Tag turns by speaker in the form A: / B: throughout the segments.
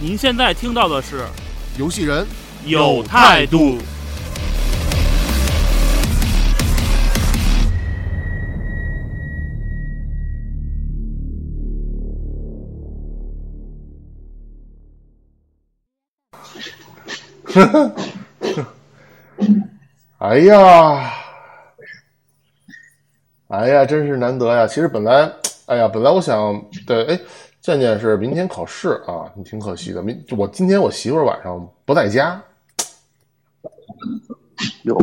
A: 您现在听到的是
B: 游戏人
A: 有态度。
B: 哎呀，哎呀，真是难得呀！其实本来，哎呀，本来我想，对，哎，健健是明天考试啊，挺可惜的。明我今天我媳妇儿晚上不在家，
C: 有，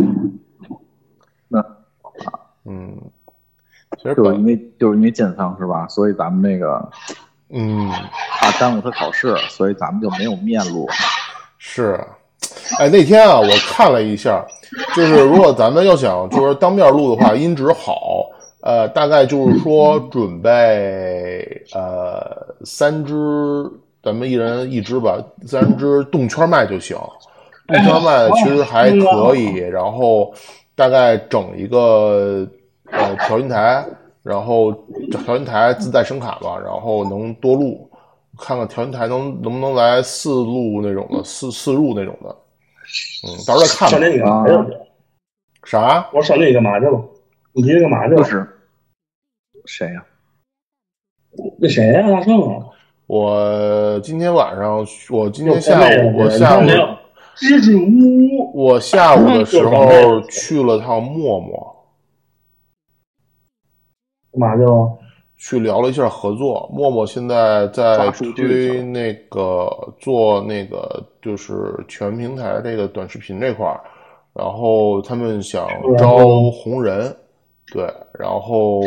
B: 嗯，其实
C: 就是因
B: 本
C: 为就是因为建仓是吧？所以咱们那个
B: 嗯
C: 怕耽误他考试，所以咱们就没有面录。
B: 是，哎，那天啊，我看了一下，就是如果咱们要想就是当面录的话，音质好，呃，大概就是说准备呃三支，咱们一人一支吧，三支动圈麦就行。动圈麦其实还可以，然后大概整一个呃调音台，然后调音台自带声卡嘛，然后能多录，看看调音台能能不能来四路那种的，四四入那种的。嗯，到时候再看
D: 少
B: 吧
D: 年，你干嘛去了？
B: 啥？
D: 我说少年你干嘛去了？你今天干嘛去
C: 就
D: 了？
C: 是谁呀、
D: 那谁呀、大圣啊？
B: 我今天晚上，我今天
D: 又
B: 下
D: 国内
B: 午，
D: 了
B: 我
D: 你
B: 下
D: 看
B: 午
D: 没，有？支支吾吾，
B: 我下午 的时
D: 又国内
B: 候
D: 了
B: 去了趟陌陌，
D: 干嘛去了？
B: 去聊了一下合作。陌陌现在在
C: 抓数据去
B: 推
C: 了
B: 那个做那个就是全平台这个短视频这块儿，然后他们想
C: 啊
B: 招红人，对，然后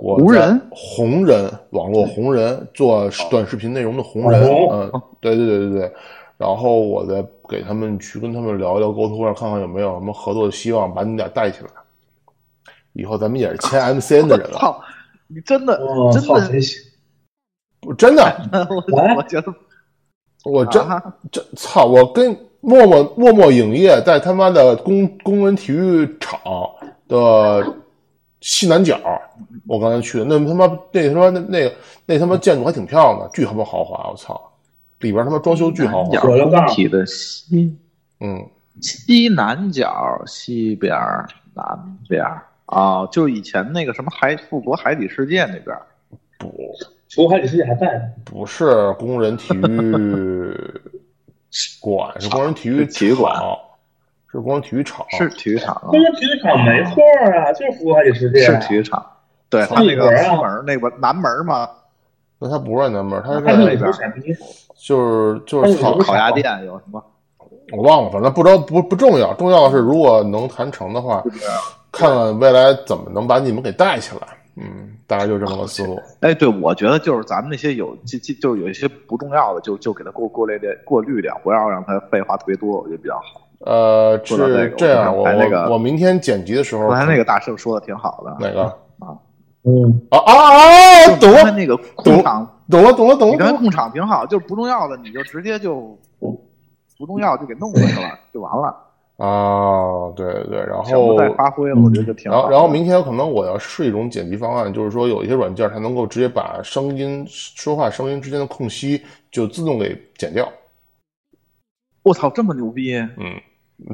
B: 我
C: 红人哦
B: 在红人网络红人做短视频内容的红人，
D: 网红
B: 嗯，对对对对对。然后我再给他们去跟他们聊一聊沟通一下，看看有没有什么合作的希望，把你们俩带起来。以后咱们也是签 MCN 的
C: 我
B: 人了，
C: 操！你真的
D: 我
C: 真
D: 操，
C: 的，
D: 真行！
B: 我真
C: 哎
B: 的，
D: 来
C: 我我觉得
B: 我真
C: 啊
B: 这操！我跟陌陌陌陌影业在他妈的工工人体育场的西南角，我刚才去的，那他妈那他妈那那个那他妈建筑还挺漂亮的，巨他妈豪华！我操，里边他妈装修巨豪
C: 南
B: 华
C: 角，
D: 我就告
C: 工
D: 诉
C: 体的西
B: 嗯，
C: 西南角西边儿南边儿啊，就以前那个什么海富国海底世界那边儿，
D: 除海底世界还在呢。
B: 不是工人体 育馆，是工人体育
C: 体育馆
B: 场，是工人体育
D: 哦
B: 场，
C: 是体育场啊，
D: 工人体育场没错啊，就是服务海底世界。
C: 是体育场。对他那个
D: 那一会儿啊
C: 西门儿那个南门儿嘛，
B: 那他不是南门，他是
D: 啊他
C: 它
D: 是
B: 在
D: 你不是傻逼，
B: 就是就是
D: 它
B: 操
D: 是不。是啊
C: 烤鸭店有什么？
B: 我忘了，反正不着不不重要，重要的是如果能谈成的话，
C: 啊
B: 看看未来怎么能把你们给带起来。嗯，大概就这么个思路。
C: 哎，对，我觉得就是咱们那些有就就就是有一些不重要的，就就给它过过滤掉，过滤掉，不要让它废话特别多，我觉得比较好。
B: 呃，
C: 说到这个
B: 是这样，我
C: 我刚才那个
B: 我我明天剪辑的时候，
C: 刚才那个大圣说的挺好的，
B: 哪个
D: 嗯，
B: 啊啊啊！
C: 就
B: 懂
C: 刚才
B: 了，
C: 那个控场，
B: 懂了，懂了，懂
C: 你
B: 了，
C: 刚才
B: 懂了。
C: 控场挺好，就是不重要的你就直接就不重要就给弄过去了，就完了，
B: 啊，对对对，然
C: 全部
B: 后
C: 再发挥了，我觉得挺
B: 然
C: 好
B: 后，
C: 的。
B: 然后明天可能我要试一种剪辑方案，就是说有一些软件它能够直接把声音、说话声音之间的空隙就自动给剪掉。
C: 我操，这么牛逼！
B: 嗯，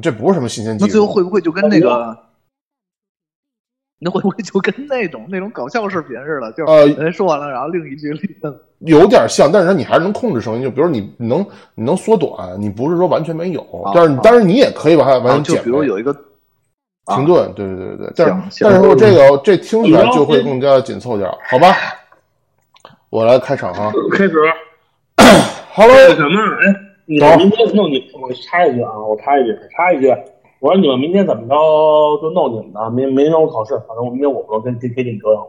B: 这不是什么新鲜技
C: 那
B: 术。
C: 最后会不会就跟那个，那会不会就跟那种那种搞笑视频似的，就是
B: 呃
C: 人说完了，然后另一句另一句
B: 有点像，但是你还是能控制声音。就比如你你能你能缩短，你不是说完全没有，
C: 啊
B: 但是
C: 啊
B: 当然你也可以把它
C: 啊
B: 完全
C: 就
B: 剪
C: 比如
B: 掉。
C: 有一个啊
B: 停顿，对对对对，但是
C: 行
B: 但是说这个这听起来
D: 你要
B: 就会更加紧凑点儿，好吧？我来开场哈
D: 开始那
B: ，Hello，
D: 什么？哎，你
B: 走
D: 们明天弄你，我插一句啊，我插一句，插一句。我说你们明天怎么着就弄你们的，明明天我考试，反正我明天我不能跟跟跟你折腾。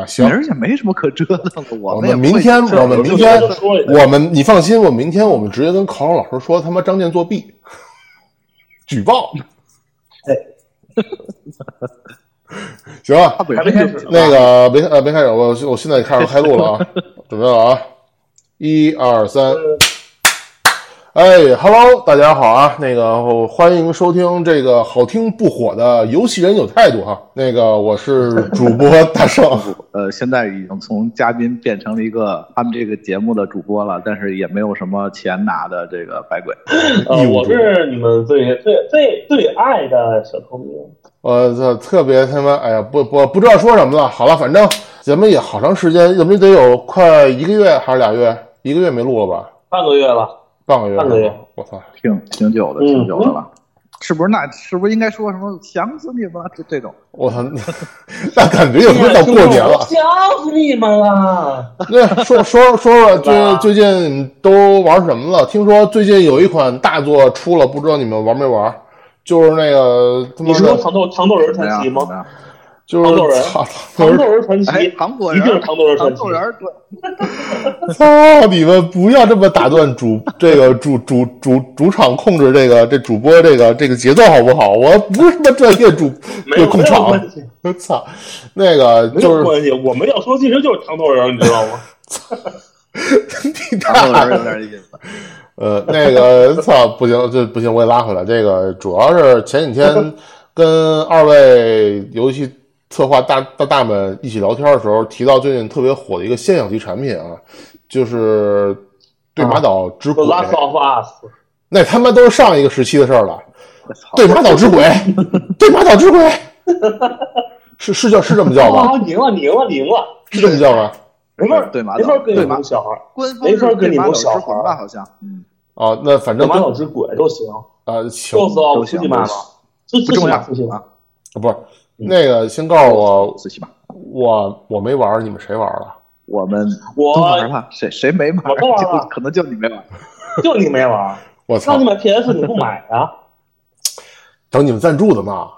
B: 啊，行，
C: 哎而且没什么可折腾的。
B: 我
C: 们也
B: 们明
C: 不会
B: 天，
C: 是
B: 我们
A: 有
B: 明
A: 就
B: 天
A: 说就说一，下
B: 我们你放心，我们明天我们直接跟考场老师说他妈张健作弊，举报。 行啊
C: 哎他，本
A: 还没开
C: 身
A: 始
C: 就
A: 呢
B: 那个别呃别开始，我我现在开始开录了 啊，准备了啊，一二三。哎，Hello，大家好啊！那个欢迎收听这个好听不火的游戏人有态度哈、那个我 是主播大圣，
C: 呃，现在已经从嘉宾变成了一个他们这个节目的主播了，但是也没有什么钱拿的这个百鬼。
A: 呃
B: 义，务
A: 我
B: 主义
A: 是你们最最最最爱的小透明。
B: 我操，特别他妈，哎呀，不不不知道说什么了。好了，反正咱们也好长时间，咱们得有快一个月还是俩月？一个月没录了吧？
A: 半个月了，
B: 半个月？
A: 半个月。
B: 我操！
C: 挺挺久的，
A: 嗯
C: 挺久的了。是不是那是不是应该说什么想死你们了这这种？
B: 我操！ 那感觉有时候到过年了。
A: 笑死你们了！
B: 那说说说说
A: 对
B: 最
A: 吧
B: 最近都玩什么了？听说最近有一款大作出了，不知道你们玩没玩？就是那个他
A: 你
B: 妈
A: 说
B: 的，
A: 糖豆糖豆人
C: 怎么
A: 传
C: 样
A: 奇
C: 怎么
A: 吗？
C: 样？
B: 就
A: 糖豆
B: 是
A: 人
B: 操
A: 糖豆人传
C: 哎，
A: 奇，
C: 糖果
A: 一
C: 人
A: 定是
C: 儿，
A: 糖豆人传
C: 糖
A: 奇
C: 果。人儿，对，
B: 操你们不要这么打断主这个主主主主场控制这个这主播这个这个节奏好不好？我不是什么专业主
A: 没
B: 这
A: 有
B: 控
A: 没有
B: 场
A: 关，系，
B: 操！那个
A: 没
B: 就
A: 有
B: 是
A: 关系。我们要说其实就是糖豆人，你知道 吗？
B: 你
C: 糖果
B: 大
C: 人儿有点意思。
B: 呃那个 操不行这不行我也拉回来。这个主要是前几天跟二位游戏策划大大大们一起聊天的时候提到最近特别火的一个现象级产品啊，就是对马岛之
A: 就
B: 鬼，
A: Last of Us，
B: 那他妈都是上一个时期的事儿了。
C: 我操！
B: 对马岛之鬼，对马岛之鬼，是是叫是这么叫吧？
A: 哇，啊赢了，你赢了，你赢了！
B: 是这么叫吧？
A: 没法儿
C: 对马
A: 没法
C: 岛
A: 儿跟你
C: 对马
A: 们小孩儿，
C: 官方
A: 没法
C: 是
A: 跟你
C: 马
A: 们
C: 岛之
A: 小
C: 魂
A: 孩儿
C: 吧？好像，嗯，
B: 啊，那反
A: 对
B: 正
A: 马
B: 都
A: 岛之鬼都行，
B: 啊，行，
A: 就是啊，
C: 都
A: 我出
C: 行
A: 去骂
C: 都
A: 吧
C: 行，
A: 最
C: 不
A: 最起
C: 重
A: 码
C: 要
A: 出去骂。
C: 啊。
B: 不是那个，先告诉我，
C: 最起码
B: 我我没玩，你们谁玩了？
C: 我们
A: 我
C: 都玩了，谁谁没玩
A: 我都玩了
C: 就可能就你没玩。
A: 就你没玩儿，
B: 我
A: 让
B: 操
A: 你，买 PS 你不买 啊？
B: 等你们赞助的嘛，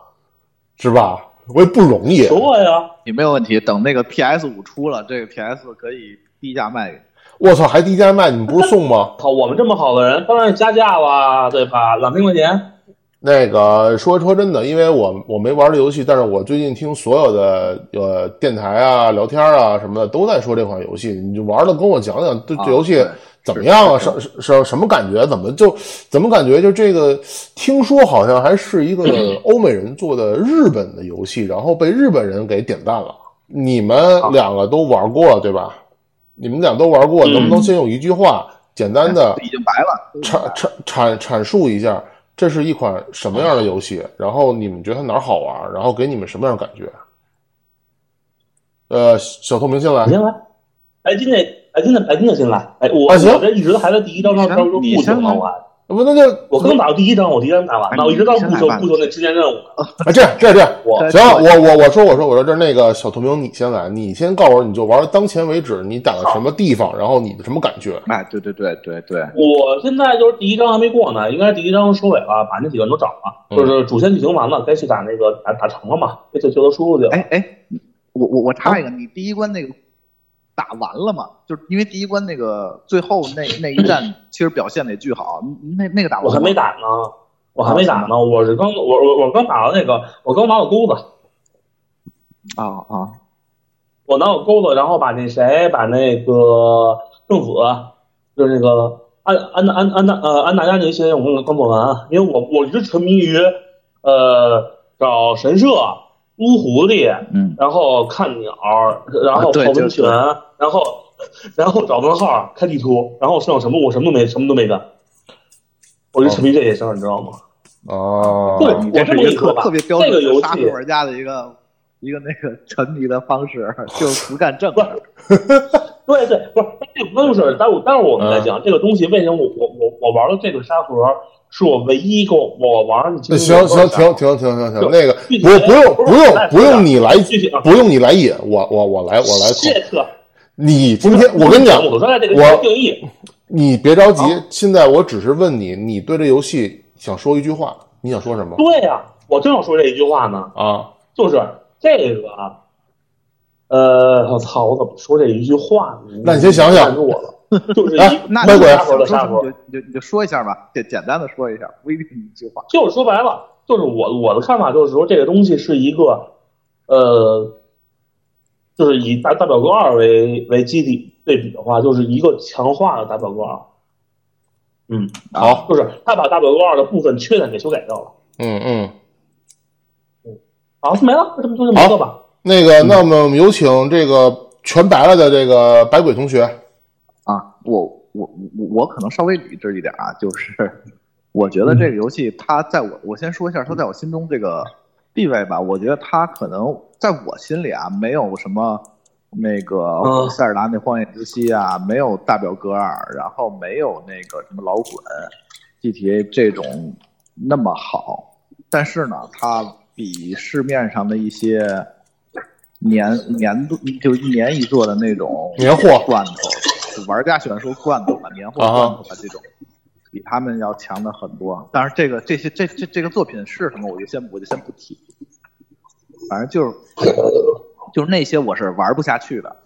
B: 是吧？我也不容易
A: 求，我呀！
C: 你没有问题，等那个 PS 五出了，这个 PS 可以低价卖给你。
B: 我操，还低价卖，你们不是送 吗？
A: 靠，我们这么好的人，当然是加价啦，对吧？两千块钱，
B: 那个说说真的，因为我我没玩这游戏，但是我最近听所有的呃电台啊、聊天啊什么的都在说这款游戏，你就玩了跟我讲讲这
C: 啊
B: 这游戏
C: 对
B: 怎么样啊，
C: 是
B: 什什什什么感觉？怎么就怎么感觉就这个？听说好像还是一个
C: 嗯
B: 欧美人做的日本的游戏，然后被日本人给点赞了。你们两个都玩过了对吧？你们俩都玩过，
A: 嗯
B: 能不能先用一句话简单的
C: 哎已经白了，
B: 阐阐阐阐述一下，这是一款什么样的游戏？然后你们觉得它哪儿好玩？然后给你们什么样的感觉？呃，小透明先来
A: 你，先来。白哎金的，白金的，白金的先来。哎，我
B: 啊行
A: 我这一直还在第一张上
C: 你先
A: 上
C: 你
A: 不
C: 先
A: 朽
C: 来
A: 呢，我还
B: 呃不，那就
A: 我刚打到第一张，我第一张打完
C: 哎
A: 了，我一直到不
C: 你先来吧
A: 朽不朽那支线任务呢。
B: 啊，这样这样这样，
A: 我
B: 行，我我我说我说我说这那个小透明，你先来，你先告诉我，你就玩到当前为止，你打到什么地方，然后你的什么感觉？
C: 哎，对对对对对，
A: 我现在就是第一章还没过呢，应该第一章收尾了，把那几个人都找了，
B: 嗯
A: 就是主线剧情完了，该去打那个打打城了嘛，该去救他叔叔去了。
C: 哎哎，我我我插一个，
B: 啊
C: 你第一关那个打完了吗？就是因为第一关那个最后那那一战， 其实表现的也巨好，那那个打完
A: 我还没打呢，我还没打呢，我是刚我我我刚打了那个，我刚拿了钩子，
C: 啊啊，
A: 我拿了钩子，然后把那谁把那个政府，就是那个安安安安安呃安大家那些我刚刚做完，啊因为我我一直沉迷于呃找神社、撸狐狸，
C: 嗯，
A: 然后看鸟，然后
C: 啊对
A: 泡温
C: 就是
A: 泉，然后 然后找问号、开地图，然后剩什么我什么都没什么都没干，我就
C: 哦
A: 沉迷这些事儿，你知道吗？
B: 啊，
A: 对
C: 你这是一个特
A: 我这么一说吧
C: 特别标准
A: 这个游
C: 的
A: 戏
C: 杀手玩家的一个一个那个沉迷的方式，就是不干正事儿。
A: 对对，不是这不用事，待会待会儿我们
C: 嗯
A: 再讲、这个东西。为什么我我我我玩的这个沙盒是我唯一跟我我玩儿的
B: 那
A: 经历
B: 行
A: 的
B: 行
A: 沙盒
B: 停停停停停，那个
A: 具体
B: 不不用
A: 不
B: 不
A: 是
B: 用
A: 我来
B: 不用你来
A: 具体啊
B: 不用你来引，我我我来我来口
A: 谢特，
B: 你今天我跟你讲，
A: 我说的这个
B: 我
A: 定义，
B: 你别着急
A: 好，
B: 现在我只是问你，你对这游戏想说一句话，你想说什么
A: 对呀、我正要说这一句话呢，
B: 啊？
A: 就是这个啊，呃，我操，我怎么说这一句话呢？
B: 那你先想想
A: 难住我 了，就是一
B: 哎
A: 个
C: 那
B: 外
C: 你
B: 国人
C: 想
A: 说
C: 说
A: 的
C: 什
A: 沙
C: 么
A: 佛
C: 你就你就你就说一下吧，简简单的说一下，不一定一句话。
A: 就是说白了，就是我我的看法就是说，这个东西是一个，呃，就是以大大表哥二为为基底对比的话，就是一个强化的大表哥二，
B: 好，
A: 就是他把大表哥二的部分缺点给修改掉了，
B: 嗯嗯，
A: 好，没了，这么就这么一个吧。
B: 那个，那么我们有请这个全白了的这个白鬼同学。
C: 啊，我我我我可能稍微理智一点啊，就是我觉得这个游戏它在我我先说一下它在我心中这个地位吧，我觉得它可能在我心里啊没有什么那个
A: 嗯
C: 塞尔达那荒野之息啊，没有大表哥二，然后没有那个什么老滚 GTA 这种那么好，但是呢，它比市面上的一些年年度就一年一做的那种
B: 年货
C: 罐头，就玩家喜欢说罐头吧，年货
B: 啊哈
C: 罐头吧这种，比他们要强的很多。但是这个这些这这这个作品是什么，我就先我就先不提，反正就是就是那些我是玩不下去的。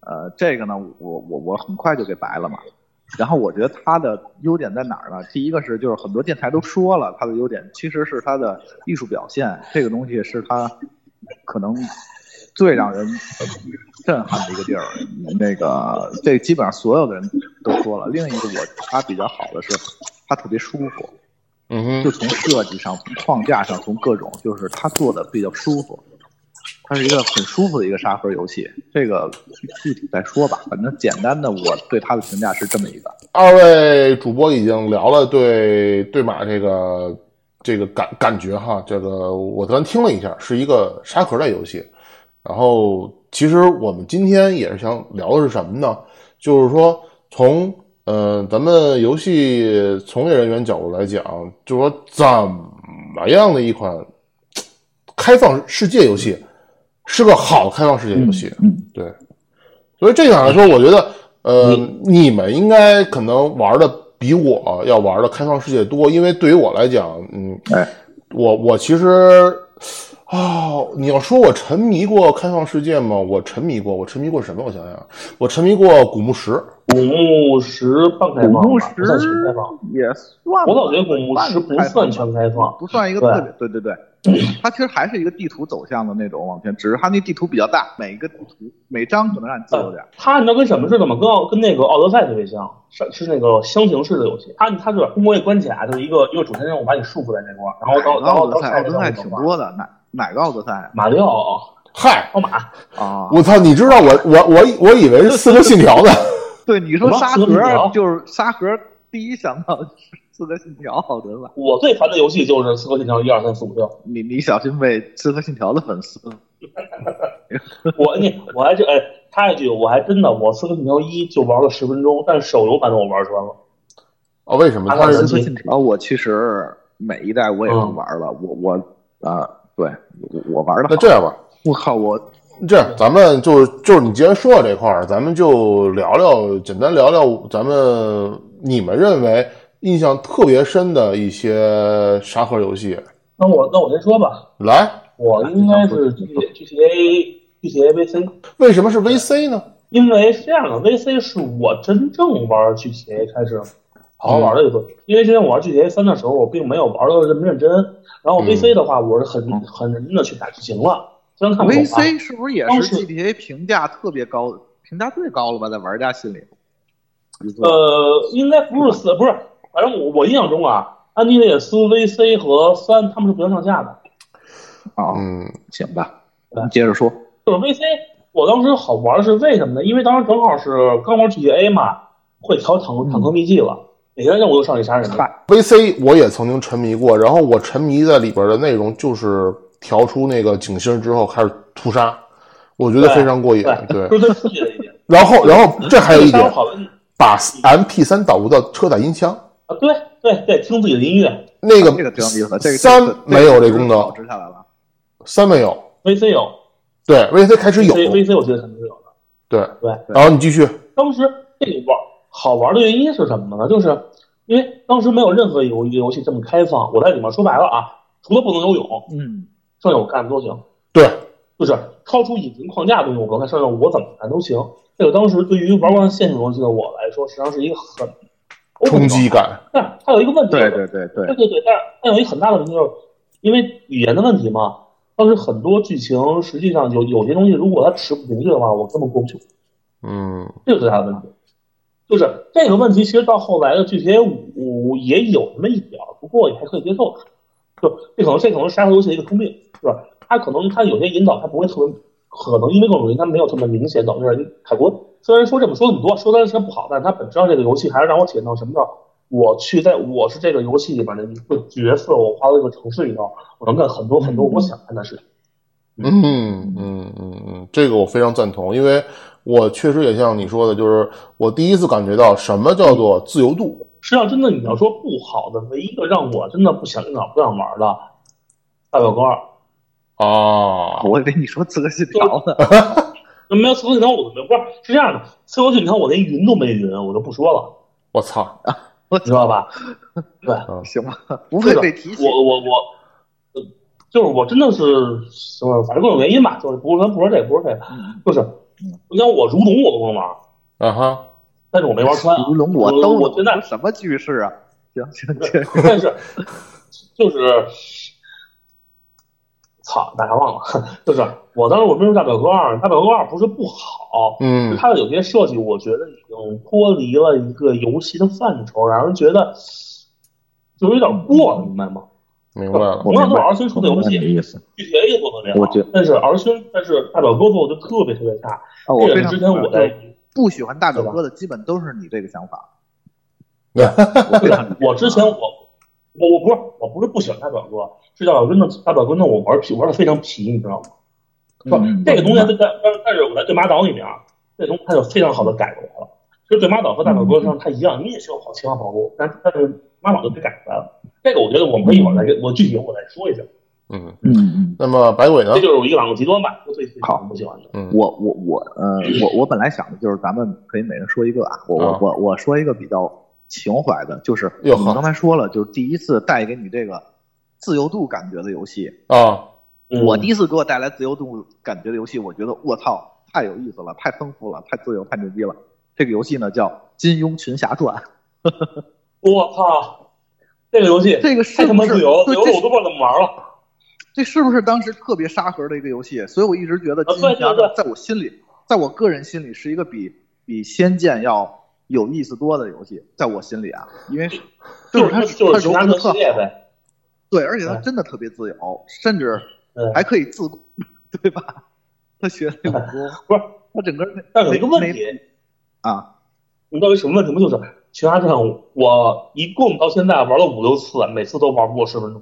C: 呃，这个呢，我我我很快就给白了嘛。然后我觉得它的优点在哪儿呢？第一个是，就是很多电台都说了，它的优点其实是它的艺术表现，这个东西是它可能最让人震撼的一个地儿。那个，这基本上所有的人都说了。另一个我它比较好的是，它特别舒服，
B: 嗯
C: 就
B: 哼，
C: 从设计上、从框架上、从各种，就是它做的比较舒服。它是一个很舒服的一个沙盒游戏，这个具体再说吧。反正简单的，我对它的评价是这么一个。
B: 二位主播已经聊了对对马这个这个感感觉哈，呃这个我昨天听了一下，是一个沙盒类游戏。然后其实我们今天也是想聊的是什么呢？就是说从呃咱们游戏从业人员角度来讲，就是说怎么样的一款嘖开放世界游戏是个好开放世界游戏，
C: 嗯
B: 对。所以这点来说，我觉得，呃，你们应该可能玩的比我要玩的开放世界多，因为对于我来讲，嗯，
C: 哎，
B: 我我其实，哦，你要说我沉迷过开放世界吗？我沉迷过，我沉迷过什么？我想想，我沉迷过古墓石，
A: 古墓石半开
C: 古
A: 放吧，
C: 墓
A: 不
C: 石
A: 算全开放。
C: 也算吧，
A: 我老觉得古墓石不算全开放，
C: 不算一个特别，对对对，它其实还是一个地图走向的那种往前，只是它那地图比较大，每一个地图每张可能让你自由点儿。
A: 它你知道跟什么似的吗？跟奥跟那个奥德赛特别像，是是那个箱型式的游戏。它它是通过一关卡，就是一个一个主线任务把你束缚在那块儿，然后到
C: 哪个哎奥德赛，奥
A: 到到下一个
C: 德
A: 任
C: 赛
A: 务
C: 挺
A: 的话
C: 多的，哪哪个奥德赛啊？
A: 马里奥
B: 嗨，
A: 奥马，
C: 啊，
B: 我操，你知道我我我以我以为是《四个信条》呢，
C: 对你说
A: 什么
C: 沙
A: 和平鸟
C: 盒就是沙盒，第一想到是刺客信条奥德赛，
A: 我最烦的游戏就是《刺客信条》一二三四五六。
C: 你你小心被刺客信条的粉丝
A: 嗯我你我还这哎插一句，我还真的我《刺客信条》一就玩了十分钟，但是手游版的我玩穿了。
B: 哦，为什么？
A: 啊
B: 它
A: 那
B: 是
C: 刺客信条，我其实每一代我也都
A: 嗯
C: 玩了，我我啊，对我我玩的
B: 那这样吧，
C: 我靠，我
B: 这样，咱们就是就是你既然说到这块儿，咱们就聊聊，简单聊聊咱们你们认为印象特别深的一些沙盒游戏。
A: 那我那我先说吧，
B: 来，
A: 我应该是 G G T A G T A V C，
B: 为什么是 VC 呢？
A: 因为是这样的，V C 是我真正玩 G T A 开始好好玩的一
B: 嗯
A: 个，因为之前我玩 G T A 三的时候，我并没有玩的这么认真。然后
B: 嗯
A: V C 的话，我是很很认真的去打剧情了，虽然看不懂
C: V
A: 啊。
C: C 是不是也
A: 当
C: 是
A: 时
C: GTA 评价特别高，评价最高了吧，在玩家心里？
A: 呃，应该不是四，不是，反正我我印象中啊，安迪列斯 V C 和三他们是不相上下的。
C: 啊，
B: 嗯
C: 行吧，
A: 嗯
C: 咱们接着说。
A: 就是 V C，我当时好玩是为什么呢？因为当时正好是刚玩 G T A 嘛，会调坦克坦
B: 嗯
A: 克秘技了，每天任务都上去杀人了。
C: 嗨，
B: ，VC 我也曾经沉迷过，然后我沉迷在里边的内容就是调出那个警星之后开始屠杀，我觉得非常过瘾。对，
A: 就是最刺激的一点。
B: 然后然后这还有一
A: 当时
B: 点，
A: 好问
B: 把 MP 3导入到车载音箱，
A: 啊，对对对，听自己的音乐
B: 那个
C: 啊这个挺有意思的，这个
B: 三
C: 个
B: 没有这功
C: 保
B: 能，
C: 持下来了。
B: 三没有。
A: ，V C 有
B: 对，VC 开始有，
A: ，V V C 我觉得肯定是有的。
B: 对，
A: 对，
B: 然后你继续，
A: 当时这个玩好玩的原因是什么呢？就是因为当时没有任何游游戏这么开放，我在里面说白了啊，除了不能游泳，
C: 嗯，
A: 剩下我干的都行。
B: 对，
A: 就是超出已经框架的东西，我刚才说了，我怎么看都行。这个当时对于玩惯现实游戏的我来说，实际上是一个很
B: 冲击。感，
A: 但是它有一个问题，啊
C: 对对对对
A: 对对对，但是但有一很大的问题就是，因为语言的问题嘛，当时很多剧情实际上有有些东西，如果它持不平的话，我根本过不去，
B: 嗯
A: 这个是它的问题。就是这个问题，其实到后来的 GTA 五也有那么一点儿，不过也还可以接受。就这可能这可能是沙盒游戏的一个通病，是吧？它可能它有些引导，它不会特别，可能因为各种原因，它没有特别明显导致海国虽然说这么说这么多，说单是不好，但是它本质上这个游戏还是让我体验到什么叫我去在我是这个游戏里边的一个角色，我划到一个城市里头，我能干很多很多我想干的事情。
B: 嗯嗯嗯嗯，这个我非常赞同，因为我确实也像你说的，就是我第一次感觉到什么叫做自由度，
A: 实际上，真的你要说不好的，唯一一个让我真的不想用脑不想玩的，《大表哥二》。
B: 啊，
C: 我以为你说刺客信条
A: 嗯
C: 呢，
A: 那没有刺客信条我都没不是是这样的，刺客信条我连云都没云，我就不说了，
B: 我操，
A: 你知道吧？对，
C: 行吧，不会被提起。
A: 嗯我我我，呃就是我真的是，就是反正各种原因吧，就是不是咱不说这个，不说这个，
C: 嗯
A: 就是你看我如龙我都能玩，
B: 啊哈，
A: 但是我没玩 穿啊。
C: 如龙我
A: 我
C: 都
A: 我现在
C: 什么句式啊？行 行行，
A: 但是就是，操，大家忘了， 就是我当时我为什么大表哥二，大表哥二不是不好，
B: 嗯
A: 它的有些设计，我觉得已经脱离了一个游戏的范畴，让人觉得就是有点过了，明白吗？
B: 明白了，
A: 同样都是儿孙出的游
E: 你的
A: 戏
E: 意思。
A: ，GTA 也做的良
E: 我
A: 好
E: 觉，
A: 但是儿孙，但是大表哥做的就特别特别差。
C: 啊我
A: 这
C: 非
A: 个
C: 常
A: 之前我哎在，
C: 不喜欢大表哥的，基本都是你这个想 法。我非常理解
A: 我之前我我我不是我不是不喜欢大表哥，是大表哥那大表哥那我玩皮玩的非常皮，你知道吗？不
C: 嗯，
A: 这个东西在在但但是我在对马岛里面啊，这东西它就非常好的改过来了。其实对马岛和大表哥上它一样，你也需要跑情况保护，但但是马岛就给改出来了。这个我觉得我们可以一会儿再跟我具体我再说一下，
B: 嗯，
C: 嗯嗯，
B: 那么百鬼呢
A: 这？就是我一个两个极端吧，我最最
C: 好
A: 不喜欢的。
B: 嗯，
C: 我我我呃，我我本来想的就是咱们可以每人说一个啊，我
B: 啊
C: 我我我说一个比较情怀的，就是
B: 哟
C: 你
B: 呵
C: 刚才说了，就是第一次带给你这个自由度感觉的游戏，
B: 啊，
A: 嗯
C: 我第一次给我带来自由度感觉的游戏，我觉得我操，太有意思了，太丰富了，太自由，太牛逼了。这个游戏呢叫《金庸群侠传》，
A: 我操，这个游戏
C: 这个
A: 太
C: 是
A: 他
C: 不
A: 妈
C: 是
A: 自由了，自
C: 对
A: 由
C: 这
A: 了我都不知道怎么玩了。
C: 这是不是当时特别沙盒的一个游戏？所以我一直觉得《
A: 啊
C: 金庸群侠传
A: 对对》
C: 在我心里，在我个人心里是一个比比《仙剑》要有意思多的游戏，在我心里啊，因为
A: 就是
C: 它
A: 就是
C: 它
A: 其
C: 融
A: 他
C: 合
A: 的
C: 的
A: 系
C: 特
A: 列
C: 好，
A: 呗，
C: 对，而且它
A: 嗯
C: 真的特别自由，甚至
A: 嗯
C: 还可以自， 对吧？他学 那武功，
A: 不是，
C: 他整个那
A: 但是有一个问
C: 没
A: 题，
C: 啊，
A: 你知道有什么问题吗？就是《群侠传》，我一共到现在玩了五六次，每次都玩不过十分钟。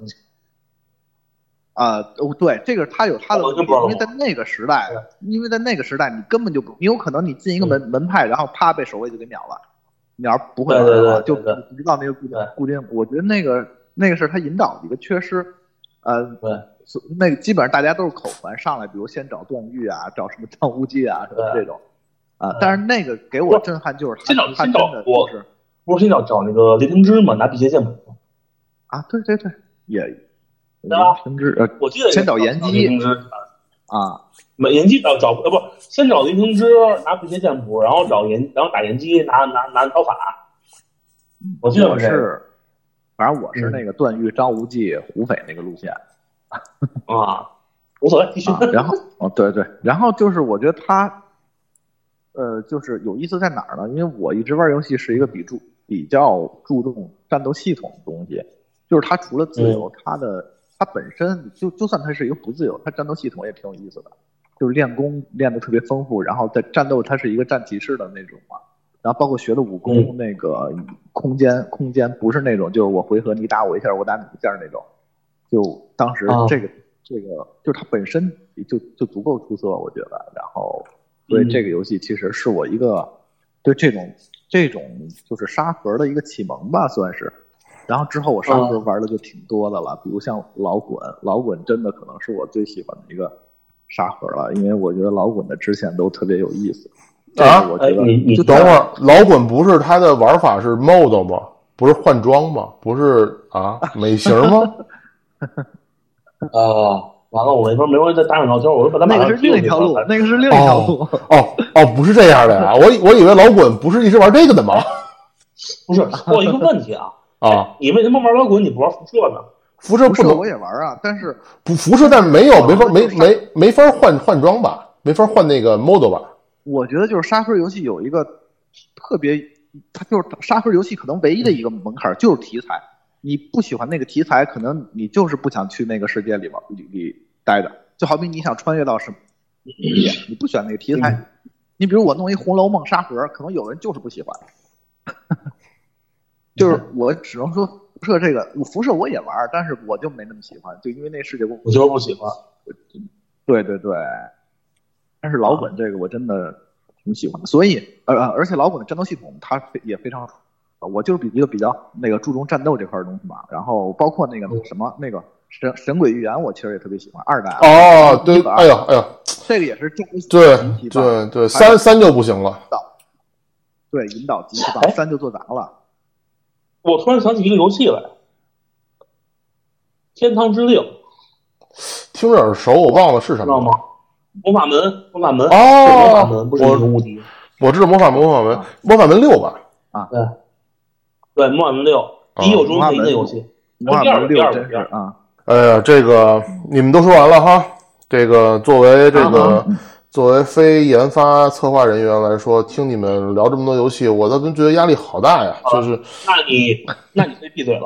C: 啊、哦对，这个他有他的
A: 我
C: 问
A: 就
C: 题，
A: 不知道
C: 因为在那个时代，因为在那个时代，你根本就不，你有可能你进一个门、门派，然后啪被守卫就给秒了，你要是不会玩
A: 嗯对对
C: 的话，
A: 对
C: 就
A: 对对
C: 不知道那个固定
A: 对
C: 固定。我觉得那个那个是他引导的一个缺失，呃，
A: 对
C: 所，那个基本上大家都是口传上来，比如先找段誉啊，找什么张无忌啊，什么
A: 对
C: 这种，啊、但是那个给
A: 不
C: 我
A: 是
C: 震撼就是他
A: 先找
C: 他
A: 先
C: 真
A: 找
C: 的
A: 我
C: 就是
A: 不是先要找那个雷霆之嘛，拿辟邪剑谱。
C: 啊，对对对，也
A: 对吧
C: 平之呃
A: 我记得
C: 先找颜姬
A: 雷霆之，
C: 啊，
A: 没颜姬找找呃不，先找雷霆之拿辟邪剑谱，然后找颜，然后打颜姬拿拿拿刀法。我嗯记得
C: 我
A: 这个
C: 是，反正我是那个段誉、张无忌、胡斐那个路线啊。
A: 啊，无所谓，继续。
C: 然后，哦，对对，然后就是我觉得他，呃，就是有意思在哪儿呢？因为我一直玩游戏是一个比注比较注重战斗系统的东西，就是它除了自由，它的它本身就就算它是一个不自由，它战斗系统也挺有意思的，就是练功练的特别丰富，然后在战斗它是一个战骑士的那种嘛。然后包括学的武功，那个空间空间不是那种，就是我回合你打我一下，我打你一下那种。就当时
A: 啊
C: 这个、这个，就是它本身就就足够出色，我觉得。然后，所以这个游戏其实是我一个对这种这种就是沙盒的一个启蒙吧，算是。然后之后我沙盒玩的就挺多的了，比如像老滚，老滚真的可能是我最喜欢的一个沙盒了，因为我觉得老滚的支线都特别有意思。这
B: 啊
C: 个我觉
A: 哎，
C: 得
A: 你你
C: 就
B: 等会儿老滚不是他的玩法是 mod 吗？不是换装吗？不是啊，美型吗？
A: 啊，
D: 呃完了，我没法没法再搭上聊天，我就把他
C: 那
D: 马
C: 个
D: 上
C: 是另一条路，那个是另一条路
B: 哦。哦哦，不是这样的呀！我以我以为老滚不是一直玩这个的吗？
D: 不 是，我有一个问题啊，
B: 啊，
D: 你为什么玩摇滚你不玩辐射呢？
B: 辐射
C: 不
B: 不
C: 是，
B: 能
C: 我也玩啊，但是
B: 不辐射，但没有没法
C: 啊
B: 没没没法换换装吧，没法换那个 model 吧？
C: 我觉得就是沙盒游戏有一个特别，它就是沙盒游戏可能唯一的一个门槛就是题材。你不喜欢那个题材，可能你就是不想去那个世界里玩里里待着。就好比你想穿越到什么世界，你不喜欢那个题材。你比如我弄一《红楼梦》沙盒，可能有人就是不喜欢。 就是我只能说辐射这个，辐射我也玩，但是我就没那么喜欢，就因为那世界观。
D: 我就是不喜欢。
C: 对对对，但是老
B: 啊
C: 滚这个我真的挺喜欢的，所以呃呃，而且老滚的战斗系统它非也非常，我就是比一个比较那个注重战斗这块的东西嘛，然后包括那个
D: 嗯
C: 什么那个神神鬼预言，我其实也特别喜欢二代，啊
B: 哦，对，哎呦哎呦，
C: 这个也是正规
B: 对
C: 集体吧
B: 对对，
C: 还
B: 三三就不行了，
C: 对引导集体吧
D: 哎，
C: 三就做砸了，
D: 我突然想起一个游戏来，《天堂之令》，
B: 听着耳熟，我忘了是什
D: 知道吗
B: 么了。？
D: 魔法门，魔法门，是魔法
B: 哦
D: 门，不，是
B: 我
D: 无敌。
B: 我知道魔法魔法门
C: 啊
B: 魔法门六吧？
D: 对，魔法门六，
B: 啊
D: 第一有中文的游戏，
C: 魔法门
D: 哦第
C: 六
D: 二个
C: 真是
D: 第二个
C: 啊，
B: 哎呀，这个你们都说完了哈。这个作为这个
C: 啊嗯
B: 作为非研发策划人员来说，听你们聊这么多游戏，我倒真觉得压力好大呀。
C: 啊
B: 就是
D: 那你那你可以闭嘴了。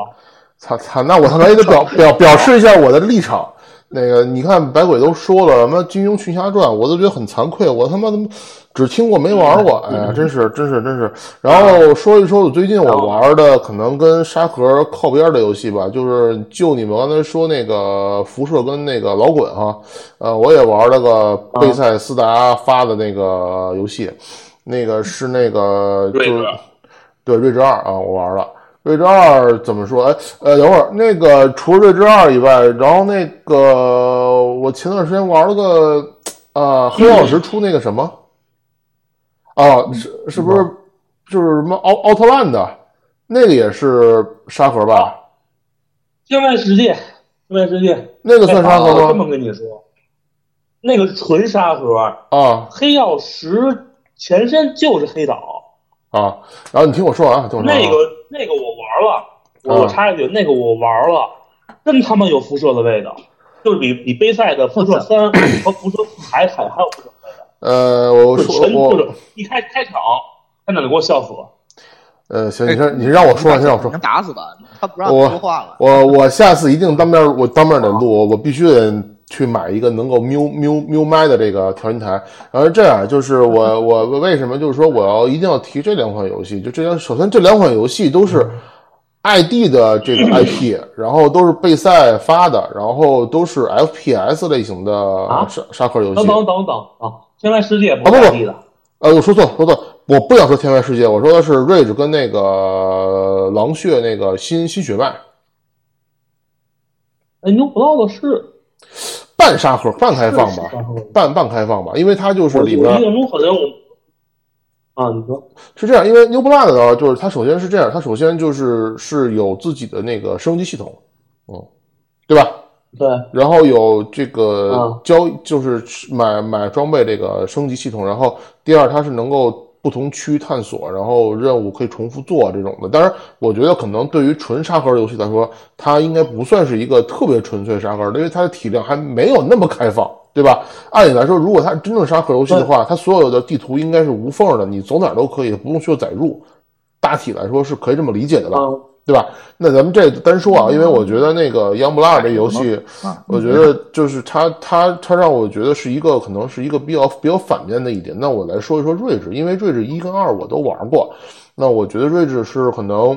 B: 惨惨，那我他妈也得表表表示一下我的立场。那个，你看白鬼都说了什么《金庸群侠传》，我都觉得很惭愧，我他妈怎么只听过没玩过？哎呀，真是真是真是。然后说一说我最近我玩的可能跟沙盒靠边的游戏吧，就是就你们刚才说那个辐射跟那个老滚哈，呃，我也玩了个贝塞斯达发的那个游戏，那个是那个就
D: 瑞
B: 是
D: 德
B: 对《睿智二》啊，我玩了。《睿智二》怎么说？哎，呃，等会儿那个除了《睿智二》以外，然后那个我前段时间玩了个啊，黑曜石出那个什么？哦，是是不是就是什么奥奥特曼的？那个也是沙盒吧？
D: 天外世界，天外世界，
B: 那个算沙
D: 哎我
B: 盒
D: 这
B: 吗？
D: 么跟你说，那个纯沙盒，
B: 啊
D: 黑曜石前身就是黑岛，
B: 啊！然后你听我说完啊，听我说完啊。
D: 那个那个我玩了，我我
B: 啊
D: 插一句，那个我玩了，真他妈有辐射的味道，就是比比杯赛的辐射三和辐射四还还还有辐射的味道，
B: 呃，我
D: 就是
B: 说
D: 全就
B: 我
D: 是一开开场，真的给我笑死了。
B: 呃，行，
D: 哎
B: 你先你让我说完，先让我说。
C: 能打死他，他不让
B: 我
C: 他说话了，
B: 我我下次一定当面我当面得录，我我必须得去买一个能够喵喵喵麦的这个调音台。然后这样就是 我我我为什么就是说我要一定要提这两款游戏？就这两，首先这两款游戏都是 ID 的这 个 IP，然后都是贝赛发的，然后都是 FPS 类型的
D: 啊
B: 沙沙盒游戏。
D: 等等等等啊，天外世界不
B: 啊不
D: 是
B: 不
D: 外地的，
B: 呃，我说错了，说错了，我不想说天外世界，我说的是瑞 a 跟那个狼血那个新新血脉
D: 哎，牛葡萄的是
B: 半沙盒半开放吧。
D: 是沙盒
B: 半半开放吧，因为它就是
D: 我我
B: 里
D: 印
B: 边
D: 象
B: 儿
D: 中好像我啊，你说
B: 是这样，因为 New Blood 呢，就是它首先是这样，它首先就是是有自己的那个升级系统，嗯，对吧？
D: 对，
B: 然后有这个
D: 啊
B: 交，就是买买装备这个升级系统。然后第二，它是能够不同区探索，然后任务可以重复做这种的。当然，我觉得可能对于纯沙盒游戏来说，它应该不算是一个特别纯粹沙盒的，因为它的体量还没有那么开放，对吧？按理来说，如果它真正沙盒游戏的话，它所有的地图应该是无缝的，你走哪儿都可以，不用需要载入。大体来说是可以这么理解的吧，
A: 嗯
D: 啊，
B: 对吧？那咱们这单说啊，因为我觉得那个《央不拉尔》这游戏，
C: 啊，
B: 我觉得就是他他他让我觉得是一个可能是一个比较比较反面的一点。那我来说一说睿智，因为睿智一跟二我都玩过，那我觉得睿智是可能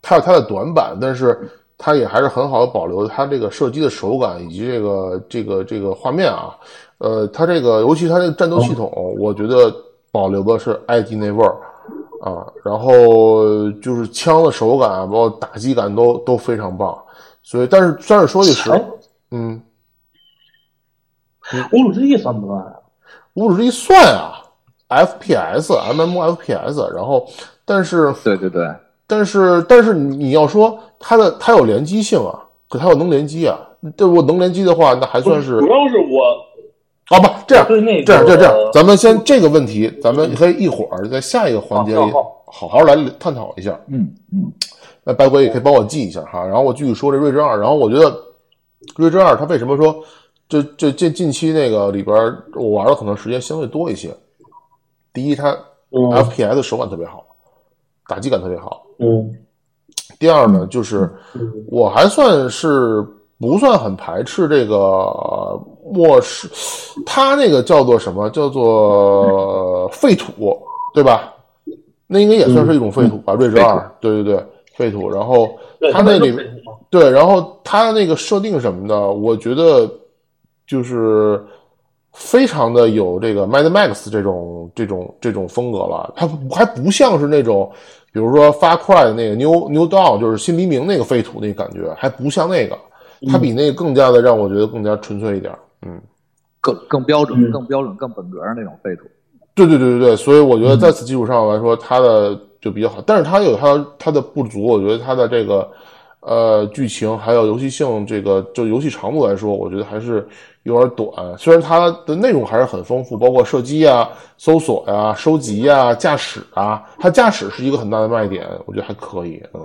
B: 它有它的短板，但是它也还是很好的保留它这个射击的手感以及这个这个这个画面啊。呃，它这个尤其它这个战斗系统，我觉得保留的是 ID 那味儿。啊，然后就是枪的手感，啊包括打击感都都非常棒，所以但是但是说句实，
D: 哎，
B: 嗯，
D: 侮辱之地算不算啊？
B: 五指之一算啊，FPS、MMFPS，然后但是
C: 对对对，
B: 但是但是你要说它的它有联机性啊，可它又能联机啊，这我能联机的话，那还算是
D: 主要是我
B: 啊不这样
D: 对那个
B: 这样这样这
D: 嗯
B: 样，咱们先这个问题，咱们可以一会儿在下一个环节里
D: 好好
B: 好好来探讨一下。
C: 嗯嗯，
B: 那白鬼也可以帮我记一下哈。然后我继续说这《瑞珍二》，然后我觉得《瑞珍二》它为什么说这这这近期那个里边儿我玩的可能时间相对多一些。第一，它
D: 嗯
B: FPS 手感特别好，打击感特别好。
D: 嗯
B: 第二呢，就是
D: 嗯
B: 我还算是不算很排斥这个呃末世，它那个叫做什么？叫做废土，对吧？那应该也算是一种嗯废土吧，瑞士二，对对对，废土。然后
D: 对，
B: 它那里
D: 们是嘛
B: 对，然后它那个设定什么的，我觉得就是非常的有这个 Mad Max 这种这种这种风格了。它不还不像是那种，比如说发快的那个 New New Dawn，就是新黎明那个废土那感觉，还不像那个，它比那个更加的让我觉得更加纯粹一点。嗯，
C: 更更标准、
D: 嗯
C: 更标准、更本格那种废土。
B: 对对对对对，所以我觉
C: 嗯
B: 得在此基础上来说，它的就比较好，但是它有它它的不足，我觉得它的这个呃剧情还有游戏性，这个就游戏长度来说，我觉得还是有点短。虽然它的内容还是很丰富，包括射击啊、搜索呀、收集呀、驾驶啊，它驾驶是一个很大的卖点，我觉得还可以。嗯，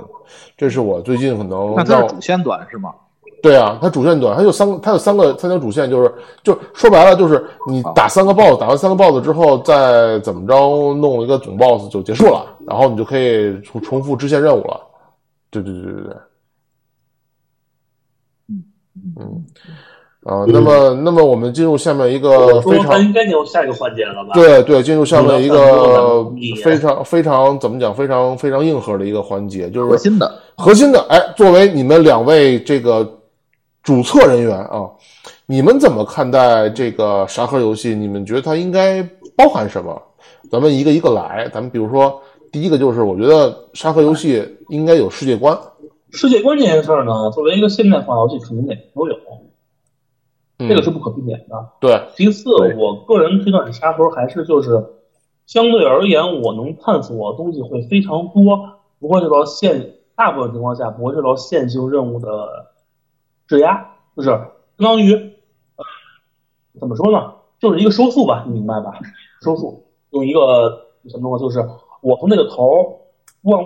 B: 这是我最近可能
C: 那它
B: 让
C: 是主线短是吗？
B: 对啊，它主线短，它有三个，它有三个三条主线，就是就说白了就是你打三个 BOSS，打完三个 BOSS 之后，再怎么着弄一个总 BOSS 就结束了，然后你就可以重重复支线任务了。对对对对对，
C: 嗯
B: 嗯啊，那么那么我们进入下面一个
D: 我
B: 呃非
D: 说
B: 常
D: 咱应该进入下一个环节了吧？
B: 对对，进入下面一个
D: 嗯嗯
B: 非常非常怎么讲非常非常硬核的一个环节，就是
C: 核心的，
B: 核心的，哎，作为你们两位这个主策人员啊，你们怎么看待这个沙盒游戏？你们觉得它应该包含什么？咱们一个一个来，咱们比如说第一个就是，我觉得沙盒游戏应该有世界观，
D: 世界观这件事儿呢，作为一个现代化游戏，肯定每个都有，
B: 嗯、
D: 这个是不可避免的。
B: 对，
D: 其次
C: 对，
D: 我个人推断沙盒还是就是相对而言，我能探索的东西会非常多，不会受到线大部分情况下不会受到线性任务的制压，就是相当于、呃怎么说呢，就是一个收束吧，你明白吧？收束用一个什么东西，就是我从那个头儿往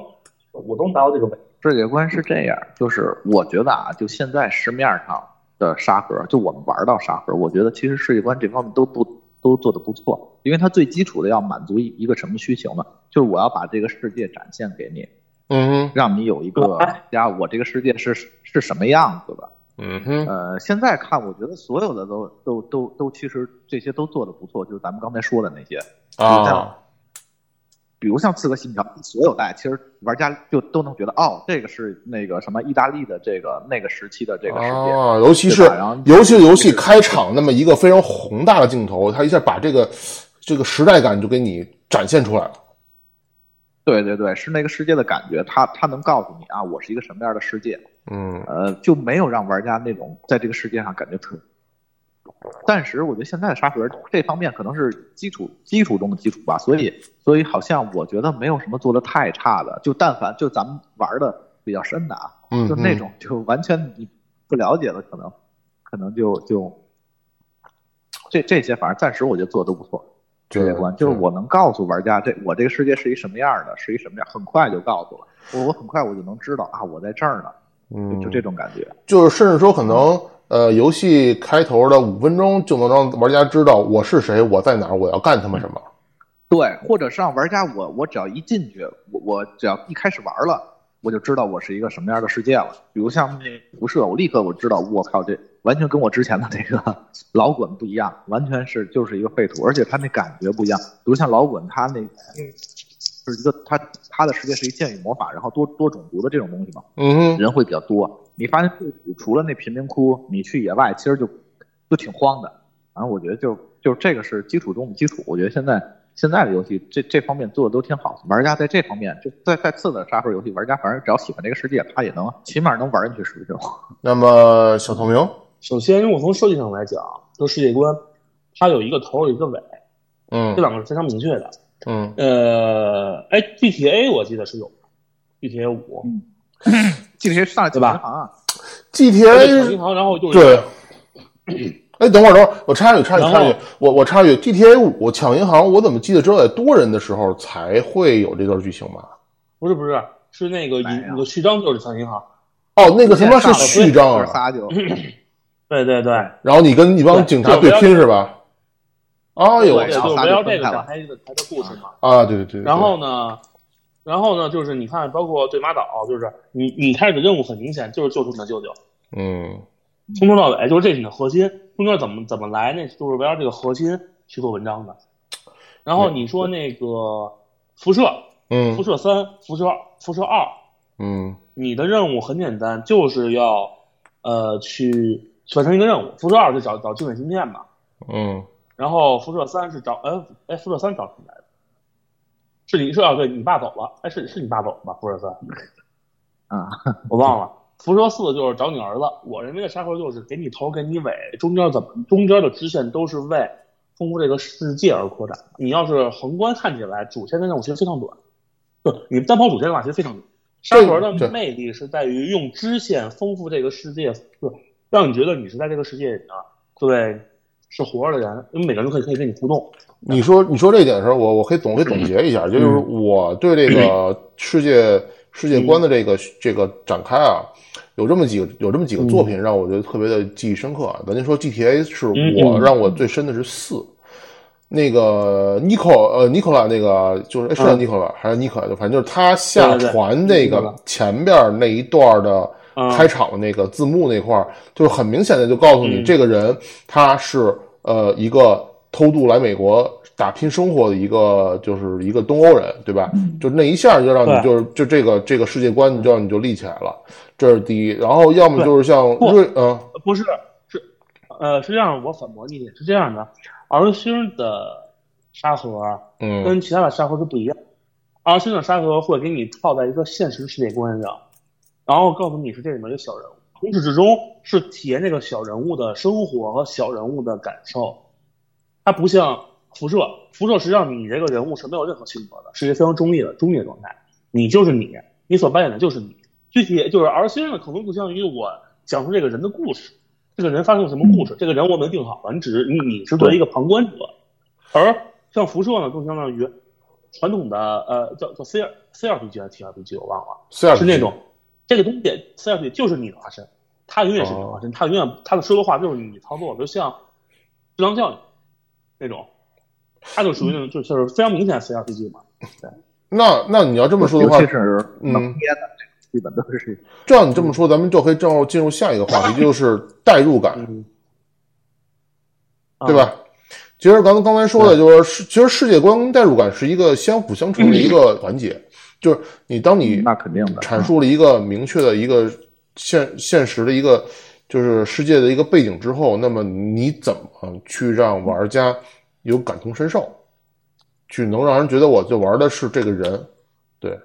D: 我都能达到这个尾，
C: 世界观是这样，就是我觉得啊，就现在市面上的沙盒，就我们玩到沙盒，我觉得其实世界观这方面都不都做得不错，因为它最基础的要满足一一个什么需求呢？就是我要把这个世界展现给你，
B: 嗯哼，
C: 让你有一 个呀，我这个世界是是什么样子的。
B: 嗯哼，
C: 呃，现在看，我觉得所有的都都都都，其实这些都做得不错，就是咱们刚才说的那些，
B: 啊，
C: 比如像《刺客信条》所有代，其实玩家就都能觉得，哦，这个是那个什么意大利的这个那个时期的这个世界，
B: 啊，尤其是
C: 对吧然后
B: 尤其是游戏开场那么一个非常宏大的镜头，它一下把这个这个时代感就给你展现出来了。
C: 对对对，是那个世界的感觉，它它能告诉你啊，我是一个什么样的世界，
B: 嗯
C: 呃，就没有让玩家那种在这个世界上感觉特。暂时我觉得现在的沙盒这方面可能是基础基础中的基础吧，所以所以好像我觉得没有什么做的太差的，就但凡就咱们玩的比较深的啊，
B: 嗯，
C: 就那种就完全你不了解的，可能可能就就这这些，反正暂时我觉得做的都不错。
B: 对
C: 世界观就是
B: 对
C: 我能告诉玩家，这我这个世界是一什么样的，是一什么样，很快就告诉了我，我很快我就能知道啊，我在这儿呢，
B: 嗯
C: 就就这种感觉。
B: 就是甚至说可能呃，游戏开头的五分钟就能让玩家知道我是谁，我在哪儿，我要干他妈什么。
C: 对，或者是让玩家我我只要一进去，我我只要一开始玩了。我就知道我是一个什么样的世界了，比如像那辐射，我立刻我知道，我靠，这完全跟我之前的这个 老滚不一样，完全是就是一个废土，而且它那感觉不一样。比如像老滚，它那就是一个它它的世界是一剑与魔法，然后多多种族的这种东西嘛，
B: 嗯哼，
C: 人会比较多。你发现杜甫除了那贫民窟，你去野外其实就就挺荒的。反正我觉得就就这个是基础中的基础。我觉得现在现在的游戏这这方面做的都挺好，玩家在这方面就在在次的沙盒游戏，玩家反正只要喜欢这个世界，他也能起码能玩进去十分钟。
B: 那么小透明，
D: 首先，如果从设计上来讲，这世界观它有一个头儿有一个尾，这
B: 嗯
D: 两个是非常明确的。
B: 嗯，
D: 呃，哎，GTA 我记得是有，GTA 五，
C: GTA 上来就
D: 对吧
C: 银行啊，
B: GTA
A: 银行，然后就是
B: 哎对。哎，等会儿，等会儿，我插一句，插一句，插一句，我我插一句，GTA 五抢银行，我怎么记得只有在多人的时候才会有这段剧情吧？
A: 不是不是是那个
C: 哎呀
A: 银那个序章就是抢银行，
B: 哦，那个他妈是序章
C: 二
B: 啊！
C: 仨就
A: 对对对，
B: 然后你跟一帮警察对拼是吧？哎呦我
A: 对
B: 操
A: 对，
C: 操
A: 围绕这个
C: 太晚
A: 展开的展开故事嘛。
B: 啊！对对对，对
A: 然后呢，然后呢，就是你看，包括对马岛，就是你你开始的任务很明显，就是救出你的舅舅，
B: 嗯
A: 从头到尾哎就是这是你的核心，中间怎么怎么来，那就是围绕这个核心去做文章的。然后你说那个辐射，
B: 嗯
A: 辐射三、辐射二、辐射二，
B: 嗯
A: 你的任务很简单，就是要呃去完成一个任务。辐射二是找找精准芯片嘛，
B: 嗯
A: 然后辐射三是找哎哎辐射三找谁来的？是你是啊？对你爸走了，哎是是你爸走了吧？辐射三
C: 啊，
A: 我忘了。辐射四就是找你儿子，我认为的沙盒就是给你头给你尾，中间怎么中间的支线都是为通过这个世界而扩展。你要是宏观看起来，主线的任务其实非常短，就你单跑主线的话其实非常短。沙盒
B: 对
A: 的魅力是在于用支线丰富这个世界，就让你觉得你是在这个世界里啊，对，是活着的人，因为每个人都可以可以跟你互动。
B: 你说你说这一点的时候，我我可以总可以总结一下，就是
A: 嗯
B: 我对这个世界世界观的这
A: 嗯
B: 个这个展开啊，有这么几个有这么几个作品让我觉得特别的记忆深刻啊。咱就说 GTA 是
A: 嗯
B: 我
A: 嗯
B: 让我最深的是四，那个 Nico 呃 Nicola 那个就是哎是叫
A: 嗯
B: Nicola 还是 Nicola，就反正就是他下
A: 对对对
B: 船那个
A: Nicola
B: 前边那一段的。
A: 嗯
B: 开场的那个字幕那块儿，就是很明显的就告诉你，
A: 嗯
B: 这个人他是呃一个偷渡来美国打拼生活的一个，就是一个东欧人，对吧？就那一下就让你
A: 对
B: 就是就这个这个世界观，你就让你就立起来了，这是第一。然后要么就是像
A: 不
B: 瑞，嗯
A: 不是，是，呃，是这样，我反驳你一点，是这样的，R 星的沙盒
B: 嗯
A: 跟其他的沙盒是不一样的，R 星的沙盒会给你套在一个现实世界观上，然后告诉你是这里面的小人物，从始至终是体验这个小人物的生活和小人物的感受，它不像辐射，辐射实际上你这个人物是没有任何性格的，是一个非常中立的中立的状态，你就是你，你所扮演的就是你。具体就是 R 先生可能更相当于我讲述这个人的故事，这个人发生了什么故事，这个人我没定好了，你只是你你是作为一个旁观者，而像辐射呢，更相当于传统的呃叫叫 C 二 C 二 P G 还是 T 二 P G 我忘了，
B: ，C 二
A: 是那种这个东西 C 二 P 就是你的化身，他永远是你的化
B: 哦
A: 身，他永远他的说的话就是你操作，就像智囊教育那种，他就属于那种就就是非常明显 C 二 P G 嘛，
B: 那那你要这么说的
C: 尤
B: 话
C: 其，是能
B: 嗯
C: 憋的，这个基本都是
B: 照你这么说，咱们就可以正好进入下一个话题，就是代入感。
A: 嗯，
B: 对吧？其实刚刚才说的就是世，其实世界观跟代入感是一个相辅相成
A: 嗯
B: 的一个环节，就是你当你
C: 那肯定的啊
B: 阐述了一个明确的一个现现实的一个就是世界的一个背景之后，那么你怎么去让玩家有感同身受，去能让人觉得我就玩的是这个人，对，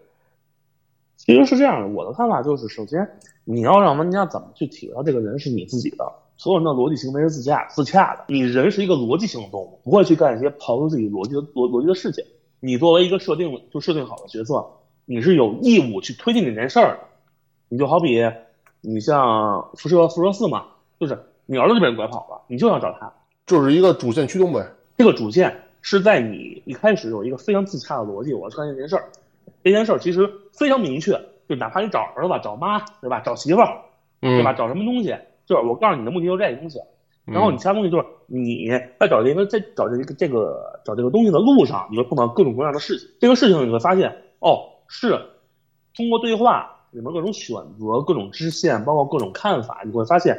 A: 其实是这样的，我的看法就是，首先你要让玩家怎么去体会到这个人是你自己的，所有人的逻辑行为是自洽自洽的。你人是一个逻辑性的动物，不会去干一些刨出自己逻辑的逻逻辑的事情。你作为一个设定就设定好的角色，你是有义务去推进这件事儿的。你就好比你像辐射辐射四嘛，就是你儿子就被人拐跑了，你就要找他，
B: 就是一个主线驱动呗。
A: 这个主线是在你一开始有一个非常自洽的逻辑，我要干这件事儿。这件事儿其实非常明确，就哪怕你找儿子、找妈，对吧？找媳妇儿，对
B: 嗯
A: 吧？，找什么东西，就是我告诉你的目的就是这个东西。
B: 嗯
A: 然后你其他东西就是你在找这个在找这个这个找这个东西的路上，你会碰到各种各样的事情。这个事情你会发现，哦，是通过对话里面各种选择、各种支线，包括各种看法，你会发现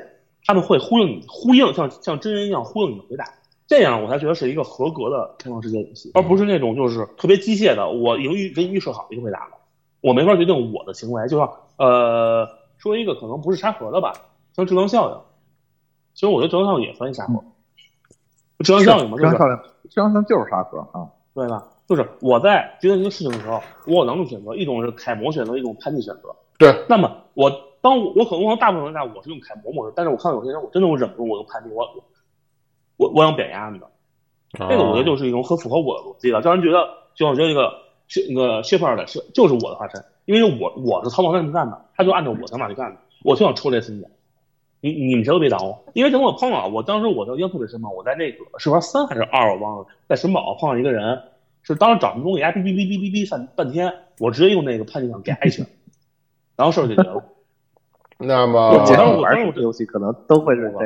A: 他们会呼应你，呼应像像真人一样呼应你的回答。这样我才觉得是一个合格的开放世界游戏，而不是那种就是特别机械的，我已经预给你预设好一个回答了，我没法决定我的行为。就像呃，说一个可能不是沙盒的吧，像智能效应，其实我觉得智能效应也算一沙盒。智能效应嘛，
C: 智
A: 就
C: 商
A: 是
C: 效应，智商效应就是沙盒啊，
A: 对吧？就是我在决定一个事情的时候，我有两种选择，一种是楷模选择，一种叛逆选择。
B: 对，
A: 那么我当我我可能我可能大部分人在我是用楷模模式，但是我看到有些人我真的我忍不住我用叛逆，我我我我想表扬他们的，
B: 啊
A: 这个我觉得就是一种很符合我的逻辑了，让人觉得就像我觉得那个薛那个薛佩尔的是就是我的化身，因为我我是操纵他们干的，他就按照我想法去干的，我就想抽这次眼，你你们谁都别挡我，因为等我碰到我当时我就印象特别深嘛，我在那个是玩三还是二我忘了，在神堡碰到一个人，是当时找什么东西，还哔哔哔哔哔哔半半天，我直接用那个判定给他一拳，然后事儿就解决了。
B: 那
C: 我
B: 么嗯
C: 觉
A: 当
C: 得
A: 时
C: 玩这个游戏可能都会是这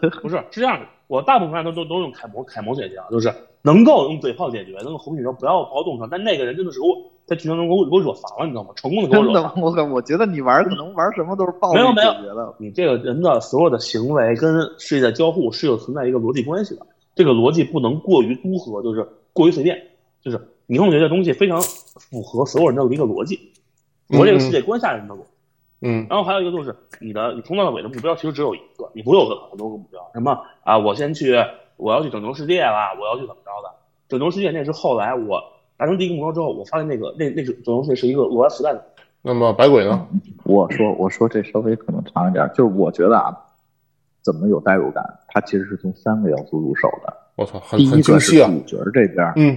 C: 个。
A: 不是是这样的，我大部分人都都都用楷模楷模解决，啊，就是能够用嘴炮解决，能够红血球不要跑动上，但那个人真的是给我在剧情中给我给我惹烦了，你知道吗？成功的给我
C: 真
A: 惹
C: 的
A: 烦
C: 吗
A: 了。？
C: 我靠！我觉得你玩可能玩什么都是暴力
A: 没有没有
C: 解决的。
A: 你这个人的所有的行为跟世界的交互是有存在一个逻辑关系的，这个逻辑不能过于综合，就是过于随便，就是你会觉得这东西非常符合所有人的一个逻辑，符合这个世界
C: 嗯
A: 观下人的逻辑。
B: 嗯
A: 然后还有一个就是你的，你从头到尾的目标其实只有一个，你不会有很多个目标。什么啊，我先去，我要去拯救世界啦，我要去怎么着的？拯救世界那是后来我达成第一个目标之后，我发现那个那那是拯救世界是一个额外时代的。
B: 那么百鬼呢？
C: 我说我说这稍微可能长一点，就是我觉得啊，怎么有代入感？它其实是从三个要素入手的。
B: 我操，很
C: 第
B: 很
C: 一
B: 清
C: 个是
B: 晰啊。
C: 主角这边，
B: 嗯，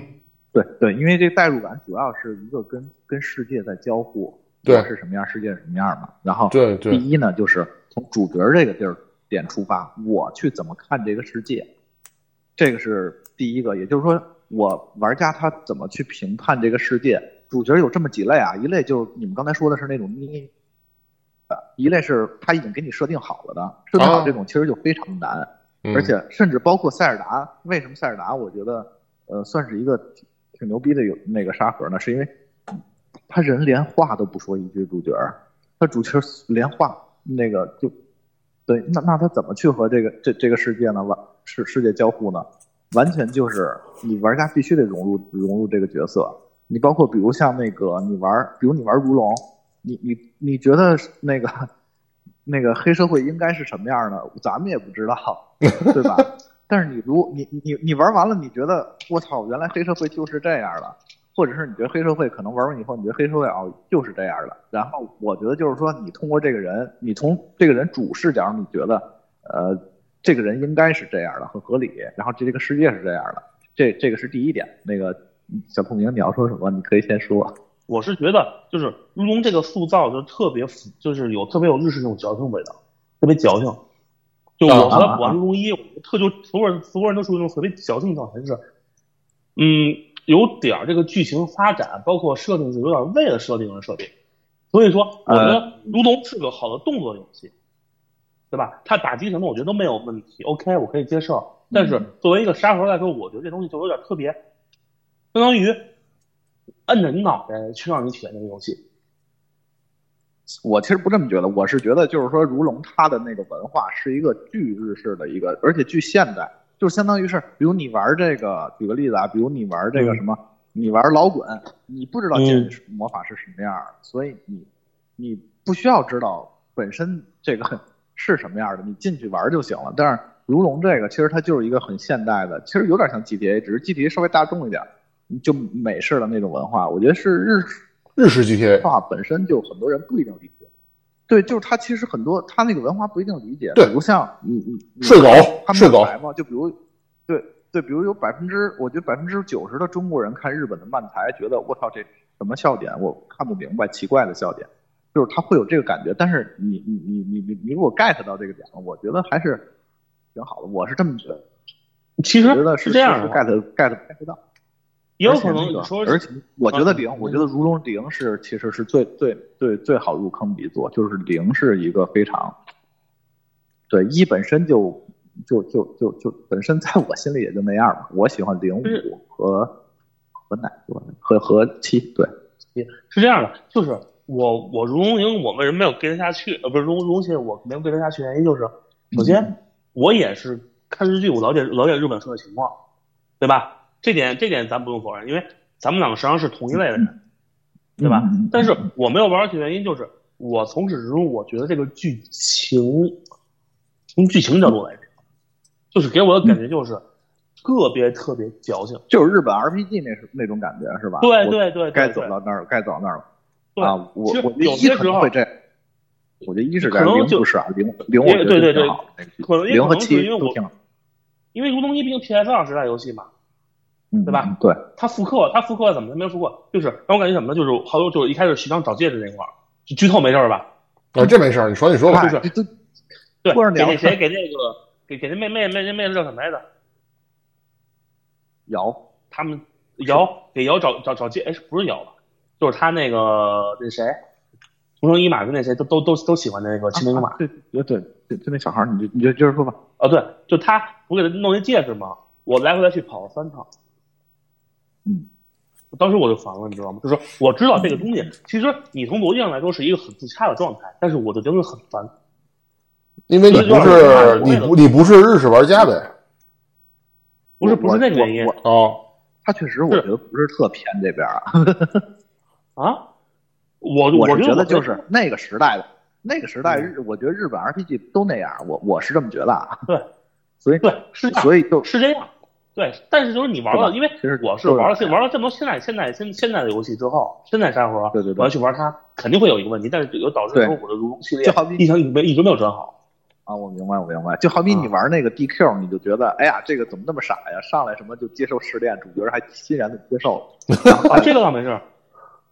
C: 对对，因为这代入感主要是一个跟跟世界在交互，
B: 对
C: 我是什么样，世界是什么样嘛。然后
B: 对对
C: 第一呢，就是从主角这个地儿点出发，我去怎么看这个世界，这个是第一个。也就是说，我玩家他怎么去评判这个世界？主角有这么几类啊，一类就是你们刚才说的是那种你。呃一类是他已经给你设定好了的，设定
B: 哦
C: 好这种其实就非常难，
B: 嗯
C: 而且甚至包括塞尔达，为什么塞尔达？我觉得呃算是一个挺挺牛逼的有那个沙盒呢，是因为他人连话都不说一句，主角儿他主角儿 连话那个就对，那那他怎么去和这个这这个世界呢完世世界交互呢？完全就是你玩家必须得融入融入这个角色。你包括比如像那个你玩，比如你玩如龙，你你你觉得那个 那个黑社会应该是什么样的？咱们也不知道，对吧？但是你如你你你玩完了，你觉得我操，原来黑社会就是这样的，或者是你觉得黑社会可能玩完以后，你觉得黑社会哦就是这样的。然后我觉得就是说，你通过这个人，你从这个人主视角，你觉得呃这个人应该是这样的，很合理，然后这个世界是这样的，这这个是第一点。那个小透明，你要说什么？你可以先说。
A: 我是觉得就是如龙这个塑造就特别符，就是有特别有日式那种矫情味道，特别矫情。就我和
C: 啊
A: 我玩如龙一，我特就所有人所有人都属于那种特别矫情造型，就是嗯有点儿这个剧情发展，包括设定是有点为了设定而设定。所以说，我觉得如龙是个好的动作游戏，对吧？它打击什么我觉得都没有问题，OK，我可以接受。但是作为一个沙盒来说，我觉得这东西就有点特别，相当于摁着你脑袋去让你体验这个游戏。
C: 我其实不这么觉得，我是觉得就是说，如龙它的那个文化是一个巨日式的一个，而且巨现代，就是相当于是，比如你玩这个，举个例子啊，比如你玩这个什么，你玩老滚，你不知道剑与魔法是什么样儿，所以你你不需要知道本身这个 是什么样儿的，你进去玩就行了。但是如龙这个其实它就是一个很现代的，其实有点像 GTA，只是 GTA 稍微大众一点儿，就美式的那种文化，我觉得是日式
B: 日式 GTA，
C: 化本身就很多人不一定理解。对，就是他其实很多他那个文化不一定理解。
B: 对
C: 比如像你你你
B: 睡狗
C: 他们
B: 睡狗
C: 来嘛，就比如对对，比如有百分之我觉得百分之九十的中国人看日本的漫才，觉得我操这什么笑点，我看不明白，奇怪的笑点，就是他会有这个感觉。但是你你你你你你如果 get 到这个点了，我觉得还是挺好的，我是这么觉得。
A: 其
C: 我觉得
A: 实
C: 是
A: 嗯这样
C: 是
A: 的，
C: get get get 到。
A: 也有可能
C: 而且那
A: 你
C: 个
A: 说
C: 而且我觉得零
A: 嗯，
C: 我觉得如龙零是其实是最最最最好入坑的一座，就是零是一个非常，对一本身就就就就就本身在我心里也就那样嘛。我喜欢零
A: 是
C: 五和和哪座和和七对，
A: 是这样的，就是我我如龙营我为什么没有跟得下去？呃，不是如龙如龙系列我没有跟得下去，原因就是首先、
C: 嗯
A: 我也是看日剧，我了解了解日本社会情况，对吧？这点这点咱不用否认，因为咱们两个实际上是同一类的人，对吧？
C: 嗯
A: 但是我没有玩下去，原因就是我从始至终我觉得这个剧情，从剧情角度来讲，就是给我的感觉就是特别特别矫情。
C: 就是日本 RPG 那是那种感觉是吧？
A: 嗯对
C: 我
A: 对对对，
C: 该走
A: 对
C: 到那儿了该走到那儿了
A: 对
C: 啊！我
A: 其实
C: 我觉得
A: 有
C: 一
A: 些
C: 可
A: 时
C: 能
A: 候
C: 会这样，我觉得一是这
A: 可
C: 样，
A: 能
C: 零
A: 就
C: 不是啊，零零我觉
A: 对
C: 得
A: 对
C: 挺
A: 对
C: 好的那
A: 可
C: 个
A: 能
C: 剧，零和
A: 也可能是
C: 七
A: 因为
C: 都
A: 我
C: 挺好，
A: 因为《如龙一》毕竟 PS 二时代游戏嘛，
C: 嗯
A: 对吧？
C: 嗯对。
A: 他复刻，他复刻怎么没有复刻？就是让我感觉什么呢？就是好多就是一开始徐章找戒指那块儿，就剧透没事儿吧？
B: 啊，这没事儿，你说你说吧。
A: 就
C: 这
A: 是
C: 都
A: 对，
C: 或者
A: 给
C: 聊
A: 那谁给那个给给那妹妹妹那妹妹叫什么来着？
C: 姚
A: 他们姚给姚找找找借，哎，是不是姚吧？就是他那个那谁，同城一马跟那谁都都都都喜欢那个青梅竹马
C: 啊对对对对，就那小孩儿，你就你就接着说吧。
A: 啊，对，就他不给他弄那戒指吗？我来回来去跑了三趟。
C: 嗯，
A: 当时我就烦了，你知道吗？就是说我知道这个东
C: 嗯
A: 西，其实你从逻辑上来说是一个很自洽的状态，但是我就真的很烦。
B: 因为你不是你不你不是日式玩家呗？
A: 不是
C: 我
A: 不是那个原因
C: 我我
B: 哦，
C: 他确实我
A: 是
C: 觉得不是特偏这边儿啊，
A: 啊，我
C: 我是
A: 觉嗯
C: 觉
A: 我
C: 得就是那个时代的那个时代日，我觉得日本 RPG 都那样，我我是这么觉得啊。
A: 对，
C: 所以
A: 对是这样
C: 所以就是
A: 这样，对。但是就是你玩
C: 对
A: 了，
C: 吧
A: 因为
C: 其实
A: 我是
C: 就是
A: 玩了玩了这么多现在现在现现在的游戏之后，现在沙盒，
C: 对对对
A: 我要去玩它，肯定会有一个问题，但是有导致
C: 对
A: 说我的如龙系列
C: 就好比
A: 一直没一直没有转好。
C: 啊，我明白，我明白，就好比
A: 嗯
C: 你玩那个 DQ，你就觉得哎呀，这个怎么那么傻呀？上来什么就接受试炼，主角还欣然的接受了。哦
A: 啊，这个倒没事儿。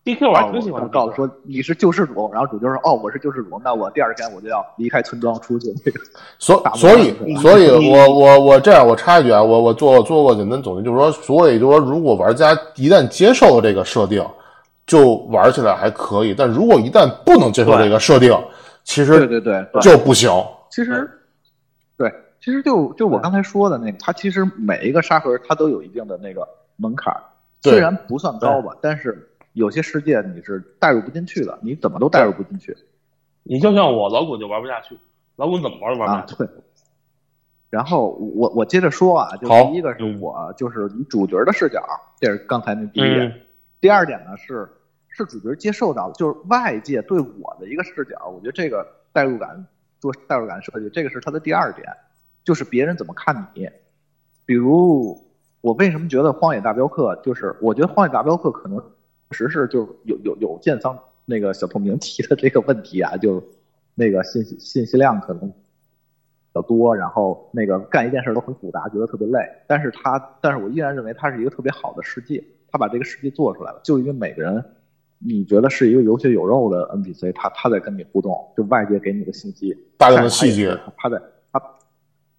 A: DQ 我还挺喜欢的，
C: 啊告诉说你是救世主，然后主角说哦，我是救世主，那我第二天我就要离开村庄出去。这个
B: 所
C: 打不
B: 所以
C: 烂
B: 所以我我我这样我插一句啊，我我做做过简单总结，就是说，所以就是说，如果玩家一旦接受了这个设定，就玩起来还可以；但如果一旦不能接受这个设定，其
C: 对
B: 实
C: 对对对，
B: 就不行。
C: 其实对，其实就就我刚才说的那个，它其实每一个沙盒它都有一定的那个门槛儿，
B: 对
C: 虽然不算高吧，但是有些世界你是带入不进去的，你怎么都带入不进去
A: 你就像我，老滚就玩不下去，老滚怎么玩都玩不
C: 啊
A: 下。去。
C: 对。然后我我接着说啊，就
B: 好
C: 第一个是
A: 嗯
C: 我就是以主角的视角，这是刚才那第一点。
A: 嗯，
C: 第二点呢是是主角接受到的，就是外界对我的一个视角，我觉得这个代入感做代入感设计，这个是它的第二点，就是别人怎么看你。比如我为什么觉得《荒野大镖客》就是，我觉得《荒野大镖客》可能确实是就有有有建仓那个小透明提的这个问题啊，就那个信息信息量可能比较多，然后那个干一件事都很复杂，觉得特别累。但是他，但是我依然认为它是一个特别好的世界，他把这个世界做出来了，就是因为每个人你觉得是一个有血有肉的 NPC，他他在跟你互动，就外界给你的信息，
B: 大量的细节
C: 但是他也是，他在他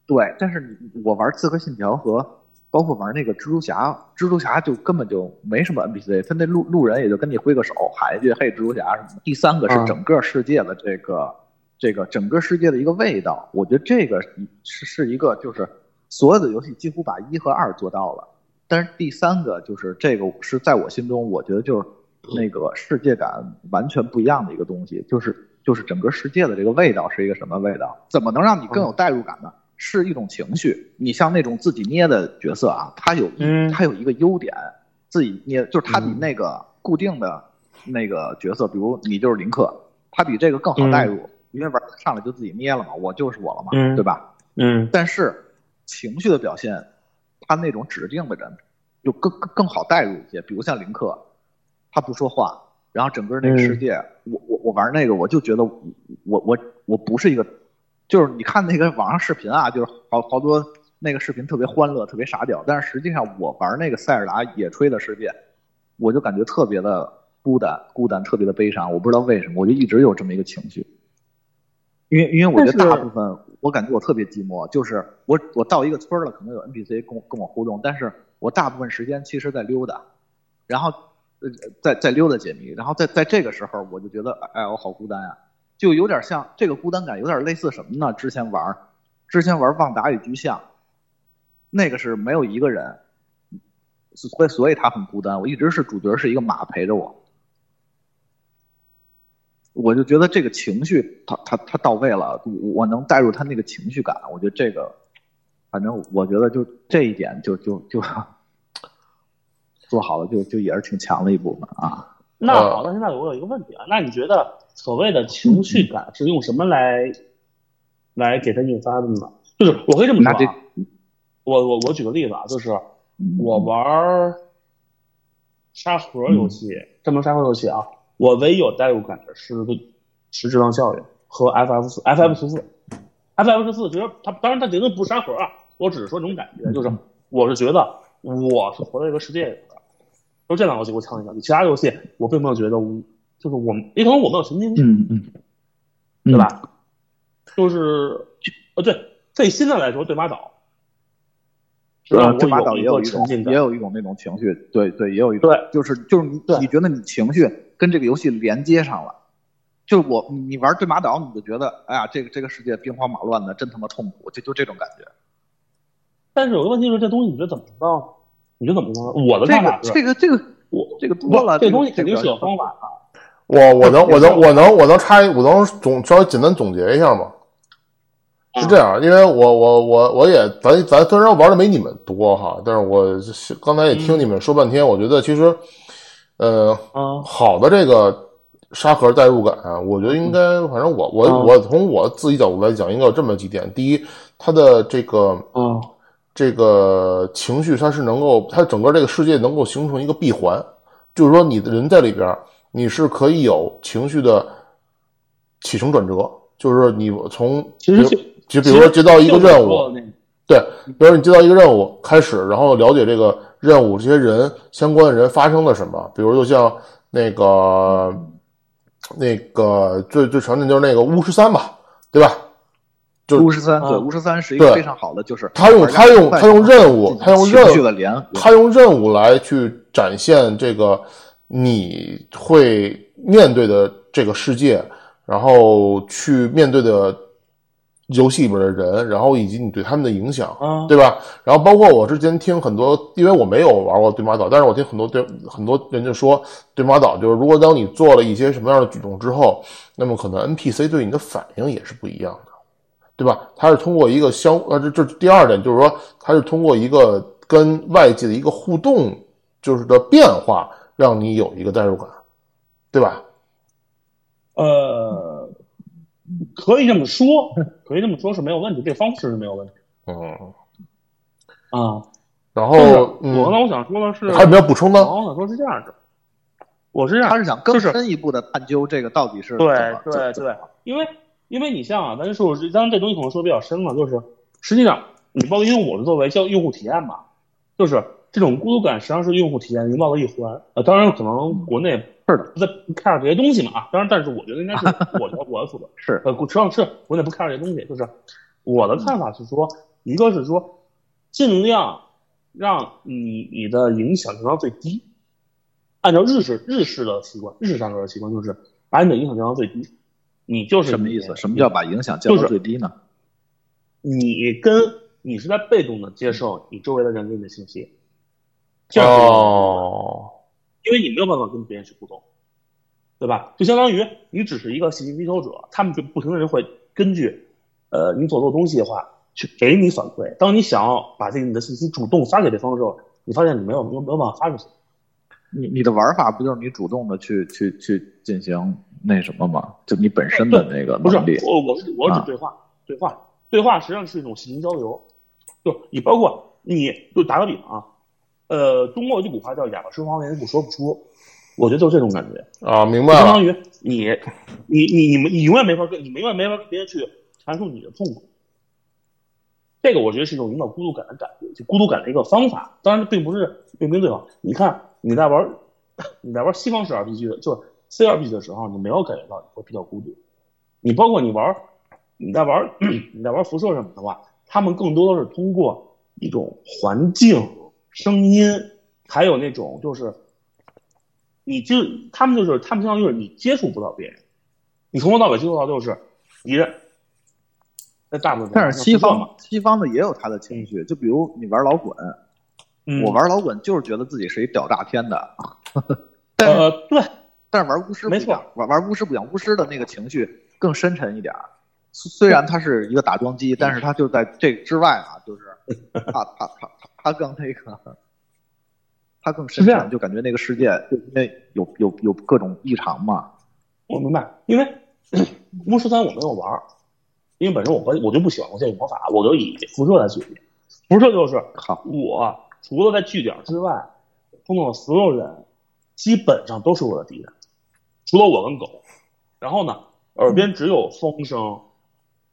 C: 对，但是你我玩《刺客信条》和包括玩那个蜘蛛侠，蜘蛛侠就根本就没什么 NPC，他那路路人也就跟你挥个手，喊一句“嘿，蜘蛛侠”什么的。第三个是
A: 嗯
C: 整个世界的这个、这个整个世界的一个味道，我觉得这个是是一个就是所有的游戏几乎把一和二做到了，但是第三个就是这个是在我心中，我觉得就是那个世界感完全不一样的一个东西，就是就是整个世界的这个味道是一个什么味道？怎么能让你更有代入感呢？是一种情绪。你像那种自己捏的角色啊，它有
A: 嗯
C: 它有一个优点，自己捏就是它比那个固定的那个角色，比如你就是林克，它比这个更好代入，因为玩家上来就自己捏了嘛，我就是我了嘛，
A: 嗯
C: 对吧？
A: 嗯，
C: 但是情绪的表现，他那种指定的人就更更更好带入一些，比如像林克，他不说话，然后整个那个世界，我我我玩那个，我就觉得我我我我不是一个，就是你看那个网上视频啊，就是好好多那个视频特别欢乐，特别傻屌，但是实际上我玩那个塞尔达野炊的世界，我就感觉特别的孤单，孤单特别的悲伤，我不知道为什么，我就一直有这么一个情绪。因为因为我觉得
A: 但
C: 大
A: 是
C: 部分，我感觉我特别寂寞，就是我我到一个村儿了，可能有 NPC 跟我跟我互动，但是我大部分时间其实在溜达，然后呃在在溜达解谜，然后在在这个时候我就觉得哎我好孤单呀、就有点像这个孤单感有点类似什么呢？之前玩儿，之前玩《旺达与巨像》，那个是没有一个人，所以所以他很孤单。我一直是主角是一个马陪着我，我就觉得这个情绪，他他他到位了，我我能带入他那个情绪感，我觉得这个，反正我觉得就这一点就就就做好了就，就也是挺强的一部分啊。
A: 那
B: 呃
A: 好，那现在我有一个问题啊，那你觉得所谓的情绪感是用什么来来给它引发的呢？就是我可以这么
C: 那
A: 说
C: 这
A: 啊，我我我举个例子啊，就是
C: 嗯
A: 我玩儿沙盒游戏，这门沙盒游戏啊，我唯一有代入感的是是《质量效应》和 FF 四 FF 十四，FF 十四，觉得它当然它绝对不是沙盒啊，我只是说这种感觉，就是我是觉得我是活在一个世界里的，就这两个游戏我强一点，其他游戏我
C: 嗯
A: 并没有觉得我，就是我，也可能我没有神经质，
C: 嗯嗯，
A: 对吧？就是呃，对，对现在来说，对马岛，
C: 呃，
A: 对
C: 对马岛也有
A: 有
C: 一
A: 一个
C: 种
A: 沉，浸
C: 也
A: 感，
C: 有一种那种情绪，对对，也有一种，
A: 对，
C: 就是就是你
A: 对
C: 你觉得你情绪跟这个游戏连接上了，就是我你你玩对马岛，你就觉得哎呀，这个这个世界兵荒马乱的，真他妈痛苦，就就这种感觉。
A: 但是有个问题是，这东西你觉得怎么弄？你觉得怎么弄？我的
C: 这
A: 看法
C: 个
A: 是，
C: 这个这个
A: 我
C: 这个多了，这
A: 这个东西肯定
C: 个
A: 是有方法的。
B: 我我能我能我能我能插一，我能总稍微简单总结一下吗？是这
C: 啊
B: 样，因为我我我我也咱咱虽然玩的没你们多哈，但是我是刚才也
C: 嗯
B: 听你们说半天，我觉得其实，呃，
A: 嗯
B: 好的这个沙盒代入感啊、我觉得应该，反正我我
A: 嗯
B: 我从我自己角度来讲，应该有这么几点：第一，它的这个
A: 嗯
B: 这个情绪，它是能够，它整个这个世界能够形成一个闭环，就是说你的人在里边儿，你是可以有情绪的起承转折，就是你从
A: 其实
B: 比
A: 就
B: 如就比如说接到一个任务，，对，比如你接到一个任务开始，然后了解这个任务这些人相关的人发生了什么，比如就像那个那个最最常见就是那个巫师三吧，对吧？就是
C: 巫师三，对
A: 啊
C: 巫师三是一个
B: 对
C: 非常好的，就是
B: 他用
C: 玩家
B: 他用
C: 快
B: 他用
C: 乐
B: 任务
C: 进行
B: 他用
C: 情绪
B: 任务
C: 的联合，
B: 他用任务来去展现这个你会面对的这个世界，然后去面对的游戏里边的人，然后以及你对他们的影响，
A: 啊
B: 对吧？然后包括我之前听很多，因为我没有玩过对马岛，但是我听很多对很多人就说，对马岛就是如果当你做了一些什么样的举动之后，那么可能 NPC 对你的反应也是不一样的。对吧？它是通过一个相呃，这这是第二点，就是说它是通过一个跟外界的一个互动，就是的变化，让你有一个代入感，对吧？
A: 呃，可以这么说，可以这么说是没有问题，这方式是没有问题
B: 嗯，
A: 啊。
B: 然
A: 但是
B: 后嗯
A: 我，呢，我想说的是，哦
B: 还有没有补充
A: 然
B: 呢？
A: 后我想说是这样的，我是这样
C: 他，是想更
A: 就是
C: 深一步的探究这个到底是
A: 对
C: 怎么
A: 对对，因为因为你像啊，咱说，当然这东西可能说比较深了，就是实际上你包括因为我是作为叫用户体验嘛，就是这种孤独感实际上是用户体验营造的一环。呃，当然可能国内
C: 是的
A: 不在不 care 这些东西嘛啊，当然，但是我觉得应该是我的我的所得，
C: 是
A: 呃，实际上是国内不 care 这些东西，就是我的看法是说，一个是说尽量让你你的影响降到最低。按照日式日式的习惯，日式上课的习惯就是把你的影响降到最低。你就是
C: 什么
A: 你
C: 意思？什么叫把影响降
A: 就
C: 到
A: 是
C: 最低呢？
A: 你跟你是在被动的接受你周围的人给你的信息，这样是没有用的
B: 哦，
A: 因为你没有办法跟别人去互动，对吧？就相当于你只是一个信息吸收者，他们就不停的人会根据呃你所做东西的话去给你反馈。当你想要把这个你的信息主动发给对方的时候，你发现你没有没有没有办法发出去。
C: 你你的玩法不就是你主动的去去去进行那什么吗？就你本身的那个
A: 不是
C: 能力，
A: 我我是我是
C: 啊
A: 对话，对话，对话实际上是一种信息交流，就你包括你就打个比方啊，呃，中国有句古话叫“哑巴吃黄连，不说不出”，我觉得就是这种感觉，
B: 啊，明
A: 就
B: 白
A: 相
B: 了
A: 当，于你你你你你永远没法跟你永远没法跟别人去阐述你的痛苦。这个我觉得是一种营造孤独感的感觉，就孤独感的一个方法。当然，并不是并不是对方。你看你在玩 你在玩西方式 RPG 的，就是 CRPG 的时候，你没有感觉到你会比较孤独。你包括你玩你在玩 你在玩辐射什么的话，他们更多的是通过一种环境、声音，还有那种就是，你就他们就是他们相当于是你接触不到别人，你从头到尾接触到就是敌人。那大部分
C: 但是西
A: 嘛
C: 方，西方的也有他的情绪，就比如你玩老滚，
A: 嗯
C: 我玩老滚就是觉得自己是一屌炸天的，
A: 呃，对，
C: 但是玩巫师不一
A: 没错
C: 样，玩玩巫师不一样，巫师的那个情绪更深沉一点儿。虽虽然他是一个打桩机，但是他就在这之外啊， 就是他他他他他更那个，他更深
A: 是这样
C: 沉，就感觉那个世界就因为有有有各种异常嘛。
A: 我明白，因为 巫师三我没有玩儿，因为本身我不我就不喜欢魔戒与魔法，我就以辐射来举例。辐射就是
C: 好，
A: 我除了在据点之外，碰到的所有人基本上都是我的敌人，除了我跟狗。然后呢，耳边只有风声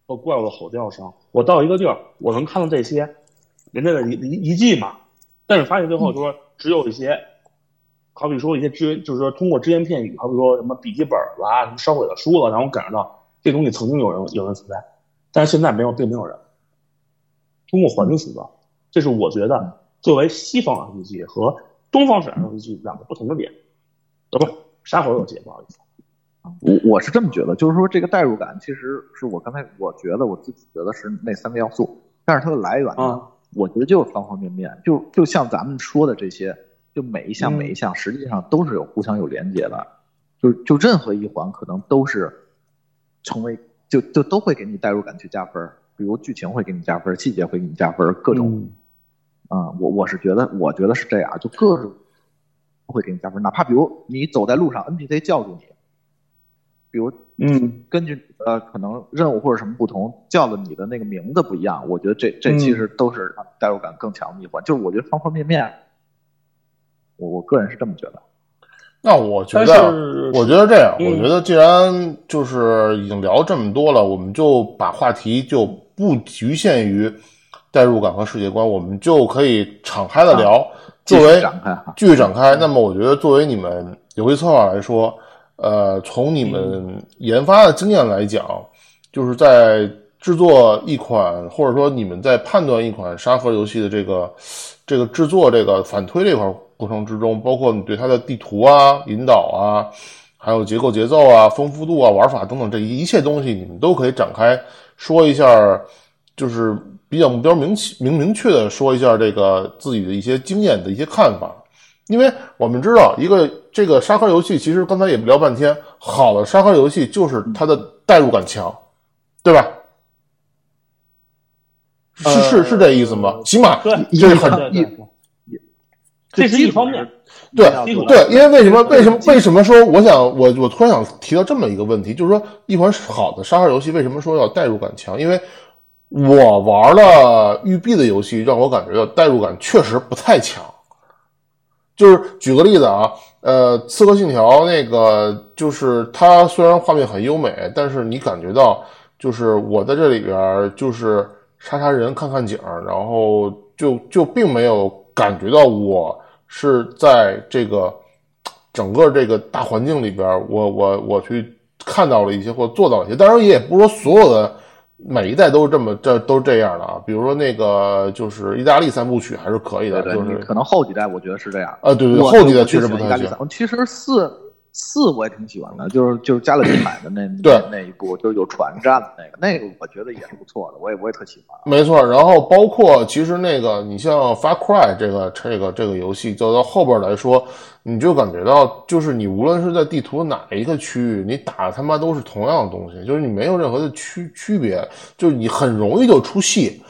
A: 和怪物的吼叫声。我到一个地儿，我能看到这些人家的遗遗遗迹嘛，但是发现最后说只有一些，好比说一些只就是说通过只言片语，好比说什么笔记本啦、什么烧毁的书了，然后感觉到这东西曾经有人有人存在，但是现在没有，并没有人通过环境塑造，这是我觉得作为西方 RPG 和东方式 RPG 两个不同的点。呃，不，啥会儿有解，不好意思。
C: 我我是这么觉得，就是说这个代入感其实是我刚才我觉得我自己觉得是那三个要素，但是它的来源呢，
A: 啊
C: 我觉得就是方方面面，就就像咱们说的这些，就每一项
A: 嗯
C: 每一项实际上都是有互相有连接的，就就任何一环可能都是成为就就都会给你代入感去加分儿，比如剧情会给你加分儿，细节会给你加分儿，各种
A: 嗯
C: 啊、我我是觉得，我觉得是这样，就各种会给你加分，哪怕比如你走在路上，NPC 叫住你，比如
A: 嗯
C: 根据呃可能任务或者什么不同，叫的你的那个名字不一样，我觉得这这
B: 嗯
C: 其实都是让代入感更强的一环，就是我觉得方方面面，我我个人是这么觉得，
B: 那我觉
A: 但
B: 得啊，
A: 是
B: 我觉得这样，
A: 嗯
B: 我觉得既然就是已经聊这么多了，我们就把话题就不局限于代入感和世界观，我们就可以敞开的聊。
C: 继
B: 作
C: 续
B: 为
C: 展开哈，
B: 继续展开，那么我觉得作为你们游戏策划来说，呃，从你们研发的经验来讲，就是在制作一款或者说你们在判断一款沙盒游戏的这个这个制作这个反推这块过程之中，包括你对它的地图啊、引导啊，还有结构、节奏啊、丰富度啊、玩法等等这一切东西，你们都可以展开说一下，就是比较目标明确明明确的说一下这个自己的一些经验的一些看法。因为我们知道，一个这个沙盒游戏，其实刚才也聊半天，好的沙盒游戏就是它的代入感强，对吧？是是是这意思吗？起码
A: 对，
B: 这是很
A: 对对对这是一方面，
B: 对
C: 要
A: 基础
B: 对，因为为什么为什么为什么说我想我我突然想提到这么一个问题，就是说一款好的沙盒游戏为什么说要代入感强？因为我玩了育碧的游戏，让我感觉到代入感确实不太强。就是举个例子啊，呃，《刺客信条》那个就是它虽然画面很优美，但是你感觉到就是我在这里边儿就是杀杀人、看看景儿，然后就就并没有感觉到我是在这个整个这个大环境里边儿，我我我去看到了一些或做到了一些，当然也不是说所有的。每一代都是这么这都是这样的啊，比如说那个就是意大利三部曲还是可以的，
C: 对对，
B: 就是
C: 你可能后几代我觉得是这样，
B: 啊，对对，
C: 我
B: 后期
C: 我
B: 的
C: 就
B: 确实
C: 喜
B: 不
C: 欢
B: 太
C: 意大利
B: 行
C: 伞。其实四四我也挺喜欢的，就是就是加勒比海的 那
B: 对
C: 那那一部，就是有船战的那个，那个我觉得也是不错的，我也我也特喜欢。
B: 没错，然后包括其实那个，你像《Far Cry》这个这个这个游戏，走到后边来说，你就感觉到，就是你无论是在地图哪一个区域，你打他妈都是同样的东西，就是你没有任何的区区别，就是你很容易就出戏。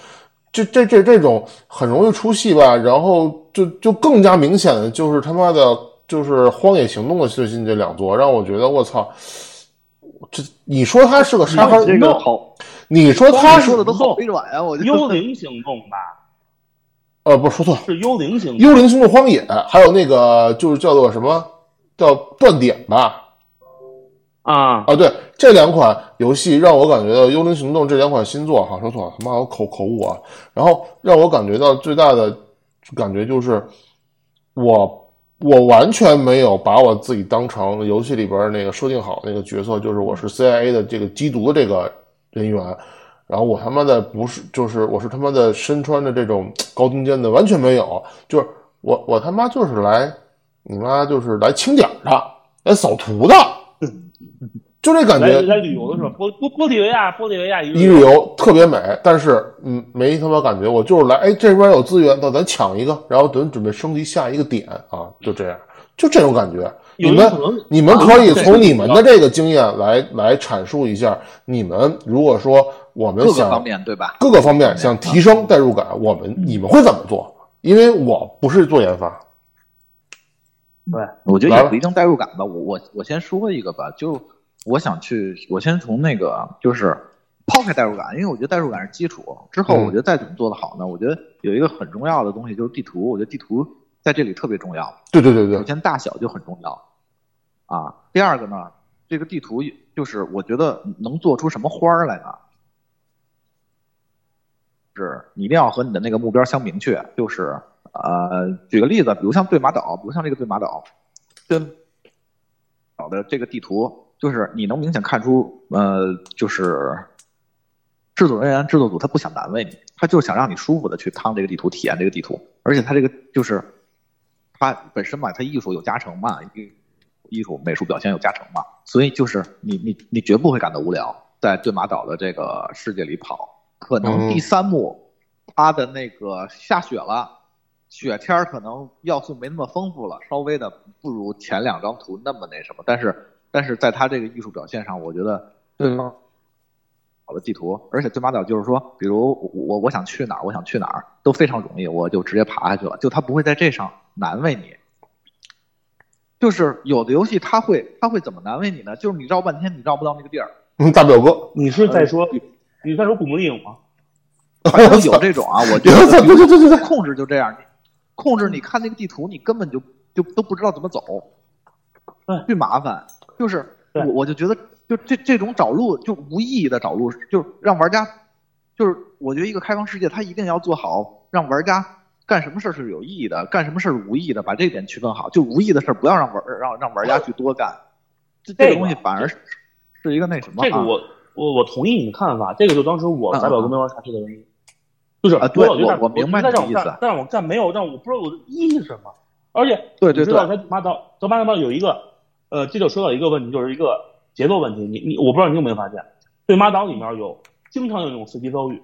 B: 这这这这种很容易出戏吧，然后就就更加明显的就是他妈的，就是《荒野行动》的最近这两座，让我觉得我操，这你说它是个沙盒，
C: 这个好，
B: 你说它
C: 你
B: 是
C: 说的都好微软啊，我觉
A: 幽
C: 得。
A: 灵行动吧，
B: 呃，不说错了，
A: 是幽灵行
B: 《
A: 动。
B: 幽灵行动：荒野》，还有那个就是叫做什么叫断点吧？
A: 啊，
B: 啊，对，这两款游戏让我感觉到《幽灵行动》这两款新作，哈，说错了，他妈我口口误啊。然后让我感觉到最大的感觉就是我。我完全没有把我自己当成游戏里边那个设定好那个角色，就是我是 CIA 的这个缉毒的这个人员，然后我他妈的不是，就是我是他妈的身穿着这种高精尖的，完全没有，就是我我他妈就是来，你妈就是来清点儿的，来扫图的，就这感
A: 来
B: 觉，
A: 哎来旅游的时候，玻玻玻利维亚，玻利维亚一
B: 一日游特别美，但是嗯，没他妈感觉，我就是来，哎，这边有资源，那咱抢一个，然后等准备升级下一个点啊，就这样，就这种感觉。你
A: 有一
B: 们
A: 可能
B: 你们可以
A: 对
B: 从你们的这个经验来来阐述一下，你们如果说我们
C: 各个
B: 想
C: 方面嗯对吧？
B: 各个方面想提升代入感，我们你们会怎么做？因为我不是做研发，
C: 我觉得
B: 来
C: 也
B: 吧
C: 不一定代入感吧。我我我先说一个吧，就是我想去，我先从那个啊就是抛开代入感，因为我觉得代入感是基础。之后
B: 嗯
C: 我觉得再怎么做得好呢，我觉得有一个很重要的东西就是地图，我觉得地图在这里特别重要。
B: 对对对对
C: 首，先大小就很重要啊。第二个呢，这个地图就是我觉得能做出什么花儿来呢？是你一定要和你的那个目标相明确。就是呃，举个例子，比如像对马岛，比如像这个对马岛，对马岛的这个地图，就是你能明显看出呃，就是制作人员、制作组他不想难为你，他就是想让你舒服的去趟这个地图，体验这个地图。而且他这个就是他本身嘛，他艺术有加成嘛，艺术美术表现有加成嘛，所以就是你你你绝不会感到无聊，在对马岛的这个世界里跑。可能第三幕他的那个下雪了，雪天儿可能要素没那么丰富了，稍微的不如前两张图那么那什么，但是但是在他这个艺术表现上，我觉得对方好的地图，而且对马岛就是说，比如我我我想去哪儿，我想去哪儿都非常容易，我就直接爬下去了，就他不会在这上难为你。就是有的游戏他会他会怎么难为你呢？就是你绕半天你绕不到那个地儿，
B: 嗯，大 表哥，
A: 你是在说呃你在说古墓丽影吗？
C: 反正有这种啊，我觉
B: 我操，
C: 得
B: 对对对对对，
C: 控制就这样，你控
A: 嗯
C: 制你看那个地图，你根本就就都不知道怎么走，
A: 对
C: 巨麻烦。就是
A: 对
C: 我我就觉得，就这这种找路就无意义的找路，就是让玩家，就是我觉得一个开放世界，它一定要做好，让玩家干什么事儿是有意义的，干什么事儿是无意义的，把这点区分好。就无意义的事儿不要让玩让让玩家去多干，这这
A: 这
C: 个
A: 个
C: 东西反而是是一个那什么啊
A: 这个我我我同意你的看法，这个就当时我
C: 嗯
A: 大表哥没玩下去的原因，就是
C: 啊对
A: 我老觉得
C: 我我明白
A: 但
C: 你的
A: 让我
C: 意思啊
A: 干，但让我干没有让我不知道我的意义是什么，而且
C: 对对
A: 你知道
C: 对，
A: 他妈的，他妈他妈有一个，呃，这就说到一个问题，就是一个节奏问题。你你，我不知道你有没有发现，对马岛里面有经常有那种随机遭遇，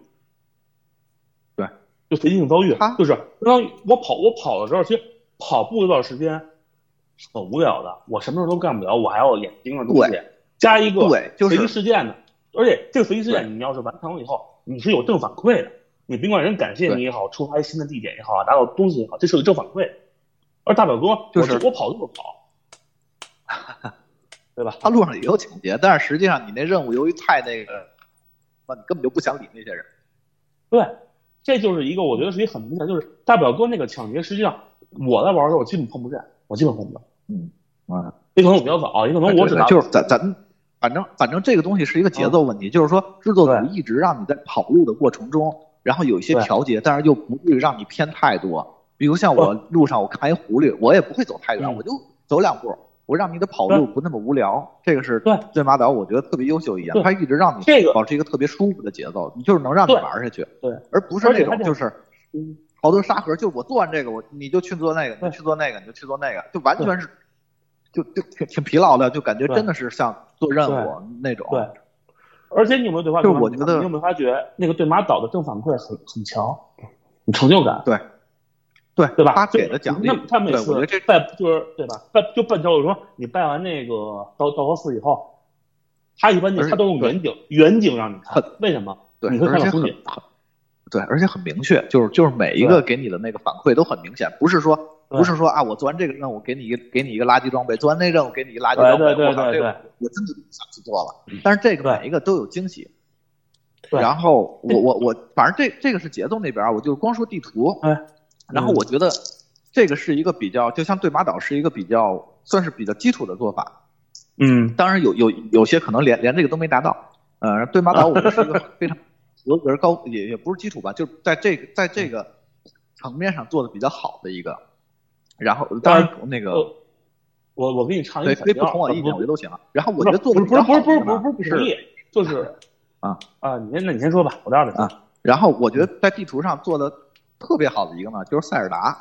C: 对，
A: 就随机性遭遇
C: 啊，
A: 就是相当于我跑我跑的时候，其实跑步这段时间是很无聊的，我什么事都干不了，我还要眼睛的啊东西，加一个
C: 对就是
A: 随机事件的，而且这个随机事
C: 对
A: 件你要是完成了以后，你是有正反馈的。你甭管人感谢你也好，触发一新的地点也好啊，拿到东西也好，这是有正反馈。而大表哥，
C: 就是
A: 我我跑就是跑， 对吧？
C: 他路上也有情节，但是实际上你那任务由于太那个，那你根本就不想理那些人。
A: 对，这就是一个我觉得是一个很明显，就是大表哥那个抢劫，实际上我在玩的时候我基本碰不见，我基本碰不到，
C: 嗯，
A: 也可能我比较早，也可能我只拿
C: 就是咱咱反正反正这个东西是一个节奏问题，就是说制作组
A: 对
C: 一直让你在跑路的过程中，然后有一些
A: 对
C: 调节，但是又不至于让你偏太多。比如像我路上我看一狐狸，我也不会走太远，
A: 嗯
C: 我就走两步，我让你的跑路不那么无聊。这个是
A: 对
C: 对马岛我觉得特别优秀一点，
A: 对
C: 他一直让你
A: 这个
C: 保持一个特别舒服的节奏，你就是能让你
A: 对
C: 玩下去，
A: 对，
C: 而不是
A: 而且
C: 那
A: 它
C: 种
A: 这
C: 就是
A: 嗯。
C: 好多沙盒，就是我做完这个，我你就去做那个，你就
A: 对
C: 去做那个，你就去做那个，就完全是，就就挺挺疲劳的，就感觉
A: 对
C: 真的是像做任务那种。
A: 对。而且你有没有对话？
C: 就是我觉得
A: 你有没有发觉那个对马岛的正反馈很很强，有成就感，
C: 对对
A: 对吧？
C: 他给的奖励
A: 就，他每
C: 对我觉得这
A: 次拜就是对吧？拜就奔着我说你拜完那个道道和寺以后，他一般就
C: 而且
A: 他都用远景远景让你看，为什么？
C: 对，
A: 你会看
C: 而
A: 到
C: 且
A: 风
C: 很
A: 景。
C: 很，对，而且很明确，就是就是每一个给你的那个反馈都很明显，不是说
A: 对
C: 不是说啊，我做完这个任务给你一个给你一个垃圾装备，做完那任务给你一个垃圾装备，
A: 对对
C: 我靠，
A: 对
C: 这
A: 对
C: 个我真的不想去做了。但是这个
A: 对
C: 每一个都有惊喜。
A: 对
C: 然后我我我，反正这这个是节奏那边啊，我就光说地图。
A: 哎
C: 然后我觉得这个是一个比较，就像对马岛是一个比较算是比较基础的做法，
A: 嗯，
C: 当然有有有些可能连连这个都没达到。呃，对马岛我觉得是一个非常合格高，也也不是基础吧，就是在这个在这个层面上做的比较好的一个。然后当然那个
A: 我我我给你唱一
C: 对
A: 个
C: 可以
A: 小
C: 不
A: 调，
C: 同我意见，我觉得都行。然后我觉得做
A: 不
C: 的
A: 是
C: 比
A: 不是
C: 较好
A: 不
C: 的
A: 是
C: 呢
A: 不是不是不是不同意，就是
C: 啊
A: 啊，你先那你先说吧，我待会儿再说
C: 啊然后我觉
A: 嗯
C: 得在地图上做的特别好的一个呢，就是塞尔达。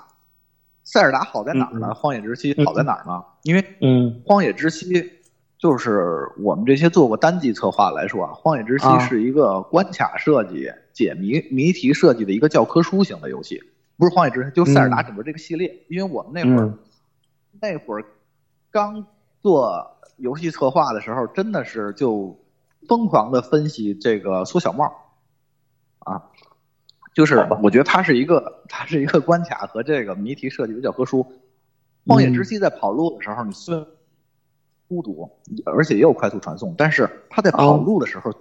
C: 塞尔达好在哪儿呢？
A: 嗯嗯
C: 荒野之息
A: 嗯
C: 好在哪儿呢？因为
A: 嗯
C: 荒野之息就是我们这些做过单机策划来说啊，荒野之息
A: 啊
C: 是一个关卡设计、解谜谜题设计的一个教科书型的游戏，不是荒野之息，就是塞尔达整个这个系列。因为我们那会儿、
A: 嗯
C: 那会儿刚做游戏策划的时候，真的是就疯狂的分析这个缩小帽啊，就是我觉得它是一个它是一个关卡和这个谜题设计的教科书。荒
A: 嗯
C: 野之息在跑路的时候，你虽然孤独，而且也有快速传送，但是它在
A: 哦
C: 跑路的时候，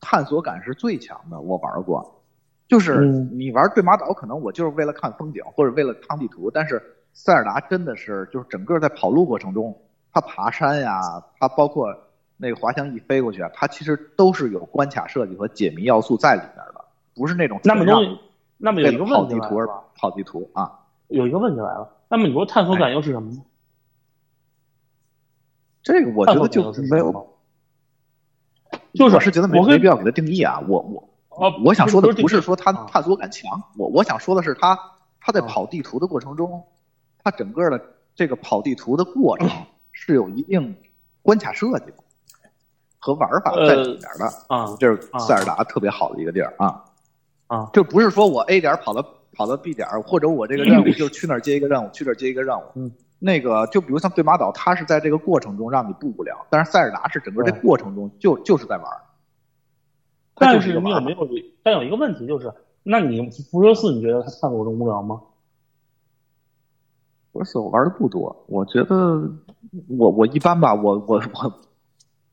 C: 探索感是最强的。我玩过，就是
A: 嗯
C: 你玩对马岛，可能我就是为了看风景或者为了看地图，但是塞尔达真的是就是整个在跑路过程中，它爬山呀、它包括那个滑翔翼飞过去啊，它其实都是有关卡设计和解谜要素在里面的，不是那种
A: 那么
C: 纯让
A: 东
C: 你
A: 西，那么有
C: 为
A: 一个
C: 了跑
A: 问题
C: 地
A: 来
C: 图而
A: 了，
C: 跑地图啊。
A: 有一个问题来了，那么你说探索
C: 哎
A: 感又是什么呢？
C: 这个我
A: 探
C: 觉
A: 索
C: 得
A: 感
C: 就
A: 又是什
C: 没
A: 么
C: 有
A: 呢？就是
C: 我是觉得没
A: 我
C: 没
A: 跟
C: 必要给它定义啊。我我
A: 哦，
C: 我想说的不
A: 不
C: 是说他
A: 啊
C: 探索感强，我我想说的是他他在
A: 啊
C: 跑地图的过程中，他整个的这个跑地图的过
A: 嗯
C: 程是有一定关卡设计的和玩法
A: 呃
C: 在里面的，
A: 啊
C: 这是
A: 啊
C: 塞尔达特别好的一个地儿啊
A: 啊，
C: 就不是说我 A 点跑到跑到 B 点，或者我这个 任务就去那儿接一个任务，去这儿接一个任务，
A: 嗯
C: 那个就比如像对马岛，它是在这个过程中让你不无聊，但是塞尔达是整个这
A: 对
C: 过程中就就是在玩儿。它
A: 但
C: 就是一
A: 是
C: 个
A: 你
C: 玩
A: 有
C: 儿
A: 没有？但有一个问题就是，那你辐射四你觉得它探索中无聊吗？
C: 我手玩的不多，我觉得我我一般吧，我我我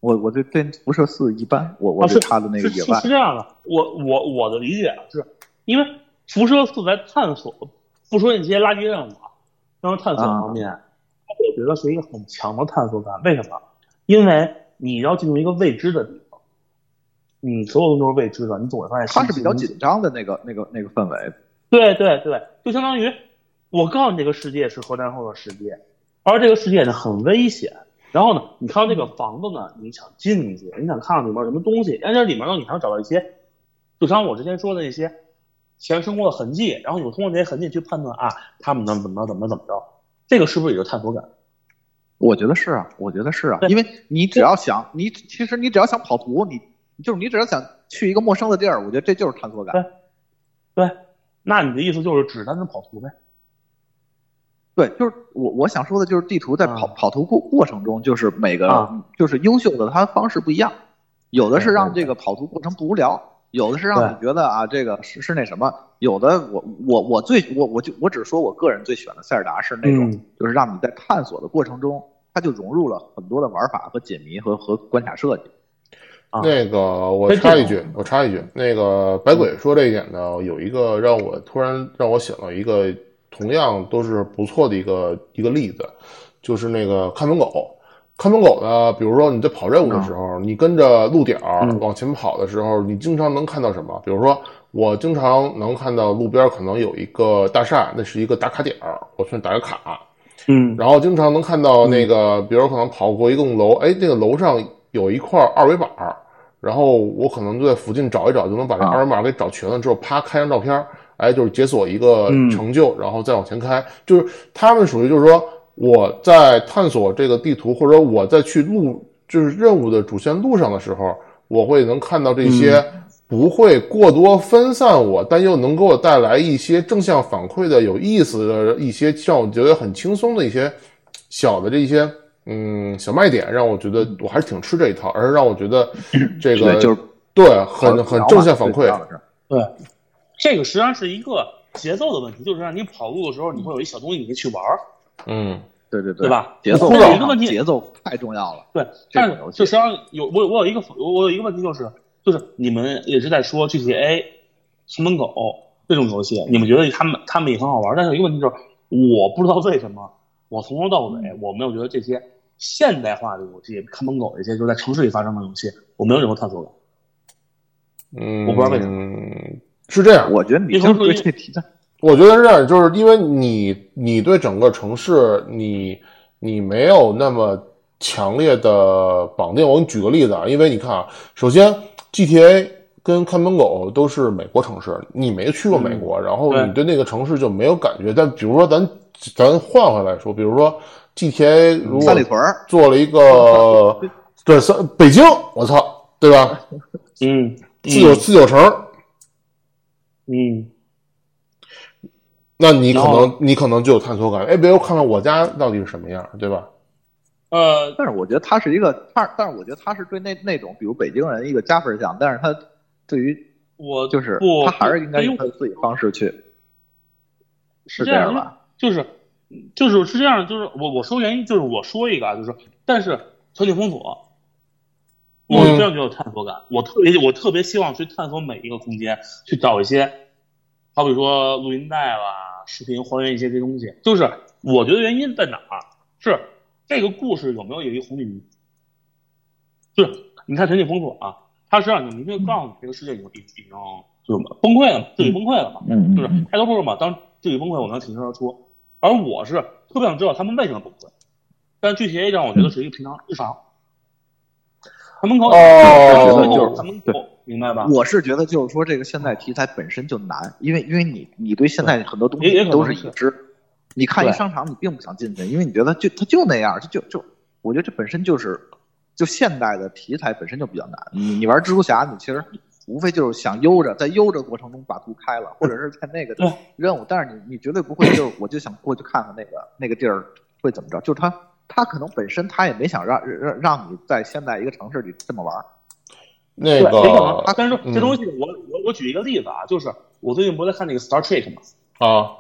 C: 我我对对辐射四一般，我我
A: 啊
C: 对
A: 是
C: 他的那个
A: 是
C: 野
A: 是
C: 外
A: 是这样的，我我我的理解啊是，因为辐射素在探索，不说那些垃圾任务啊，然后探索
C: 啊
A: 方面，我觉得是一个很强的探索感。为什么？因为你要进入一个未知的地方，你所有东西都是未知的，你总会发现
C: 他是
A: 信息
C: 比较
A: 不
C: 紧张的那个那个那个氛围。
A: 对对对，就相当于我告诉你这个世界是核战后的世界，而这个世界呢很危险。然后呢，你看到这个房子呢，你想进去，你想看看里面有什么东西，但这里面呢，你还能找到一些，就像我之前说的那些前生活的痕迹，然后你通过这些痕迹去判断啊，他们能怎么着怎么着怎么着，这个是不是也是探索感？
C: 我觉得是啊，我觉得是啊，
A: 对
C: 因为你只要想，你其实你只要想跑图，你就是你只要想去一个陌生的地儿，我觉得这就是探索感。
A: 对，那你的意思就是只单纯跑图呗？
C: 对，就是我我想说的就是地图在跑、
A: 啊
C: 跑图过过程中，就是每个、
A: 啊
C: 就是优秀的它方式不一样，有的是
A: 对
C: 让
A: 对
C: 这个跑图过程不无聊，有的是让你觉得啊这个是是那什么，有的我我我最我我就我只说我个人最喜欢的塞尔达是那种、
A: 嗯
C: 就是让你在探索的过程中，它就融入了很多的玩法和解谜和和关卡设计。
A: 啊
B: 那个，我
A: 但这
B: 插一
A: 种
B: 句，我插一句，那个百鬼说这一点呢，有一个让我突然让我想到一个同样都是不错的一个一个例子，就是那个看门狗。看门狗呢，比如说你在跑任务的时候，你跟着路点儿
A: 嗯
B: 往前跑的时候，你经常能看到什么？比如说，我经常能看到路边可能有一个大厦，那是一个打卡点儿，我去打个卡。
A: 嗯
B: 然后经常能看到那个，比如可能跑过一栋楼，哎，这个楼上有一块二维码，然后我可能就在附近找一找，就能把这
C: 啊
B: 二维码给找全了之后，啪开张照片，哎，就是解锁一个
A: 嗯
B: 成就，然后再往前开，就是他们属于就是说我在探索这个地图，或者我在去路就是任务的主线路上的时候，我会能看到这些。
C: 嗯
B: 不会过多分散我，但又能给我带来一些正向反馈的、有意思的一些让我觉得很轻松的一些小的这些嗯小卖点，让我觉得我还是挺吃这一套，而是让我觉得这个
C: 对嗯就是
B: 对很
C: 跑
B: 很
C: 聊
B: 正
C: 嘛
B: 向反
C: 最主
B: 馈
C: 要，的是
A: 这个实际上是一个节奏的问题，就是让你跑路的时候，你会有一小东西你可以去玩儿，
B: 嗯
C: 对对对，
A: 对吧
C: 节奏
B: 我忽然
A: 有一个问题
C: 节奏太重要了。
A: 对，
C: 这种
A: 但是
C: 游戏
A: 就实际上有我有我有一个我我有一个问题就是就是你们也是在说 GTA、熊门狗这种游戏，你们觉得他们他们也很好玩，但是有一个问题就是我不知道为什么我从头到尾
C: 嗯
A: 我没有觉得这些现代化的游戏，看门狗这些就是在城市里发生的游戏，我没有任何探索感。
B: 嗯，
A: 我不知道为什
B: 是这样，
C: 我觉得你
A: 你
C: 就是
A: 说
C: 对
A: 一
C: 这题材
B: 我觉得是这样，就是因为你你对整个城市你你没有那么强烈的绑定。我给你举个例子啊，因为你看啊，首先 GTA 跟看门狗都是美国城市，你没去过美国，然后你对那个城市就没有感觉。但比如说咱咱换回来说，比如说 GTA 如果
C: 三里屯儿
B: 做了一个对三北京，我操，对吧？
A: 嗯
B: 四九四九城，
A: 嗯，
B: 那你可
A: 然后
B: 能你可能就有探索感，哎，别我看看我家到底是什么样，对吧？
A: 呃，
C: 但是我觉得他是一个，他但是我觉得他是对那那种比如北京人一个加分项，但是他对于
A: 我
C: 就是
A: 不
C: 他还是应该
A: 因
C: 用
A: 为
C: 他自己方式去，
A: 是
C: 这
A: 这
C: 样
A: 样
C: 吧？
A: 就是就是是这样，就是我我说原因就是我说一个啊，就是但是全境封锁，我
B: 嗯
A: 非常具有探索感，我特别我特别希望去探索每一个空间，去找一些，好比说录音带啦、视频还原一些这些东西。就是我觉得原因在哪儿？是这个故事有没有有一红鲤鱼？就是你看全境封锁啊，它实际上就明确告诉你这个世界已经已经已经就是崩溃了嘛，治理崩溃了嘛。
C: 嗯
A: 就是开头不是嘛，当这一崩溃，我能挺身而出。而我是特别想知道他们为什么崩溃，但具体 A 让我觉得是一个平常日常。他门口，
B: 哦
A: 他门口，他门口明白吧？
C: 我是觉得就是说，这个现代题材本身就难，因为因为你你对现在很多东
A: 也也可
C: 西
A: 能
C: 都是
A: 是
C: 已知，你看一
A: 对
C: 商场，你并不想进去，因为你觉得就它就那样，它就就我觉得这本身就是就现代的题材本身就比较难。你你玩蜘蛛侠，你其实无非就是想悠着，在悠着过程中把图开了，或者是在那个
A: 对
C: 任务，但是你你绝对不会就是我就想过去看看那个那个地儿会怎么着，就是他他可能本身他也没想让让让你在现在一个城市里这么玩。
B: 那
A: 对，也可能啊
B: 个。
A: 但是
B: 嗯
A: 这东西我，我我举一个例子啊，就是我最近不是在看那个《Star Trek》嘛，
B: 啊，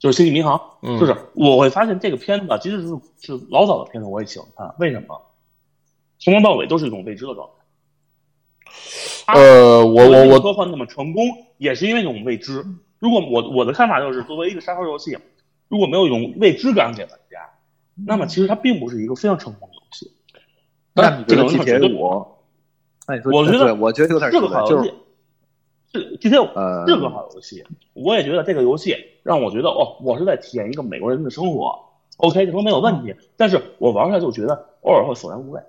A: 就是《星际迷航》，
B: 嗯，
A: 就是我会发现这个片子，即使是是老早的片子，我也喜欢看。为什么？从头到尾都是一种未知的状态。
B: 呃，我我我
A: 科幻那么成功，也是因为一种未知。如果我我的看法就是，作为一个沙盒游戏，如果没有一种未知感给玩家，那么其实它并不是一个非常成功的游戏。
C: 那你觉
A: 这
C: 得
A: 个游戏绝
C: GTA
A: 对
C: 五？那你说，
A: 我觉
C: 对
A: 得
C: 我觉得有点
A: 这
C: 奇
A: 个
C: 怪，
A: 好
C: 就
A: 游
C: 是
A: 戏，是这些
C: 呃，
A: 这个好游戏，我也觉得这个游戏让我觉得哦，我是在体验一个美国人的生活。OK，这都没有问题，但是我玩下来就觉得偶尔会索然无味。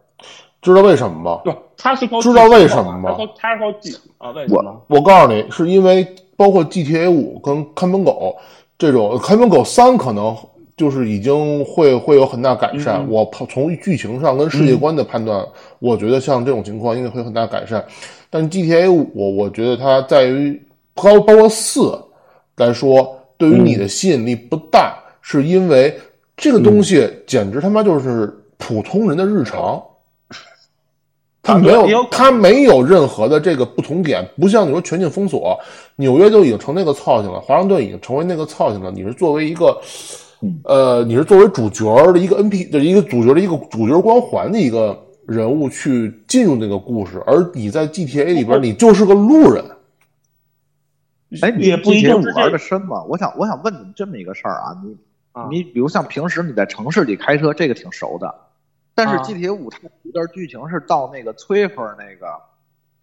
B: 知道为什么吗？
A: 就是它是靠
B: 知道为什么吗
A: 啊它靠它是靠技啊？为什么？
B: 我告诉你，是因为包括 GTA 五跟看门狗这种，看门狗三可能就是已经会会有很大改善。
A: 嗯嗯
B: 我判从剧情上跟世界观的判断，我觉得像这种情况应该会有很大改善。但 GTA 五，我我觉得它在于包包括四来说，对于你的吸引力不大，是因为这个东西简直他妈就是普通人的日常。它
A: 啊
B: 没
A: 对也
B: 有
A: 有，
B: 它没有任何的这个不同点，不像你说全境封锁，纽约就已经成那个操性了，华盛顿已经成为那个操性了。你是作为一个，呃，你是作为主角儿的一个 NP，的一个主角儿的一个主角光环的一个人物去进入那个故事，而你在 GTA 里
A: 哦
B: 边，你就是个路人。
C: 哎，你
A: 也不一定是
C: GTA 五玩
A: 这
C: 的深吗？我想，我想问你们这么一个事儿啊，你
A: 啊
C: 你比如像平时你在城市里开车，这个挺熟的，但是
A: 啊
C: GTA 五它有段剧情是到那个崔佛那个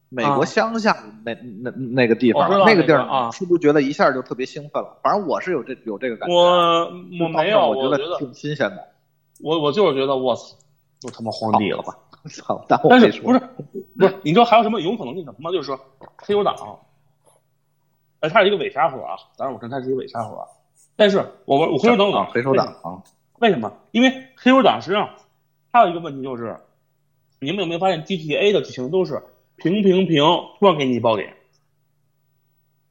C: 美国
A: 啊
C: 乡下那那那个地方
A: 我知，道
C: 个地
A: 那个啊
C: 儿，是不是觉得一下就特别兴奋了？反正我是有这有这个感觉，
A: 我我没有，
C: 我
A: 我
C: 觉
A: 觉
C: 得
A: 得
C: 挺新鲜的。
A: 我我就是觉得我操，又他妈荒地了吧？
C: 操，哦但我
A: 但
C: 没
A: 是
C: 说
A: 不是不是？你知道还有什么有可能性什么吗？就是说黑手党，哎，它是一个伪沙盒啊，当然我看它是一个伪沙盒啊，但是哎我玩我黑手党
C: 啊，黑手党啊，
A: 为什么？因为黑手党实际上还有一个问题就是，你们有没有发现 GTA 的剧情都是平平平，突然给你一爆点，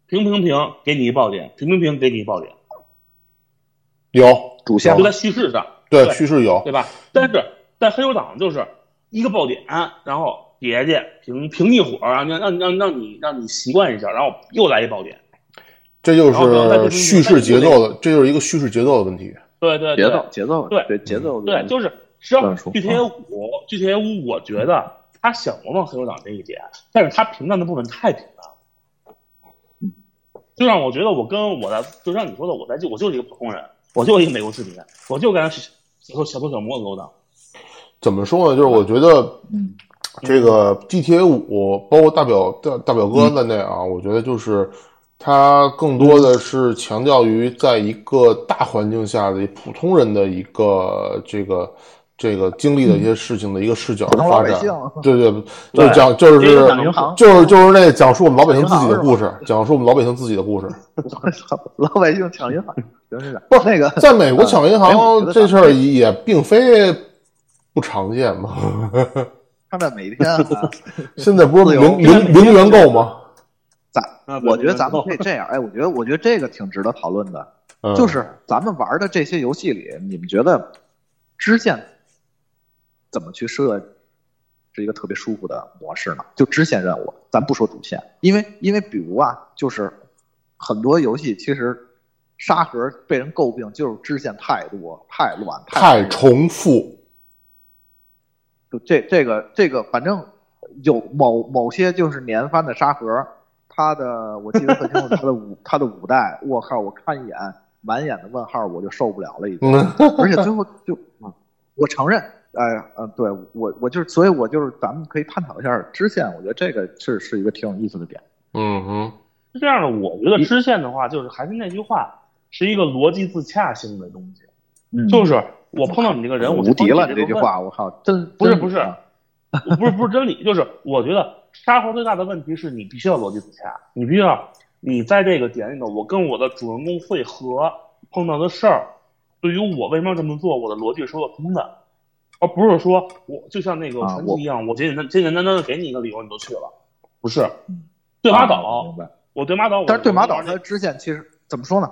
A: 平平平给你一爆点，平平平给你一爆点，
B: 有
C: 主线
A: 就在叙事上，
B: 对
A: 对
B: 叙事有，
A: 对吧？但是在黑手党就是一个爆点，然后叠叠平平一会儿，让让让让你让你习惯一下，然后又来一爆点。
B: 这就
A: 然后然后再就是是
B: 叙事节奏的，这就是一个叙事节奏的问题。
A: 对对 对，
C: 节奏节奏
A: 对
C: 对节奏
A: 对，就是实际上
C: 乱说啊
A: GTA 五，GTA 五，我觉得他想模仿黑手党这一点，但是他平淡的部分太平淡了，就让我觉得我跟我的，就像你说的，我在就我就是一个普通人，我就是一个美国市民，我就干小偷小偷小摸的勾当。
B: 怎么说呢？就是我觉得
C: 嗯
B: 这个 GTA 五，包括大表大大表哥在内啊，我觉得就是它更多的是强调于在一个大环境下的普通人的一个这个这个经历的一些事情的一个视角
C: 普通老
B: 发
C: 百
B: 展
C: 姓。
B: 对对，就是讲就
A: 这
B: 是
A: 个讲银
C: 行
B: 就是就是那讲述我们老百姓自己的故事，讲述我们老百姓自己的 故事。
C: 我操， 老百姓抢银行，行行行，
B: 不是
C: 那 个
B: 在美国抢银
C: 嗯没有我觉
B: 行
C: 得
B: 这事儿也并非不常见嘛，
C: 他们每 天啊，
B: 现在不
C: 自
B: 是
C: 由
B: 零零零元购吗？
C: 咱
A: 啊
C: 我觉得咱们
A: 对
C: 可以这样，哎，我觉得我觉得这个挺值得讨论的，
B: 嗯
C: 就是咱们玩的这些游戏里，你们觉得支线怎么去设是一个特别舒服的模式呢？就支线任务，咱不说主线，因为因为比如啊，就是很多游戏其实沙盒被人诟病就是支线太多、太乱、
B: 太
C: 多
B: 重复。
C: 就这这个这个，反正有某某些就是年番的沙盒，它的我记得特清楚，它的五它的五代，我靠，我看一眼满眼的问号，我就受不了了已经。
B: 嗯，
C: 而且最后就，嗯我承认，哎，嗯，对我我就是，所以我就是，咱们可以探讨一下支线，我觉得这个是是一个挺有意思的点。
B: 嗯哼，
A: 是这样的，我觉得支线的话，就是还是那句话，是一个逻辑自洽性的东西，
C: 嗯
A: 就是我碰到你这个人，我
C: 无敌了，你
A: 这
C: 句。话，我靠，真
A: 不是
C: 真
A: 不是
C: 啊
A: 不是不是真理，就是我觉得沙盒最大的问题是你必须要逻辑自洽，你必须要你在这个点里头，我跟我的主人公会合碰到的事儿，对于我为什么要这么做，我的逻辑是说得通的，而不是说我就像那个
C: 啊
A: 传
C: 我
A: 奇一样，我简简单简简单单的给你一个理由你就去了，不是？对马
C: 嗯啊
A: 岛
C: 明，白。
A: 我对马岛，我
C: 但是对马岛
A: 我
C: 它的支线其实怎么说呢？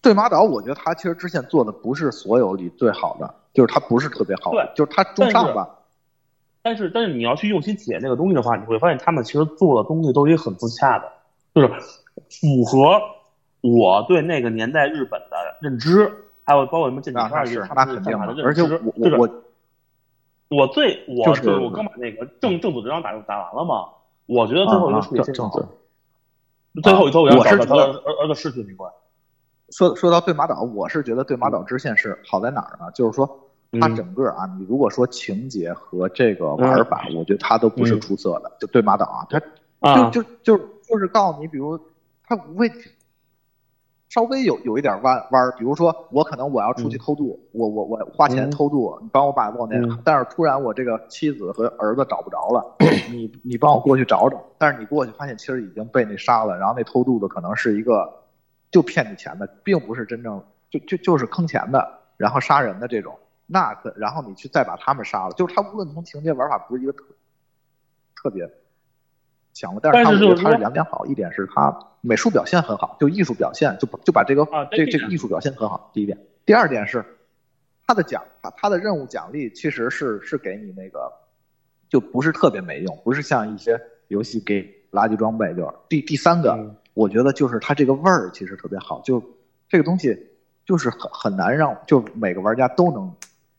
C: 对马岛，我觉得它其实支线做的不是所有里最好的，就是它不是特别好的，
A: 对
C: 就是它中上吧。
A: 但是但是你要去用心体验这个东西的话，你会发现他们其实做的东西都是很自洽的，就是符合我对那个年代日本的认知，还有包括什么剑
C: 那
A: 桥
C: 那
A: 二
C: 是
A: 他
C: 那
A: 们
C: 肯
A: 的
C: 定
A: 看法的
C: 而
A: 认
C: 且
A: 知。
C: 我
A: 就
C: 我
A: 是
C: 我
A: 我最我
C: 就是嗯
A: 我刚把那个正正组这张打打完了嘛，我觉得最后一
C: 啊啊
A: 个处理
C: 正
A: 最
C: 正
A: 好
C: 组，
A: 最后一周我要
C: 我是
A: 找到
C: 觉
A: 他
C: 得
A: 儿儿儿子失去那关，
C: 说说到对马岛，我是觉得对马岛支线是好在哪儿呢？就是说它
A: 嗯
C: 整个啊，你如果说情节和这个玩法，我觉得它都不是
A: 嗯
C: 出色的。就对马岛啊，它
A: 啊，
C: 就就就就是告诉你，比如他不会稍微有有一点弯弯儿，比如说我可能我要出去偷渡，我我我花钱
A: 嗯
C: 偷渡，你帮我把往那，
A: 嗯
C: 但是突然我这个妻子和儿子找不着了，你你帮我过去找找，但是你过去发现其实已经被那杀了，然后那偷渡的可能是一个就骗你钱的，并不是真正就就就是坑钱的，然后杀人的这种。那可，然后你去再把他们杀了，就是他无论从情节玩法不是一个特特别强的，但是
A: 但
C: 他
A: 是
C: 我觉
A: 就
C: 得
A: 是
C: 他
A: 说
C: 是两点好，一点是他美术表现很好，就艺术表现就就把这个、
A: 啊对
C: 这
A: 这
C: 这
A: 个
C: 个艺术表现很好，第一点。第二点是他的奖，他他的任务奖励其实是是给你那个，就不是特别没用，不是像一些游戏给垃圾装备就是。第第三个，
A: 嗯
C: 我觉得就是它这个味儿其实特别好，就这个东西就是很很难让就每个玩家都能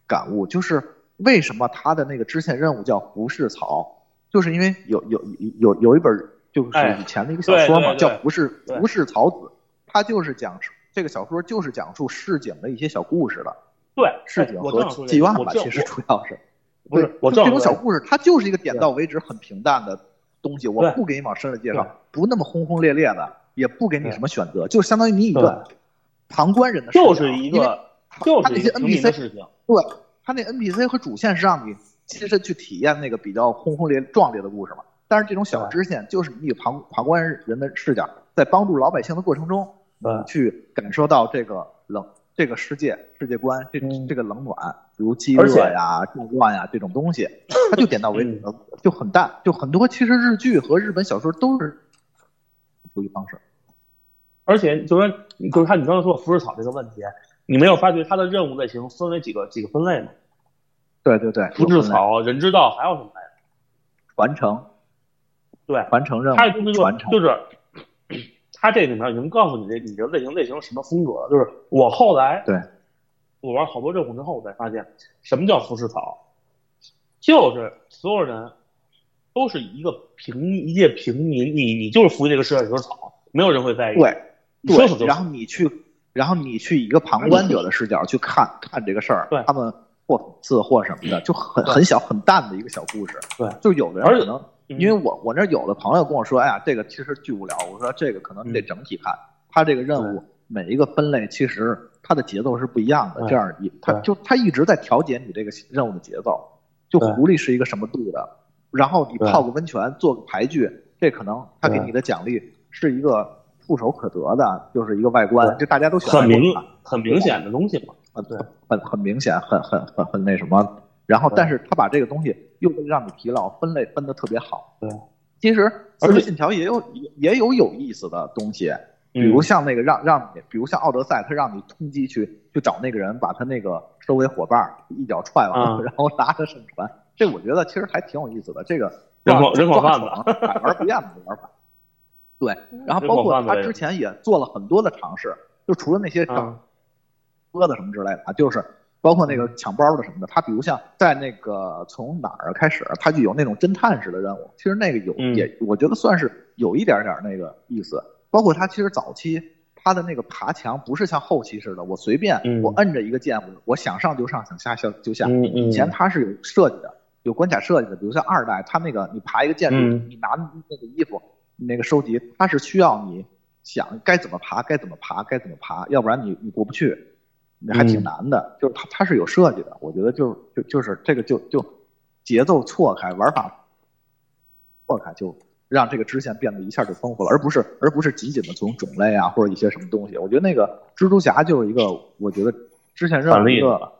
C: 感悟，就是为什么它的那个支线任务叫胡适草，就是因为有有有有有一本就是以前的一个小说嘛，
A: 哎对对对
C: 叫胡适
A: 对
C: 胡适草子，它就是讲述这个小说就是讲述市井的一些小故事的，
A: 对，
C: 市
A: 哎
C: 井
A: 我
C: 和
A: 正想说这
C: 妓
A: 个
C: 院
A: 我
C: 吧，
A: 正
C: 其实
A: 我
C: 主要是。
A: 不是
C: 对
A: 我
C: 就
A: 正
C: 这种小
A: 对
C: 故事，它就是一个点
A: 对
C: 到为止、很平淡的东西，我
A: 对
C: 不给你往深了介
A: 对
C: 绍，不那么轰轰烈烈的，也不给你
A: 对
C: 什么选择，就相当于你以一个旁观人的视角，
A: 就是一
C: 因为
A: 个
C: 他
A: 就
C: 他
A: 是
C: 那
A: 一
C: 些
A: 个平民的
C: NPC，
A: 事情，
C: 对他那 NPC 和主线是让你亲身去体验那个比较轰轰烈壮烈的故事嘛。但是这种小支线就是你以旁旁观人的视角，在帮助老百姓的过程中，
A: 对
C: 你去感受到这个冷这个世界世界观这、
A: 嗯
C: 这个冷暖，比如饥
A: 而且嗯
C: 饿呀、战乱呀这种东西，它就点到为止，就很淡。就很多其实日剧和日本小说都是处理方式。
A: 而且就是说就是他你刚才说的扶持草这个问题，你没有发觉他的任务类型分为几个几个分类吗？
C: 对对对，
A: 扶
C: 有
A: 持
C: 分类
A: 草、人之道还有什么来着？
C: 传承
A: 对，
C: 传承任务
A: 他这东
C: 嗯
A: 西
C: 传承
A: 就就是他这里面已经告诉你这你这类型类型是什么风格了。就是我后来
C: 对
A: 我玩好多任务之后，我才发现什么叫扶持草，就是所有人都是一个平一介平民，你你就是服役这个世界里头的草，没有人会在意。
C: 对。
A: 你说死就
C: 对，
A: 死
C: 然后你去，然后你去以一个旁观者的视角去看看这个事儿
A: 对，
C: 他们或讽刺或什么的，就很
A: 对
C: 很小很淡的一个小故事。
A: 对
C: 就有的
A: 而
C: 人
A: 且
C: 可能，
A: 嗯
C: 因为我我那儿有的朋友跟我说，哎呀，这个其实巨无聊。我说这个可
A: 嗯
C: 能你得整体看，他这个任务每一个分类其实它的节奏是不一样的，
A: 对
C: 这样也他
A: 对
C: 就他一直在调节你这个任务的节奏。就
A: 对
C: 狐狸是一个什么度的，然后你
A: 对
C: 泡个温泉，做个牌具，这可能他给
A: 对
C: 你的奖励是一个触手可得的，就是一个外观，
A: 对
C: 就大家都喜欢啊
A: 很
C: 外观
A: 明
C: 嘛
A: 很明显的东西嘛。
C: 很
A: 对
C: 很很明显，很很很很那什么。然后
A: 对，
C: 但是他把这个东西又会让你疲劳，分类分的特别好。
A: 对，
C: 其实
A: 而
C: 而
A: 且
C: 且信条也有也也有有意思的东西，比
A: 嗯
C: 如像那个让让你，比如像奥德赛，他让你通缉去去找那个人，把他那个周围伙伴一脚踹完了，
A: 嗯
C: 然后拉他上船。这我觉得其实还挺有意思的，这个
A: 人口
C: 抓
A: 人口
C: 抓
A: 贩子嗯
C: 爽百玩不厌的玩法。对，然后
A: 人
C: 包
A: 口
C: 括
A: 贩子
C: 他
A: 这个
C: 之前也做了很多的尝试，就除了那些
A: 啊
C: 鸽子什么之类的啊，就是包括那
A: 嗯
C: 个抢包的什么的。他比如像在那个从哪儿开始，他就有那种侦探式的任务，其实那个有、
A: 嗯
C: 也，我觉得算是有一点点那个意思。包括他其实早期他的那个爬墙不是像后期似的，我随便、
A: 嗯
C: 我摁着一个键，我我想上就上，想下下就下。
A: 嗯嗯
C: 以前它是有设计的，有关卡设计的，比如像二代，它那个你爬一个建筑，
A: 嗯
C: 你拿那个衣服，你那个收集，它是需要你想该怎么爬，该怎么爬，该怎么爬，要不然你你过不去，你还
A: 嗯
C: 挺难的。就是它它是有设计的，我觉得就是就就是这个就就节奏错开，玩法拓开，就让这个支线变得一下就丰富了，而不是而不是仅仅的从种类啊或者一些什么东西。我觉得那个蜘蛛侠就是一个，我觉得支线任务一个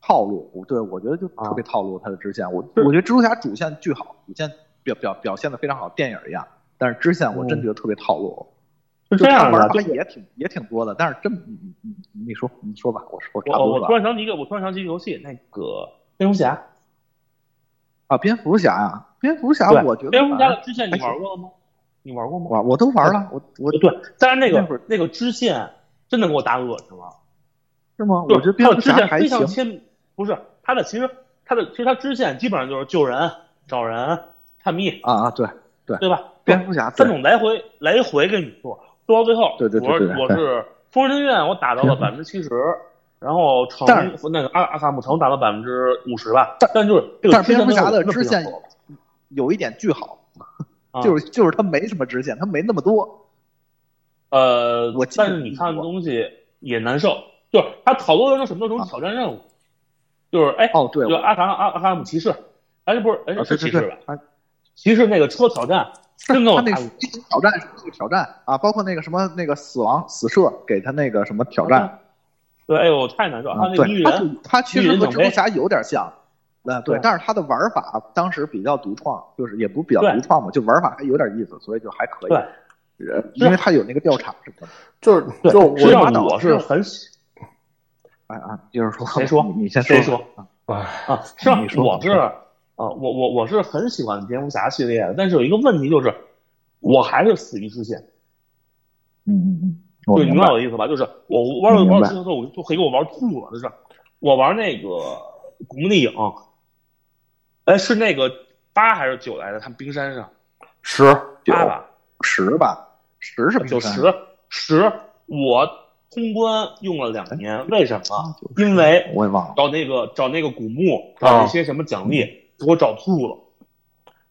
C: 套路，我对我觉得就特
A: 啊
C: 别套路它的支线。我
A: 嗯
C: 我觉得蜘蛛侠主线巨好，主线表表表现的非常好，电影一样。但是支线我真觉得特别套路，
A: 嗯是
C: 就
A: 这
C: 它
A: 样的
C: 玩，法也挺也挺多的，但是真你你你你你说你说吧，我说我差
A: 啊
C: 不
A: 我
C: 多
A: 我突
C: 了
A: 然想起一个，我突然想起一个游戏，那个蝙蝠侠。
C: 啊。蝙蝠侠呀，蝙蝠侠
A: 对，
C: 我觉得
A: 蝙蝠
C: 反
A: 侠
C: 而
A: 的支线你玩过了吗？你玩过吗？
C: 我我都玩了，我我
A: 对，但是那
C: 那会
A: 个
C: 儿
A: 那个支线真的给我打恶心了。
C: 是吗？我觉得蝙
A: 它
C: 蝠
A: 的支
C: 侠
A: 线
C: 还
A: 非常
C: 行，
A: 亲，不是它的，其实它的其实它支线基本上就是救人、找人、探秘，
C: 啊啊，对，
A: 对吧？
C: 蝙蝠侠
A: 三
C: 对
A: 种来回来回给你做，做到最后，
C: 对对对对对
A: 我是我是疯人院，我打到 了百分之七十，然后城
C: 但
A: 那个阿阿卡姆城打到百分之五十吧，但但就是这个
C: 但是蝙蝠侠的支线
A: 支线
C: 有一点巨好，
A: 啊
C: 就是就是他没什么支线，他没那么多，
A: 呃，
C: 我记得
A: 但是你看的东西也难受，就是他好多人都什么都是那种挑战任务，就是哎，
C: 啊哦对
A: 就阿卡阿阿卡姆骑士，哎不是哎
C: 啊
A: 是
C: 对
A: 骑
C: 对
A: 士
C: 对
A: 吧？，
C: 啊
A: 骑士那个车挑战真跟我
C: 他那
A: 打
C: 个一种挑战是一种挑战啊，包括那个什么那个死亡死射给他那个什么挑战，
A: 对，哎呦太难受，
C: 啊，
A: 啊他那个
C: 对，
A: 鱼
C: 他就
A: 人
C: 他其
A: 一
C: 实
A: 人
C: 和
A: 整
C: 蜘蛛
A: 杯
C: 侠有点像。呃，对
A: 对，
C: 但是他的玩法当时比较独创，就是也不是比较
A: 对
C: 独创嘛，就玩法还有点意思，所以就还可以
A: 对。
C: 呃因为他有那个调查什么的。
B: 就是
A: 对，
B: 就
A: 实际
B: 我
A: 上我是很喜
C: 哎啊，就是说，
A: 谁说
C: 你你先
A: 谁
C: 说
A: 说
C: 吧。
B: 哎
A: 啊，是啊
C: 你说
A: 我是啊，我我我是很喜欢蝙蝠侠系列的，但是有一个问题就是，我还是死于支线。
C: 嗯嗯嗯，我
A: 对，
C: 明
A: 明
C: 白
A: 白。我的意思吧？就是我玩了
C: 明白
A: 玩了之后，我就回给我玩吐了，就是我玩那个古墓丽影，哎，是那个八还是九来着？他们冰山上
B: 十
C: 九
A: 八吧，
C: 十吧，十是平
A: 九
C: 山
A: 十十，我通关用了两
B: 哎
A: 年，为什么？
C: 啊，九十
A: 因为
C: 我也忘了。
A: 找那个找那个古墓，找
B: 啊
A: 那些什么奖励，给我找吐了。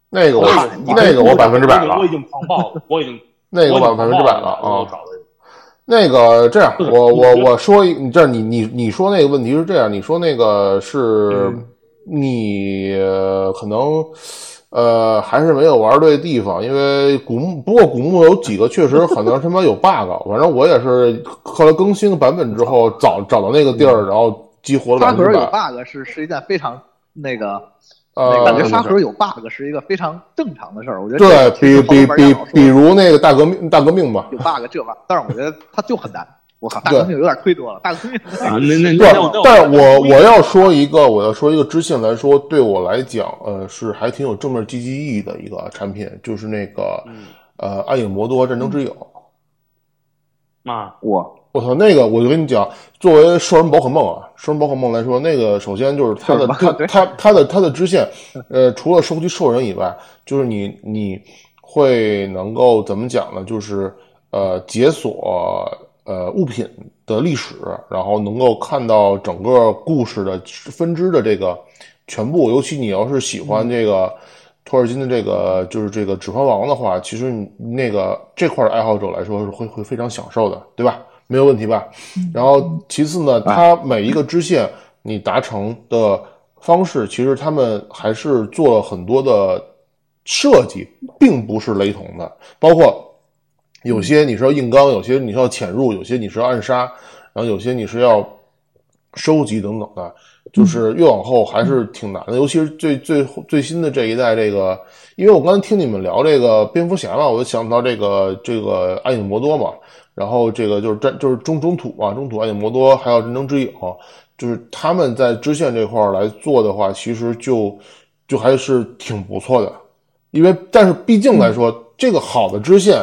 B: 那个我
A: 啊
B: 那个我百分之百
A: 我已
B: 了，
A: 经狂暴了，我已经
B: 那个
A: 我已
B: 我
A: 经
B: 百
A: 狂
B: 分
A: 暴
B: 之百了
A: 我
B: 啊。
A: 找了
B: 那个这样，
A: 是
B: 我
A: 你
B: 我
A: 觉得
B: 我说一，你这样你你你说那个问题是这样，你说那个是
A: 嗯
B: 你呃可能呃还是没有玩对地方，因为古墓不过古墓有几个确实可能他妈 有 bug，反正我也是后来更新个版本之
A: 嗯
B: 后找找到那个地儿，然后激活了
C: 花
B: 百分
C: 盒
B: 之
C: 有
B: 百。
C: bug 是是一件非常那个，那个
B: 呃
C: 感，觉花盒有 bug 是一个非常正常的事儿。我觉得
B: 对
C: 这
B: 比
C: 个其
B: 比
C: 实好多玩家
B: 比
C: 老说
B: 比如那个大革命大革命吧，
C: 有 bug 这 bug，但是我觉得它就很难。我靠，大革命有点忒多了，大革命
A: 啊，那那
B: 对
A: 那我，
B: 但是我我要说一个，我要说一个知性来说，对我来讲，呃，是还挺有正面积极意义的一个产品，就是那个、
A: 嗯
B: 呃《暗影魔多：战争之影》
A: 啊，
C: 我
B: 我操，那个我就跟你讲，作为兽人宝可梦啊，兽人宝可梦来说，那个首先就是它的
C: 兽人宝
B: 它
C: 可对
B: 它它的它的支线，呃，除了收集兽人以外，就是你你会能够怎么讲呢？就是呃解锁呃物品的历史，然后能够看到整个故事的分支的这个全部。尤其你要是喜欢这个。托尔金的这个就是这个《指环王》的话，其实你那个这块的爱好者来说是会会非常享受的，对吧？没有问题吧？然后其次呢，它每一个支线你达成的方式，其实他们还是做了很多的设计，并不是雷同的，包括有些你是要硬刚，有些你是要潜入，有些你是要暗杀，然后有些你是要收集等等的，就是越往后还是挺难的，尤其是最最最新的这一代这个，因为我刚才听你们聊这个蝙蝠侠嘛，我就想到这个这个暗影魔多嘛，然后这个就是战就是中中土嘛，中土暗影魔多还有战争之影，就是他们在支线这块儿来做的话，其实就就还是挺不错的，因为但是毕竟来说，这个好的支线，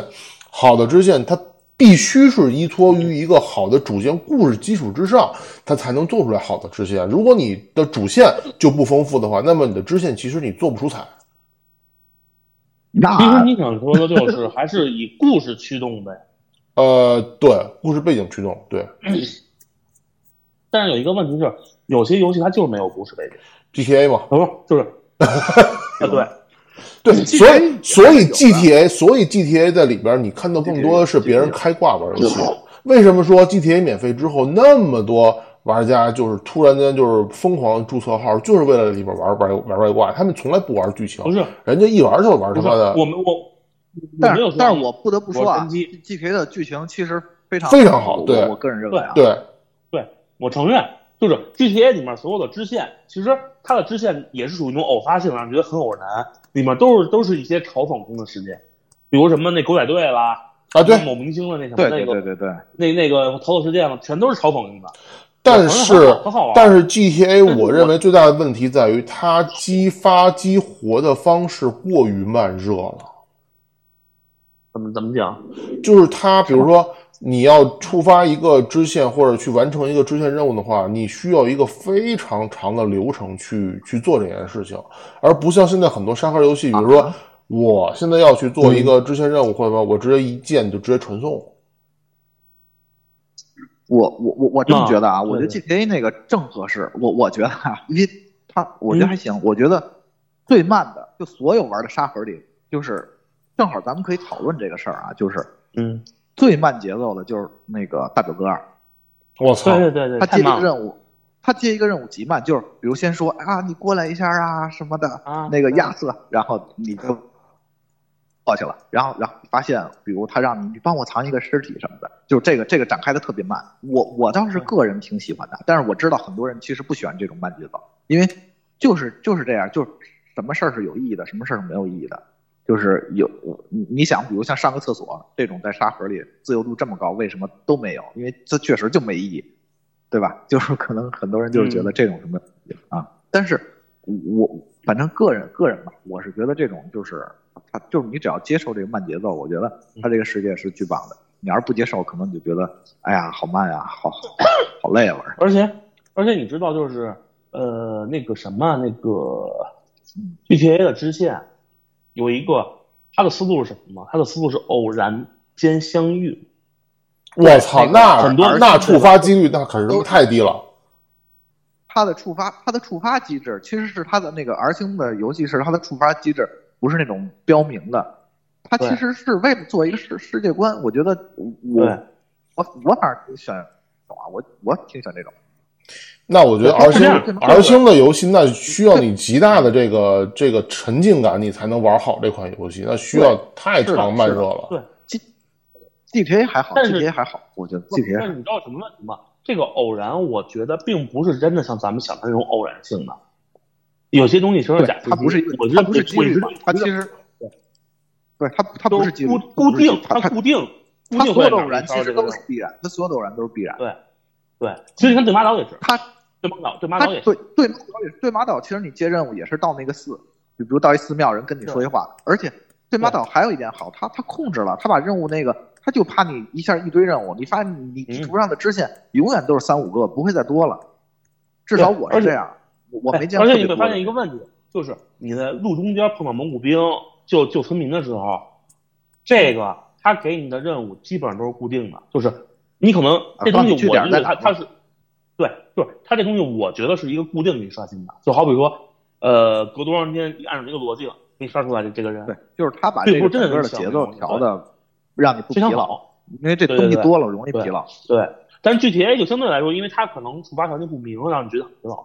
B: 好的支线它必须是依托于一个好的主线故事基础之上，它才能做出来好的支线。如果你的主线就不丰富的话，那么你的支线其实你做不出彩。
A: 其实
C: 那
A: 你想说的就是还是以故事驱动呗。
B: 呃，对，故事背景驱动，对
A: 但是有一个问题是，有些游戏它就是没有故事背景，呃
B: GTA 嘛，
A: 不是 就是，啊对，
B: 对，
C: GTA
B: 所以所以
A: 啊
C: 有的
B: GTA 所以 GTA 在里边，你看到更多的是别人开挂玩游戏。为什么说 GTA 免费之后那么多玩家就是突然间就是疯狂注册号，就是为了里面玩玩玩外挂，他们从来不玩剧情
A: 不，是
B: 人家一玩就玩他
A: 不是
B: 妈的
A: 嗯我们我，
C: 但
A: 我没有
C: 是
A: 说
C: 但是我不得不说
A: 我
C: 啊
A: 分析
C: ，G K 的剧情其实非常
B: 非常好
C: 我
B: 对
C: 我个人认为啊，
B: 对
A: 我承认，就是 GTA 里面所有的支线，其实它的支线也是属于那种偶发性，让人觉得很偶然，里面都是都是一些嘲讽性的事件，比如什么那狗仔队啦，
B: 啊对，
A: 某明星的那什么
C: 对
A: 那
C: 对对
A: 个
C: 对对，
A: 那那个逃走事件了，全都是嘲讽性的。
B: 但
A: 很
B: 是
A: 好很好玩
B: 但是 GTA 我认为最大的问题在于它激发激活的方式过于慢热了。
A: 怎么怎么讲？
B: 就是它，比如说你要触发一个支线或者去完成一个支线任务的话，你需要一个非常长的流程去去做这件事情，而不像现在很多沙盒游戏，比如
C: 啊
B: 说我现在要去做一个
C: 嗯
B: 支线任务，或者说我直接一键就直接传送。
C: 我我我我这么
A: 啊
C: 觉得啊，我觉得
A: 对
C: GTA 那个正合适。我我觉得啊，因为它我觉得
A: 嗯
C: 还行，我觉得最慢的就所有玩的沙盒里，就是正好咱们可以讨论这个事儿啊，就是
A: 嗯，
C: 最慢节奏的就是那个大表哥二，
B: 我操
A: 对！对对对，
C: 他接
A: 太
C: 一个
A: 慢了
C: 任务，他接一个任务极慢，就是比如先说啊你过来一下啊什么的，
A: 啊！
C: 那个
D: 嗯
C: 亚瑟，然后你就过去了，然后然后发现，比如他让你你帮我藏一个尸体什么的，就是这个这个展开的特别慢。我我倒是个人挺喜欢的，但是我知道很多人其实不喜欢这种慢节奏，因为就是就是这样，就是什么事儿是有意义的，什么事儿是没有意义的。就是有你你想，比如像上个厕所这种在沙盒里自由度这么高，为什么都没有？因为这确实就没意义，对吧？ 就是可能很多人就是觉得这种什么、啊，但是我反正个人个人吧，我是觉得这种就是它就是你只要接受这个慢节奏，我觉得它这个世界是巨棒的。你要是不接受，可能你就觉得哎呀好慢呀，好好好累啊，玩儿
A: 而且而且你知道，就是呃，那个什么，那个 GTA 的支线有一个，它的思路是什么吗？它的思路是偶然间相遇。
B: 我操，那
A: 很多
B: 那触发几率那可是他妈太低了。
C: 它的触发它的触发机制其实是它的那个 R 星的游戏是它的触发机制不是那种标明的，它
A: 对
C: 其实是为了做一个世世界观。我觉得我
A: 对，
C: 我我反正挺喜欢这种啊，我我挺喜欢这种。
B: 那我觉得
C: 对
B: R 星
C: 是这样
B: R 星的游戏，那需要你极大的这个这个沉浸感，你才能玩好这款游戏。那需要太
C: 是的
B: 长慢
C: 是的
B: 热了。
C: GTA 还好
A: 但是
C: ，GTA 还好，我觉得
A: 但
C: GTA
A: 是你知道什么问题吗？这个偶然，我觉得并不是真的像咱们想的那种偶然性的，有些东西是
C: 对
A: 假的。
C: 它不是
A: 我觉
C: 它
A: 得
C: 不是几
A: 我
C: 率
A: 觉
C: 嘛
A: 得，
C: 它其实对它它
A: 都
C: 不是几率
A: 固，固
C: 它不是
A: 定，
C: 它
A: 它
C: 它
A: 固定，固
C: 它
A: 定
C: 所
A: 会
C: 有的
A: 哪儿
C: 偶然
A: 你知
C: 其
A: 道这
C: 实
A: 个
C: 都
A: 事
C: 是
A: 儿
C: 必然，它所有的偶然都是必然。
A: 对，其实你看对马岛也是，
C: 它
A: 对马岛对马
C: 他
A: 岛也是，
C: 对对马岛也是对马岛，其实你接任务也是到那个寺，比如到一寺庙，人跟你说一话，而且对马岛还有一点好，他他控制了，他把任务那个，他就怕你一下一堆任务，你发现你地
A: 嗯
C: 图上的支线永远都是三五个，不会再多了，至少
A: 对
C: 我是
A: 而且哎
C: 这样，我我没见过
A: 而
C: 特
A: 且
C: 别
A: 你
C: 多
A: 会
C: 的。
A: 发现一个问题，就是你在路中间碰到蒙古兵救救村民的时候，这个他给你的任务基本上都是固定的，就是你可能这东
C: 啊帮你
A: 西
C: 据
A: 我
C: 点
A: 觉得
C: 再啊
A: 它
C: 打
A: 它是，对，就是它这东西我觉得是一个固定给你刷新的，就好比说，呃，隔多长时间按照这个逻辑给你刷出来的这个人，
C: 对，就是他把
A: 这
C: 这
A: 不
C: 个
A: 是真的
C: 整个的
A: 能想
C: 节奏
A: 象
C: 调的让你不疲
A: 非常
C: 劳，
A: 好。
C: 因为这
A: 对
C: 东西
A: 对对
C: 多了容易疲
A: 对
C: 劳。
A: 对，但是 GTA 就相对来说，因为它可能触发条件不明，让你觉得很疲劳。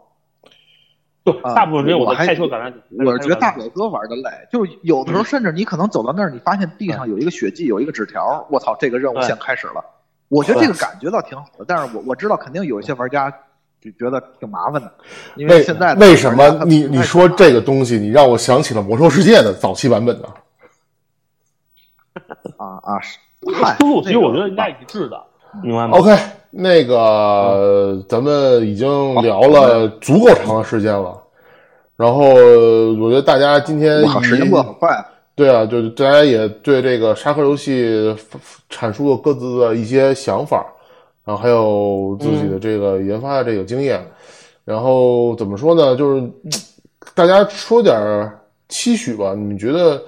A: 就
C: 啊
A: 大部分时间
C: 我
A: 我
C: 还
A: 在开车感觉，
C: 我是觉得大
A: 开车
C: 表
A: 感
C: 哥玩的累，就是有的时候甚至你可能走到那儿，你发现地上有一个血迹，有一个纸条，我操，这个任务
A: 对
C: 先开始了。我觉得这个感觉倒挺好的，但是我我知道肯定有一些玩家就觉得挺麻烦的，因为
B: 为
C: 现在的
B: 为什
C: 玩家
B: 么
C: 他
B: 你
C: 不太
B: 你说这个东西，你让我想起了《魔兽世界》的早期版本呢？
C: 啊啊是
A: 觉
C: 嗨，
A: 思路其实
C: 那个嗯哦
A: 我觉得应该一致的，明白吗？
B: OK，那个咱们已经
C: 哦
B: 聊了足够长的时间了，然后我觉得大家今天
C: 我靠，时间
B: 以
C: 过得好快啊，
B: 对啊，就是大家也对这个沙盒游戏阐述了各自的一些想法，然后还有自己的这个研发的这个经验，然后怎么说呢？就是嗯大家说点儿期许吧，你们觉得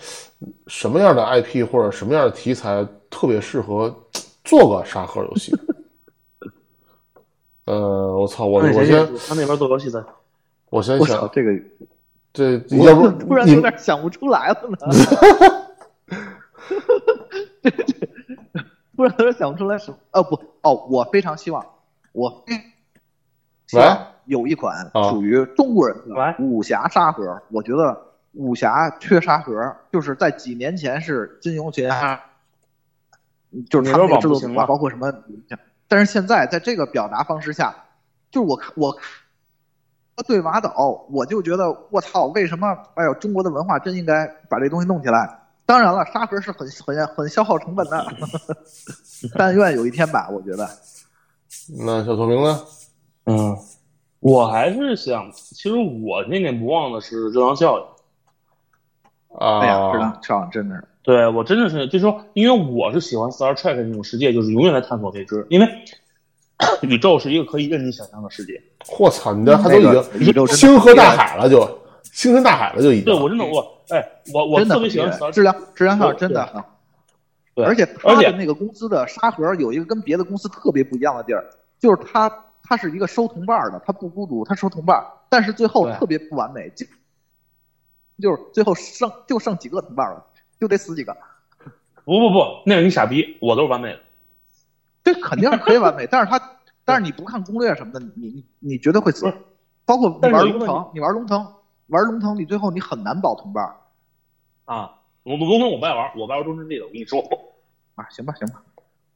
B: 什么样的 IP 或者什么样的题材特别适合做个沙盒游戏？ 呃，我操，我
A: 那
B: 我
A: 谁
B: 先
A: 他那边做游戏的，
B: 我先
C: 我操，
B: 想，
C: 这个
B: 这
C: 我
B: 要不
C: 突然
B: 你
C: 有点想不出来了呢，突然有点想不出来什么。哦不哦，我非常希望，我非
B: 喂
C: 有一款
B: 啊
C: 属于中国人的
A: 喂
C: 武侠沙盒，我觉得武侠缺沙盒，就是在几年前是金庸群侠，就是他们那个制作组
A: 你说网不行
C: 啊，
A: 了
C: 包括什么，但是现在在这个表达方式下，就是我看我看对马岛，我就觉得我操，为什么？哎呦，中国的文化真应该把这东西弄起来。当然了，沙盒是很很很消耗成本的， 但愿有一天吧，我觉得。
B: 那小透明呢？
A: 嗯，我还是想，其实我那年不忘的是热量效应。
B: 啊，
C: 哎呀，知道，上真是
A: 对我真的是，就是说，因为我是喜欢 Star Trek 那种世界，就是永远在探索未知，因为 宇宙是一个可以任你想象的世界。
B: 我操，你这还都已
C: 那个宇
B: 经
C: 宙真的
B: 星河大海
C: 啊
B: 了，就星辰大海了，就已经
A: 对。我真的我哎，我我
C: 真的
A: 特别
C: 很
A: 喜欢
C: 厉
A: Star
C: 害
A: Trek。
C: 质量质量上真的很好。
A: 对
C: 而且
A: 而
C: 他
A: 且
C: 的那个公司的沙盒有一个跟别的公司特别不一样的地儿，就是他他是一个收同伴儿的，他不孤独，他收同伴儿，但是最后
A: 对
C: 特别不完美，就就是最后剩就剩几个同伴儿了，就得死几个。
A: 不不不，那个你傻逼，我都是完美的。
C: 这肯定是可以完美，但是 他但是你不看攻略什么的，你你你绝对会死
A: 不是。
C: 包括你
A: 但是
C: 玩
A: 有一
C: 龙
A: 个问
C: 腾，你玩龙腾，玩龙腾，你最后你很难保同伴儿
A: 啊，我我跟我不爱玩，我不爱玩中世纪的，我跟你说
C: 啊。行吧，行吧，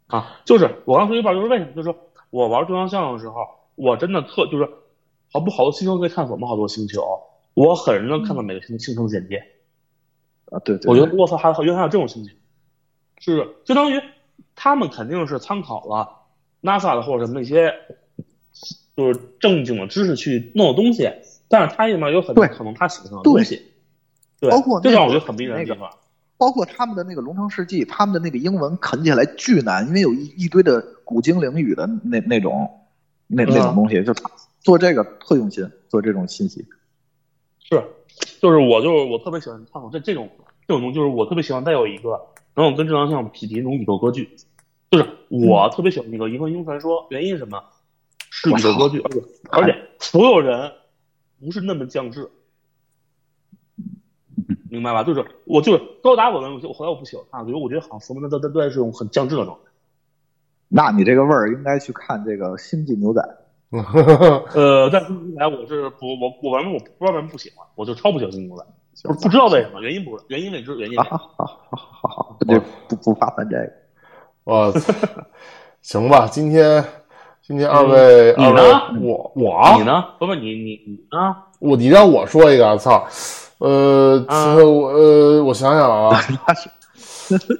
A: 啊，就是我刚说一半，就是为什么，就是说我玩中央项的时候，我真的特就是，好不好多星球可以探索嘛，好多星球，我很能看到每个星星球的简介。
C: 啊，对对，
A: 我觉
C: 对
A: 得我操，还原来还有这种情景，是相当于他们肯定是参考了 NASA 的或者什么那些就是正经的知识去弄的东西，但是他里面有很多
C: 对
A: 可能他想象的东西，对，
C: 包括那
A: 这让我觉得
C: 个
A: 很迷人的
C: 那个
A: 地方。
C: 包括他们的那个《龙腾世纪》，他们的那个英文啃起来巨难，因为有一一堆的古精灵语的那那种那那
B: 嗯
C: 种东西，就做这个特用心，做这种信息。
A: 是，就是我就是我特别喜欢探索这这种这种东西，就是我特别喜欢带有一个能够跟正常项匹敌那种宇宙歌剧，就是我特别喜欢那个《银河英雄传说》，原因是什么？是宇宙歌剧，而且而且所有人不是那么降智，明白吧？就是我就是高达我们，我后来我不喜欢看，我觉得我觉得好像说明在在在是种很降智的状态。
C: 那你这个味儿应该去看这个《星际牛仔》，
A: 呃，但是听起来我是不我我反正我不知道为什么不喜欢，我就超不喜欢金牛仔，不不知道为什么，原因不原因未知，原因
C: 啊，好好好好好，这不不发散这个。
B: 我操，行吧，今天今天二位
A: 嗯你
B: 二
A: 呢
B: 位，我我
A: 你呢？不不，你你你啊呢？
B: 我你让我说一个，啊操，
C: 嗯
B: 呃，
A: 啊
B: 这我呃，我想想啊，
C: 他是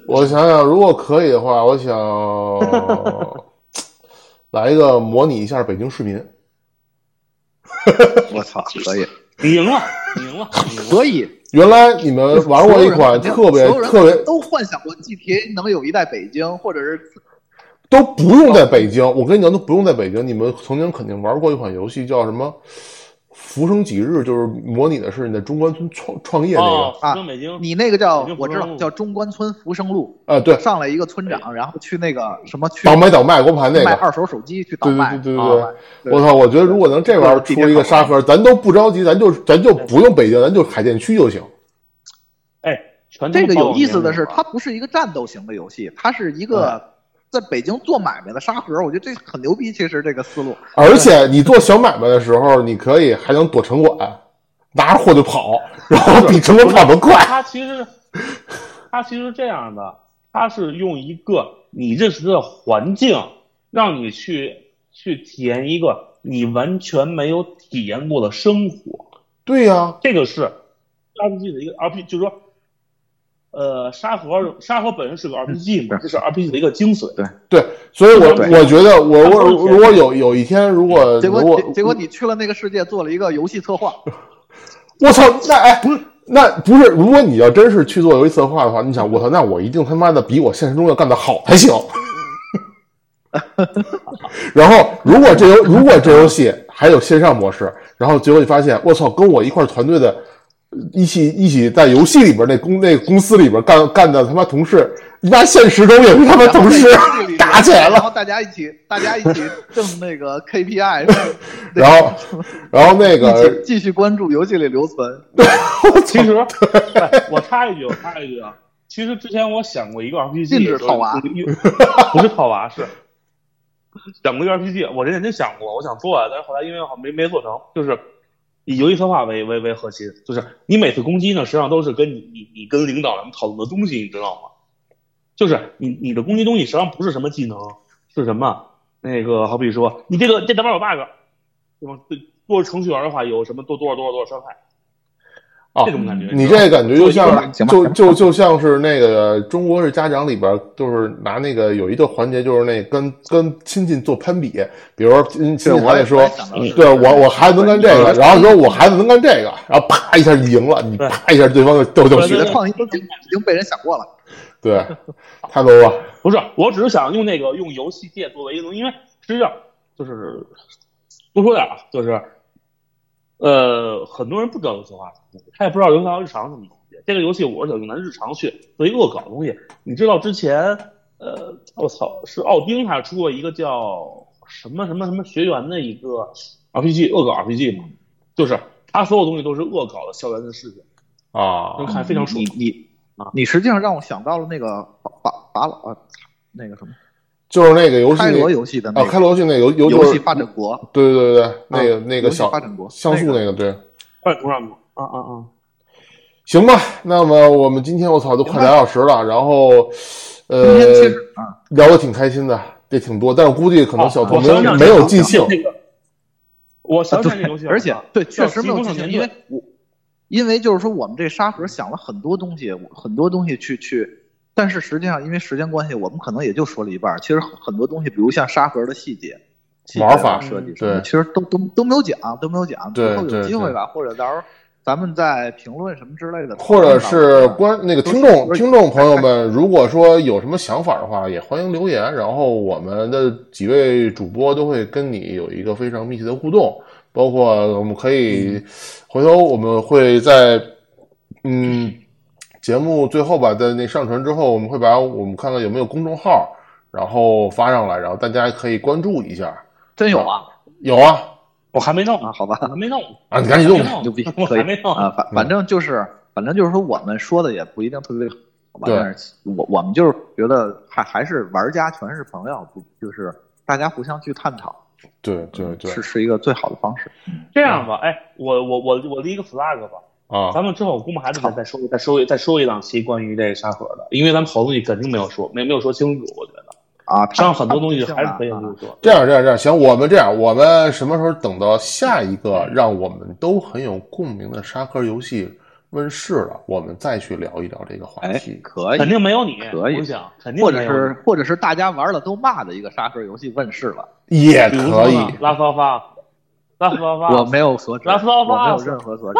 B: 我想想，如果可以的话，我想 来一个模拟一下北京市民。
C: 我操，可 以
A: 你赢了，你赢了，你赢了。
C: 可以。
B: 原来你们玩过一款特别
C: 所有人
B: 特别
C: 都幻想过 GTA 能有一代北京，或者是
B: 都不用在北京，我跟你讲都不用在北京，你们曾经肯定玩过一款游戏叫什么《浮生几日》，就是模拟的是你在中关村创创业那个，
A: 哦，福州北京，
C: 你那啊个叫
A: 北京
C: 我
A: 福
C: 知
A: 生路
C: 道叫中关村福生路，
B: 啊、对，
C: 上来一个村长，然后去那个什么去
B: 倒买倒卖光盘那
C: 卖
B: 个，
C: 二手手机去倒
B: 对
C: 卖，
B: 对对对
C: 啊
B: 对
C: 卖对
B: 我操！我觉得如果能这玩意儿出一个沙盒，咱都不着急，咱就咱就不用北京，咱就海淀区就行。
A: 哎，全都
C: 这个
A: 报
C: 有
A: 了
C: 意思的
A: 名字
C: 是，
A: 了
C: 它不是一个战斗型的游戏，它是一个在北京做买卖的沙盒。我觉得这很牛逼，其实这个思路。
B: 而且你做小买卖的时候，你可以还能躲城管，拿着货就跑，然后比城管跑得快。
A: 它其实是，它其实是这样的，它是用一个你认识的环境，让你去去体验一个你完全没有体验过的生活。
B: 对呀、
A: 这个是 RPG 的一个 RPG，就是说，呃，沙盒沙盒本身是个 RPG 嘛，这是 RPG 的一个精髓。
B: 对，所以我
C: 对
B: 我觉得我我
A: 对
B: 如果有有一天如果
C: 结
B: 如
C: 果
B: 果
C: 结结果你去了那个世界，做了一个游戏策划，
B: 我操，那哎，那不是，如果你要真是去做游戏策划的话，你想，我操，那我一定他妈的比我现实中要干得好才行。然后，如果这游如果这游戏还有线上模式，然后结果你发现，我操，跟我一块儿团队的，呃一起一起在游戏里边那公那公司里边干干的他妈同事，你妈现实中也是他妈
C: 然后
B: 同 事
C: 在游戏里
B: 打起来了
C: 然。后大家一起大家一起挣那个 KPI，
B: 然后，然后那
C: 一
B: 个
C: 起继续关注游戏里留存。
A: 其实，哎我插一句，我插一句啊。其实之前我想过一个 RPG，
C: 禁止套娃
A: 就是不是套娃，是想过一个 RPG，我认真想过，我想做啊，但是后来因为好像没没做成，就是以游戏策划为为为核心，就是你每次攻击呢，实际上都是跟你你你跟领导们讨论的东西，你知道吗？就是你你的攻击东西实际上不是什么技能，是什么？那个好比说你这个这代码有 bug，对吗？对，做程序员的话有什么多多少多少多少伤害，
B: 哦
A: 这种感觉。
B: 你这感觉就像
C: 行吧
B: 就就就像是那个《中国式家长》里边，就是拿那个有一个环节，就是那跟跟亲戚做攀比，比如说亲亲戚
C: 我
B: 还得
C: 也
B: 说
C: 我也想到的是，
B: 对我我孩子能干这个，然后说我孩子能干这个，然后啪一下你赢了，你
A: 对
B: 啪一下对方就就就
A: 对
C: 你
B: 学
C: 的
A: 对对
B: 了，
C: 创意都已经已经被人想过了。
B: 对，太 low 了，
A: 不是，我只是想用那个用游戏界作为一个东西，因为实际上就是多说点啊，就是呃，很多人不知道游戏化他也不知道游戏化日常什么东西。这个游戏我是想用咱日常去做一恶搞的东西。你知道之前呃，我操，是奥丁还出过一个叫什么什么什么学员的一个 RPG 恶搞 RPG 吗？就是他所有东西都是恶搞的校园的事情，
B: 啊
A: 能看非常爽
C: 你。你
A: 啊
C: 你实际上让我想到了那个把把把老呃那个什么
B: 就是那个游戏
C: 开
B: 里
C: 罗游戏的那
B: 啊，开
C: 个
B: 罗去那个游游
C: 游戏
B: 就是
C: 发展国，
B: 对对对，那个那
C: 游
B: 个
C: 戏
B: 小
C: 发展国
B: 像素
C: 那
B: 那个对。
A: 快多少米？啊啊啊！
B: 行吧，那么我们今天我操都快俩小时了，然后，
C: 今
B: 呃，
C: 天其实啊，
B: 聊的挺开心的，也挺多，但是估计可能小
A: 我
B: 透
A: 想
B: 明
A: 想
B: 没有
A: 这
B: 尽
A: 个
B: 兴。
A: 那个我想
C: 对
A: 想这游戏，
C: 而且对，确实没有
A: 极
C: 进
A: 限
C: 行，因为我因为就是说我们这沙盒想了很多东西，很多东西去去，但是实际上因为时间关系，我们可能也就说了一半儿。其实很很多东西，比如像沙盒的细节。细节啊
B: 玩法
C: 设计
A: 嗯
C: 什么的，
B: 对
C: 其实都都都没有讲，都没有讲。
B: 对
C: 以后有
B: 对
C: 机会
B: 对
C: 吧，或者到时候咱们在评论嗯什么之类的，
B: 或者是
C: 关。
B: 观那个听众听众朋友们，如果说有什么想法的话，也欢迎留言，然后我们的几位主播都会跟你有一个非常密切的互动，包括我们可以
C: 嗯
B: 回头我们会在嗯节目最后吧，在那上传之后，我们会把我们看看有没有公众号，然后发上来，然后大家可以关注一下。
C: 真有啊
B: 有啊
A: 我还没弄
C: 啊，好吧，
A: 我还没弄，
B: 啊，你赶紧用吧。
C: 牛逼，
A: 我
C: 可
A: 还
C: 以
A: 没弄。
B: 嗯
C: 啊，反反正就是，反正就是说我们说的也不一定特别好吧，
B: 对
C: 但是我我们就是觉得还还是玩家全是朋友，不就是大家互相去探讨，
B: 对对对，
C: 是是一个最好的方式。
A: 这
C: 嗯
A: 样吧，哎，我我我我立一个 flag 吧，
B: 啊，
A: 咱们之后估摸还得再再说再说再说一档期关于这个沙盒的，因为咱们好多东西肯定没有说，没没有说清楚，我觉得，
C: 啊，
A: 实际
C: 上
A: 上很多东西还是可以
C: 啊
A: 就是说。
B: 这样，这样，这样，行，我们这样，我们什么时候等到下一个让我们都很有共鸣的沙盒游戏问世了，我们再去聊一聊这个话
C: 哎
B: 题，。
C: 可以
A: 肯，定没有你，
C: 哎可以
A: 我想肯定
C: 或者
A: 没有你
C: 是或者是大家玩了都骂的一个沙盒游戏问世了，
B: 也
A: 比如
B: 可
A: 说
B: 以
A: 呢，拉夫发，拉夫发，
C: 我没有所指，
A: 拉夫拉夫
C: 我没有
A: 拉夫
C: 任何所指，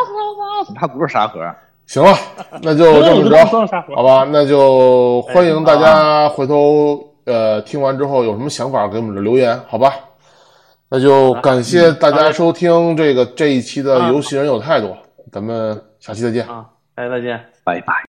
C: 它不是沙盒，
B: 行啊了，那就这么着，
A: 沙盒
B: 好吧？那就欢迎大家回头呃听完之后有什么想法给我们留言，好啊嗯吧？那就感谢大家收听嗯这个这一期的《游戏人有态度》，咱们下期再见。
A: 啊！哎，再见。
C: 拜拜。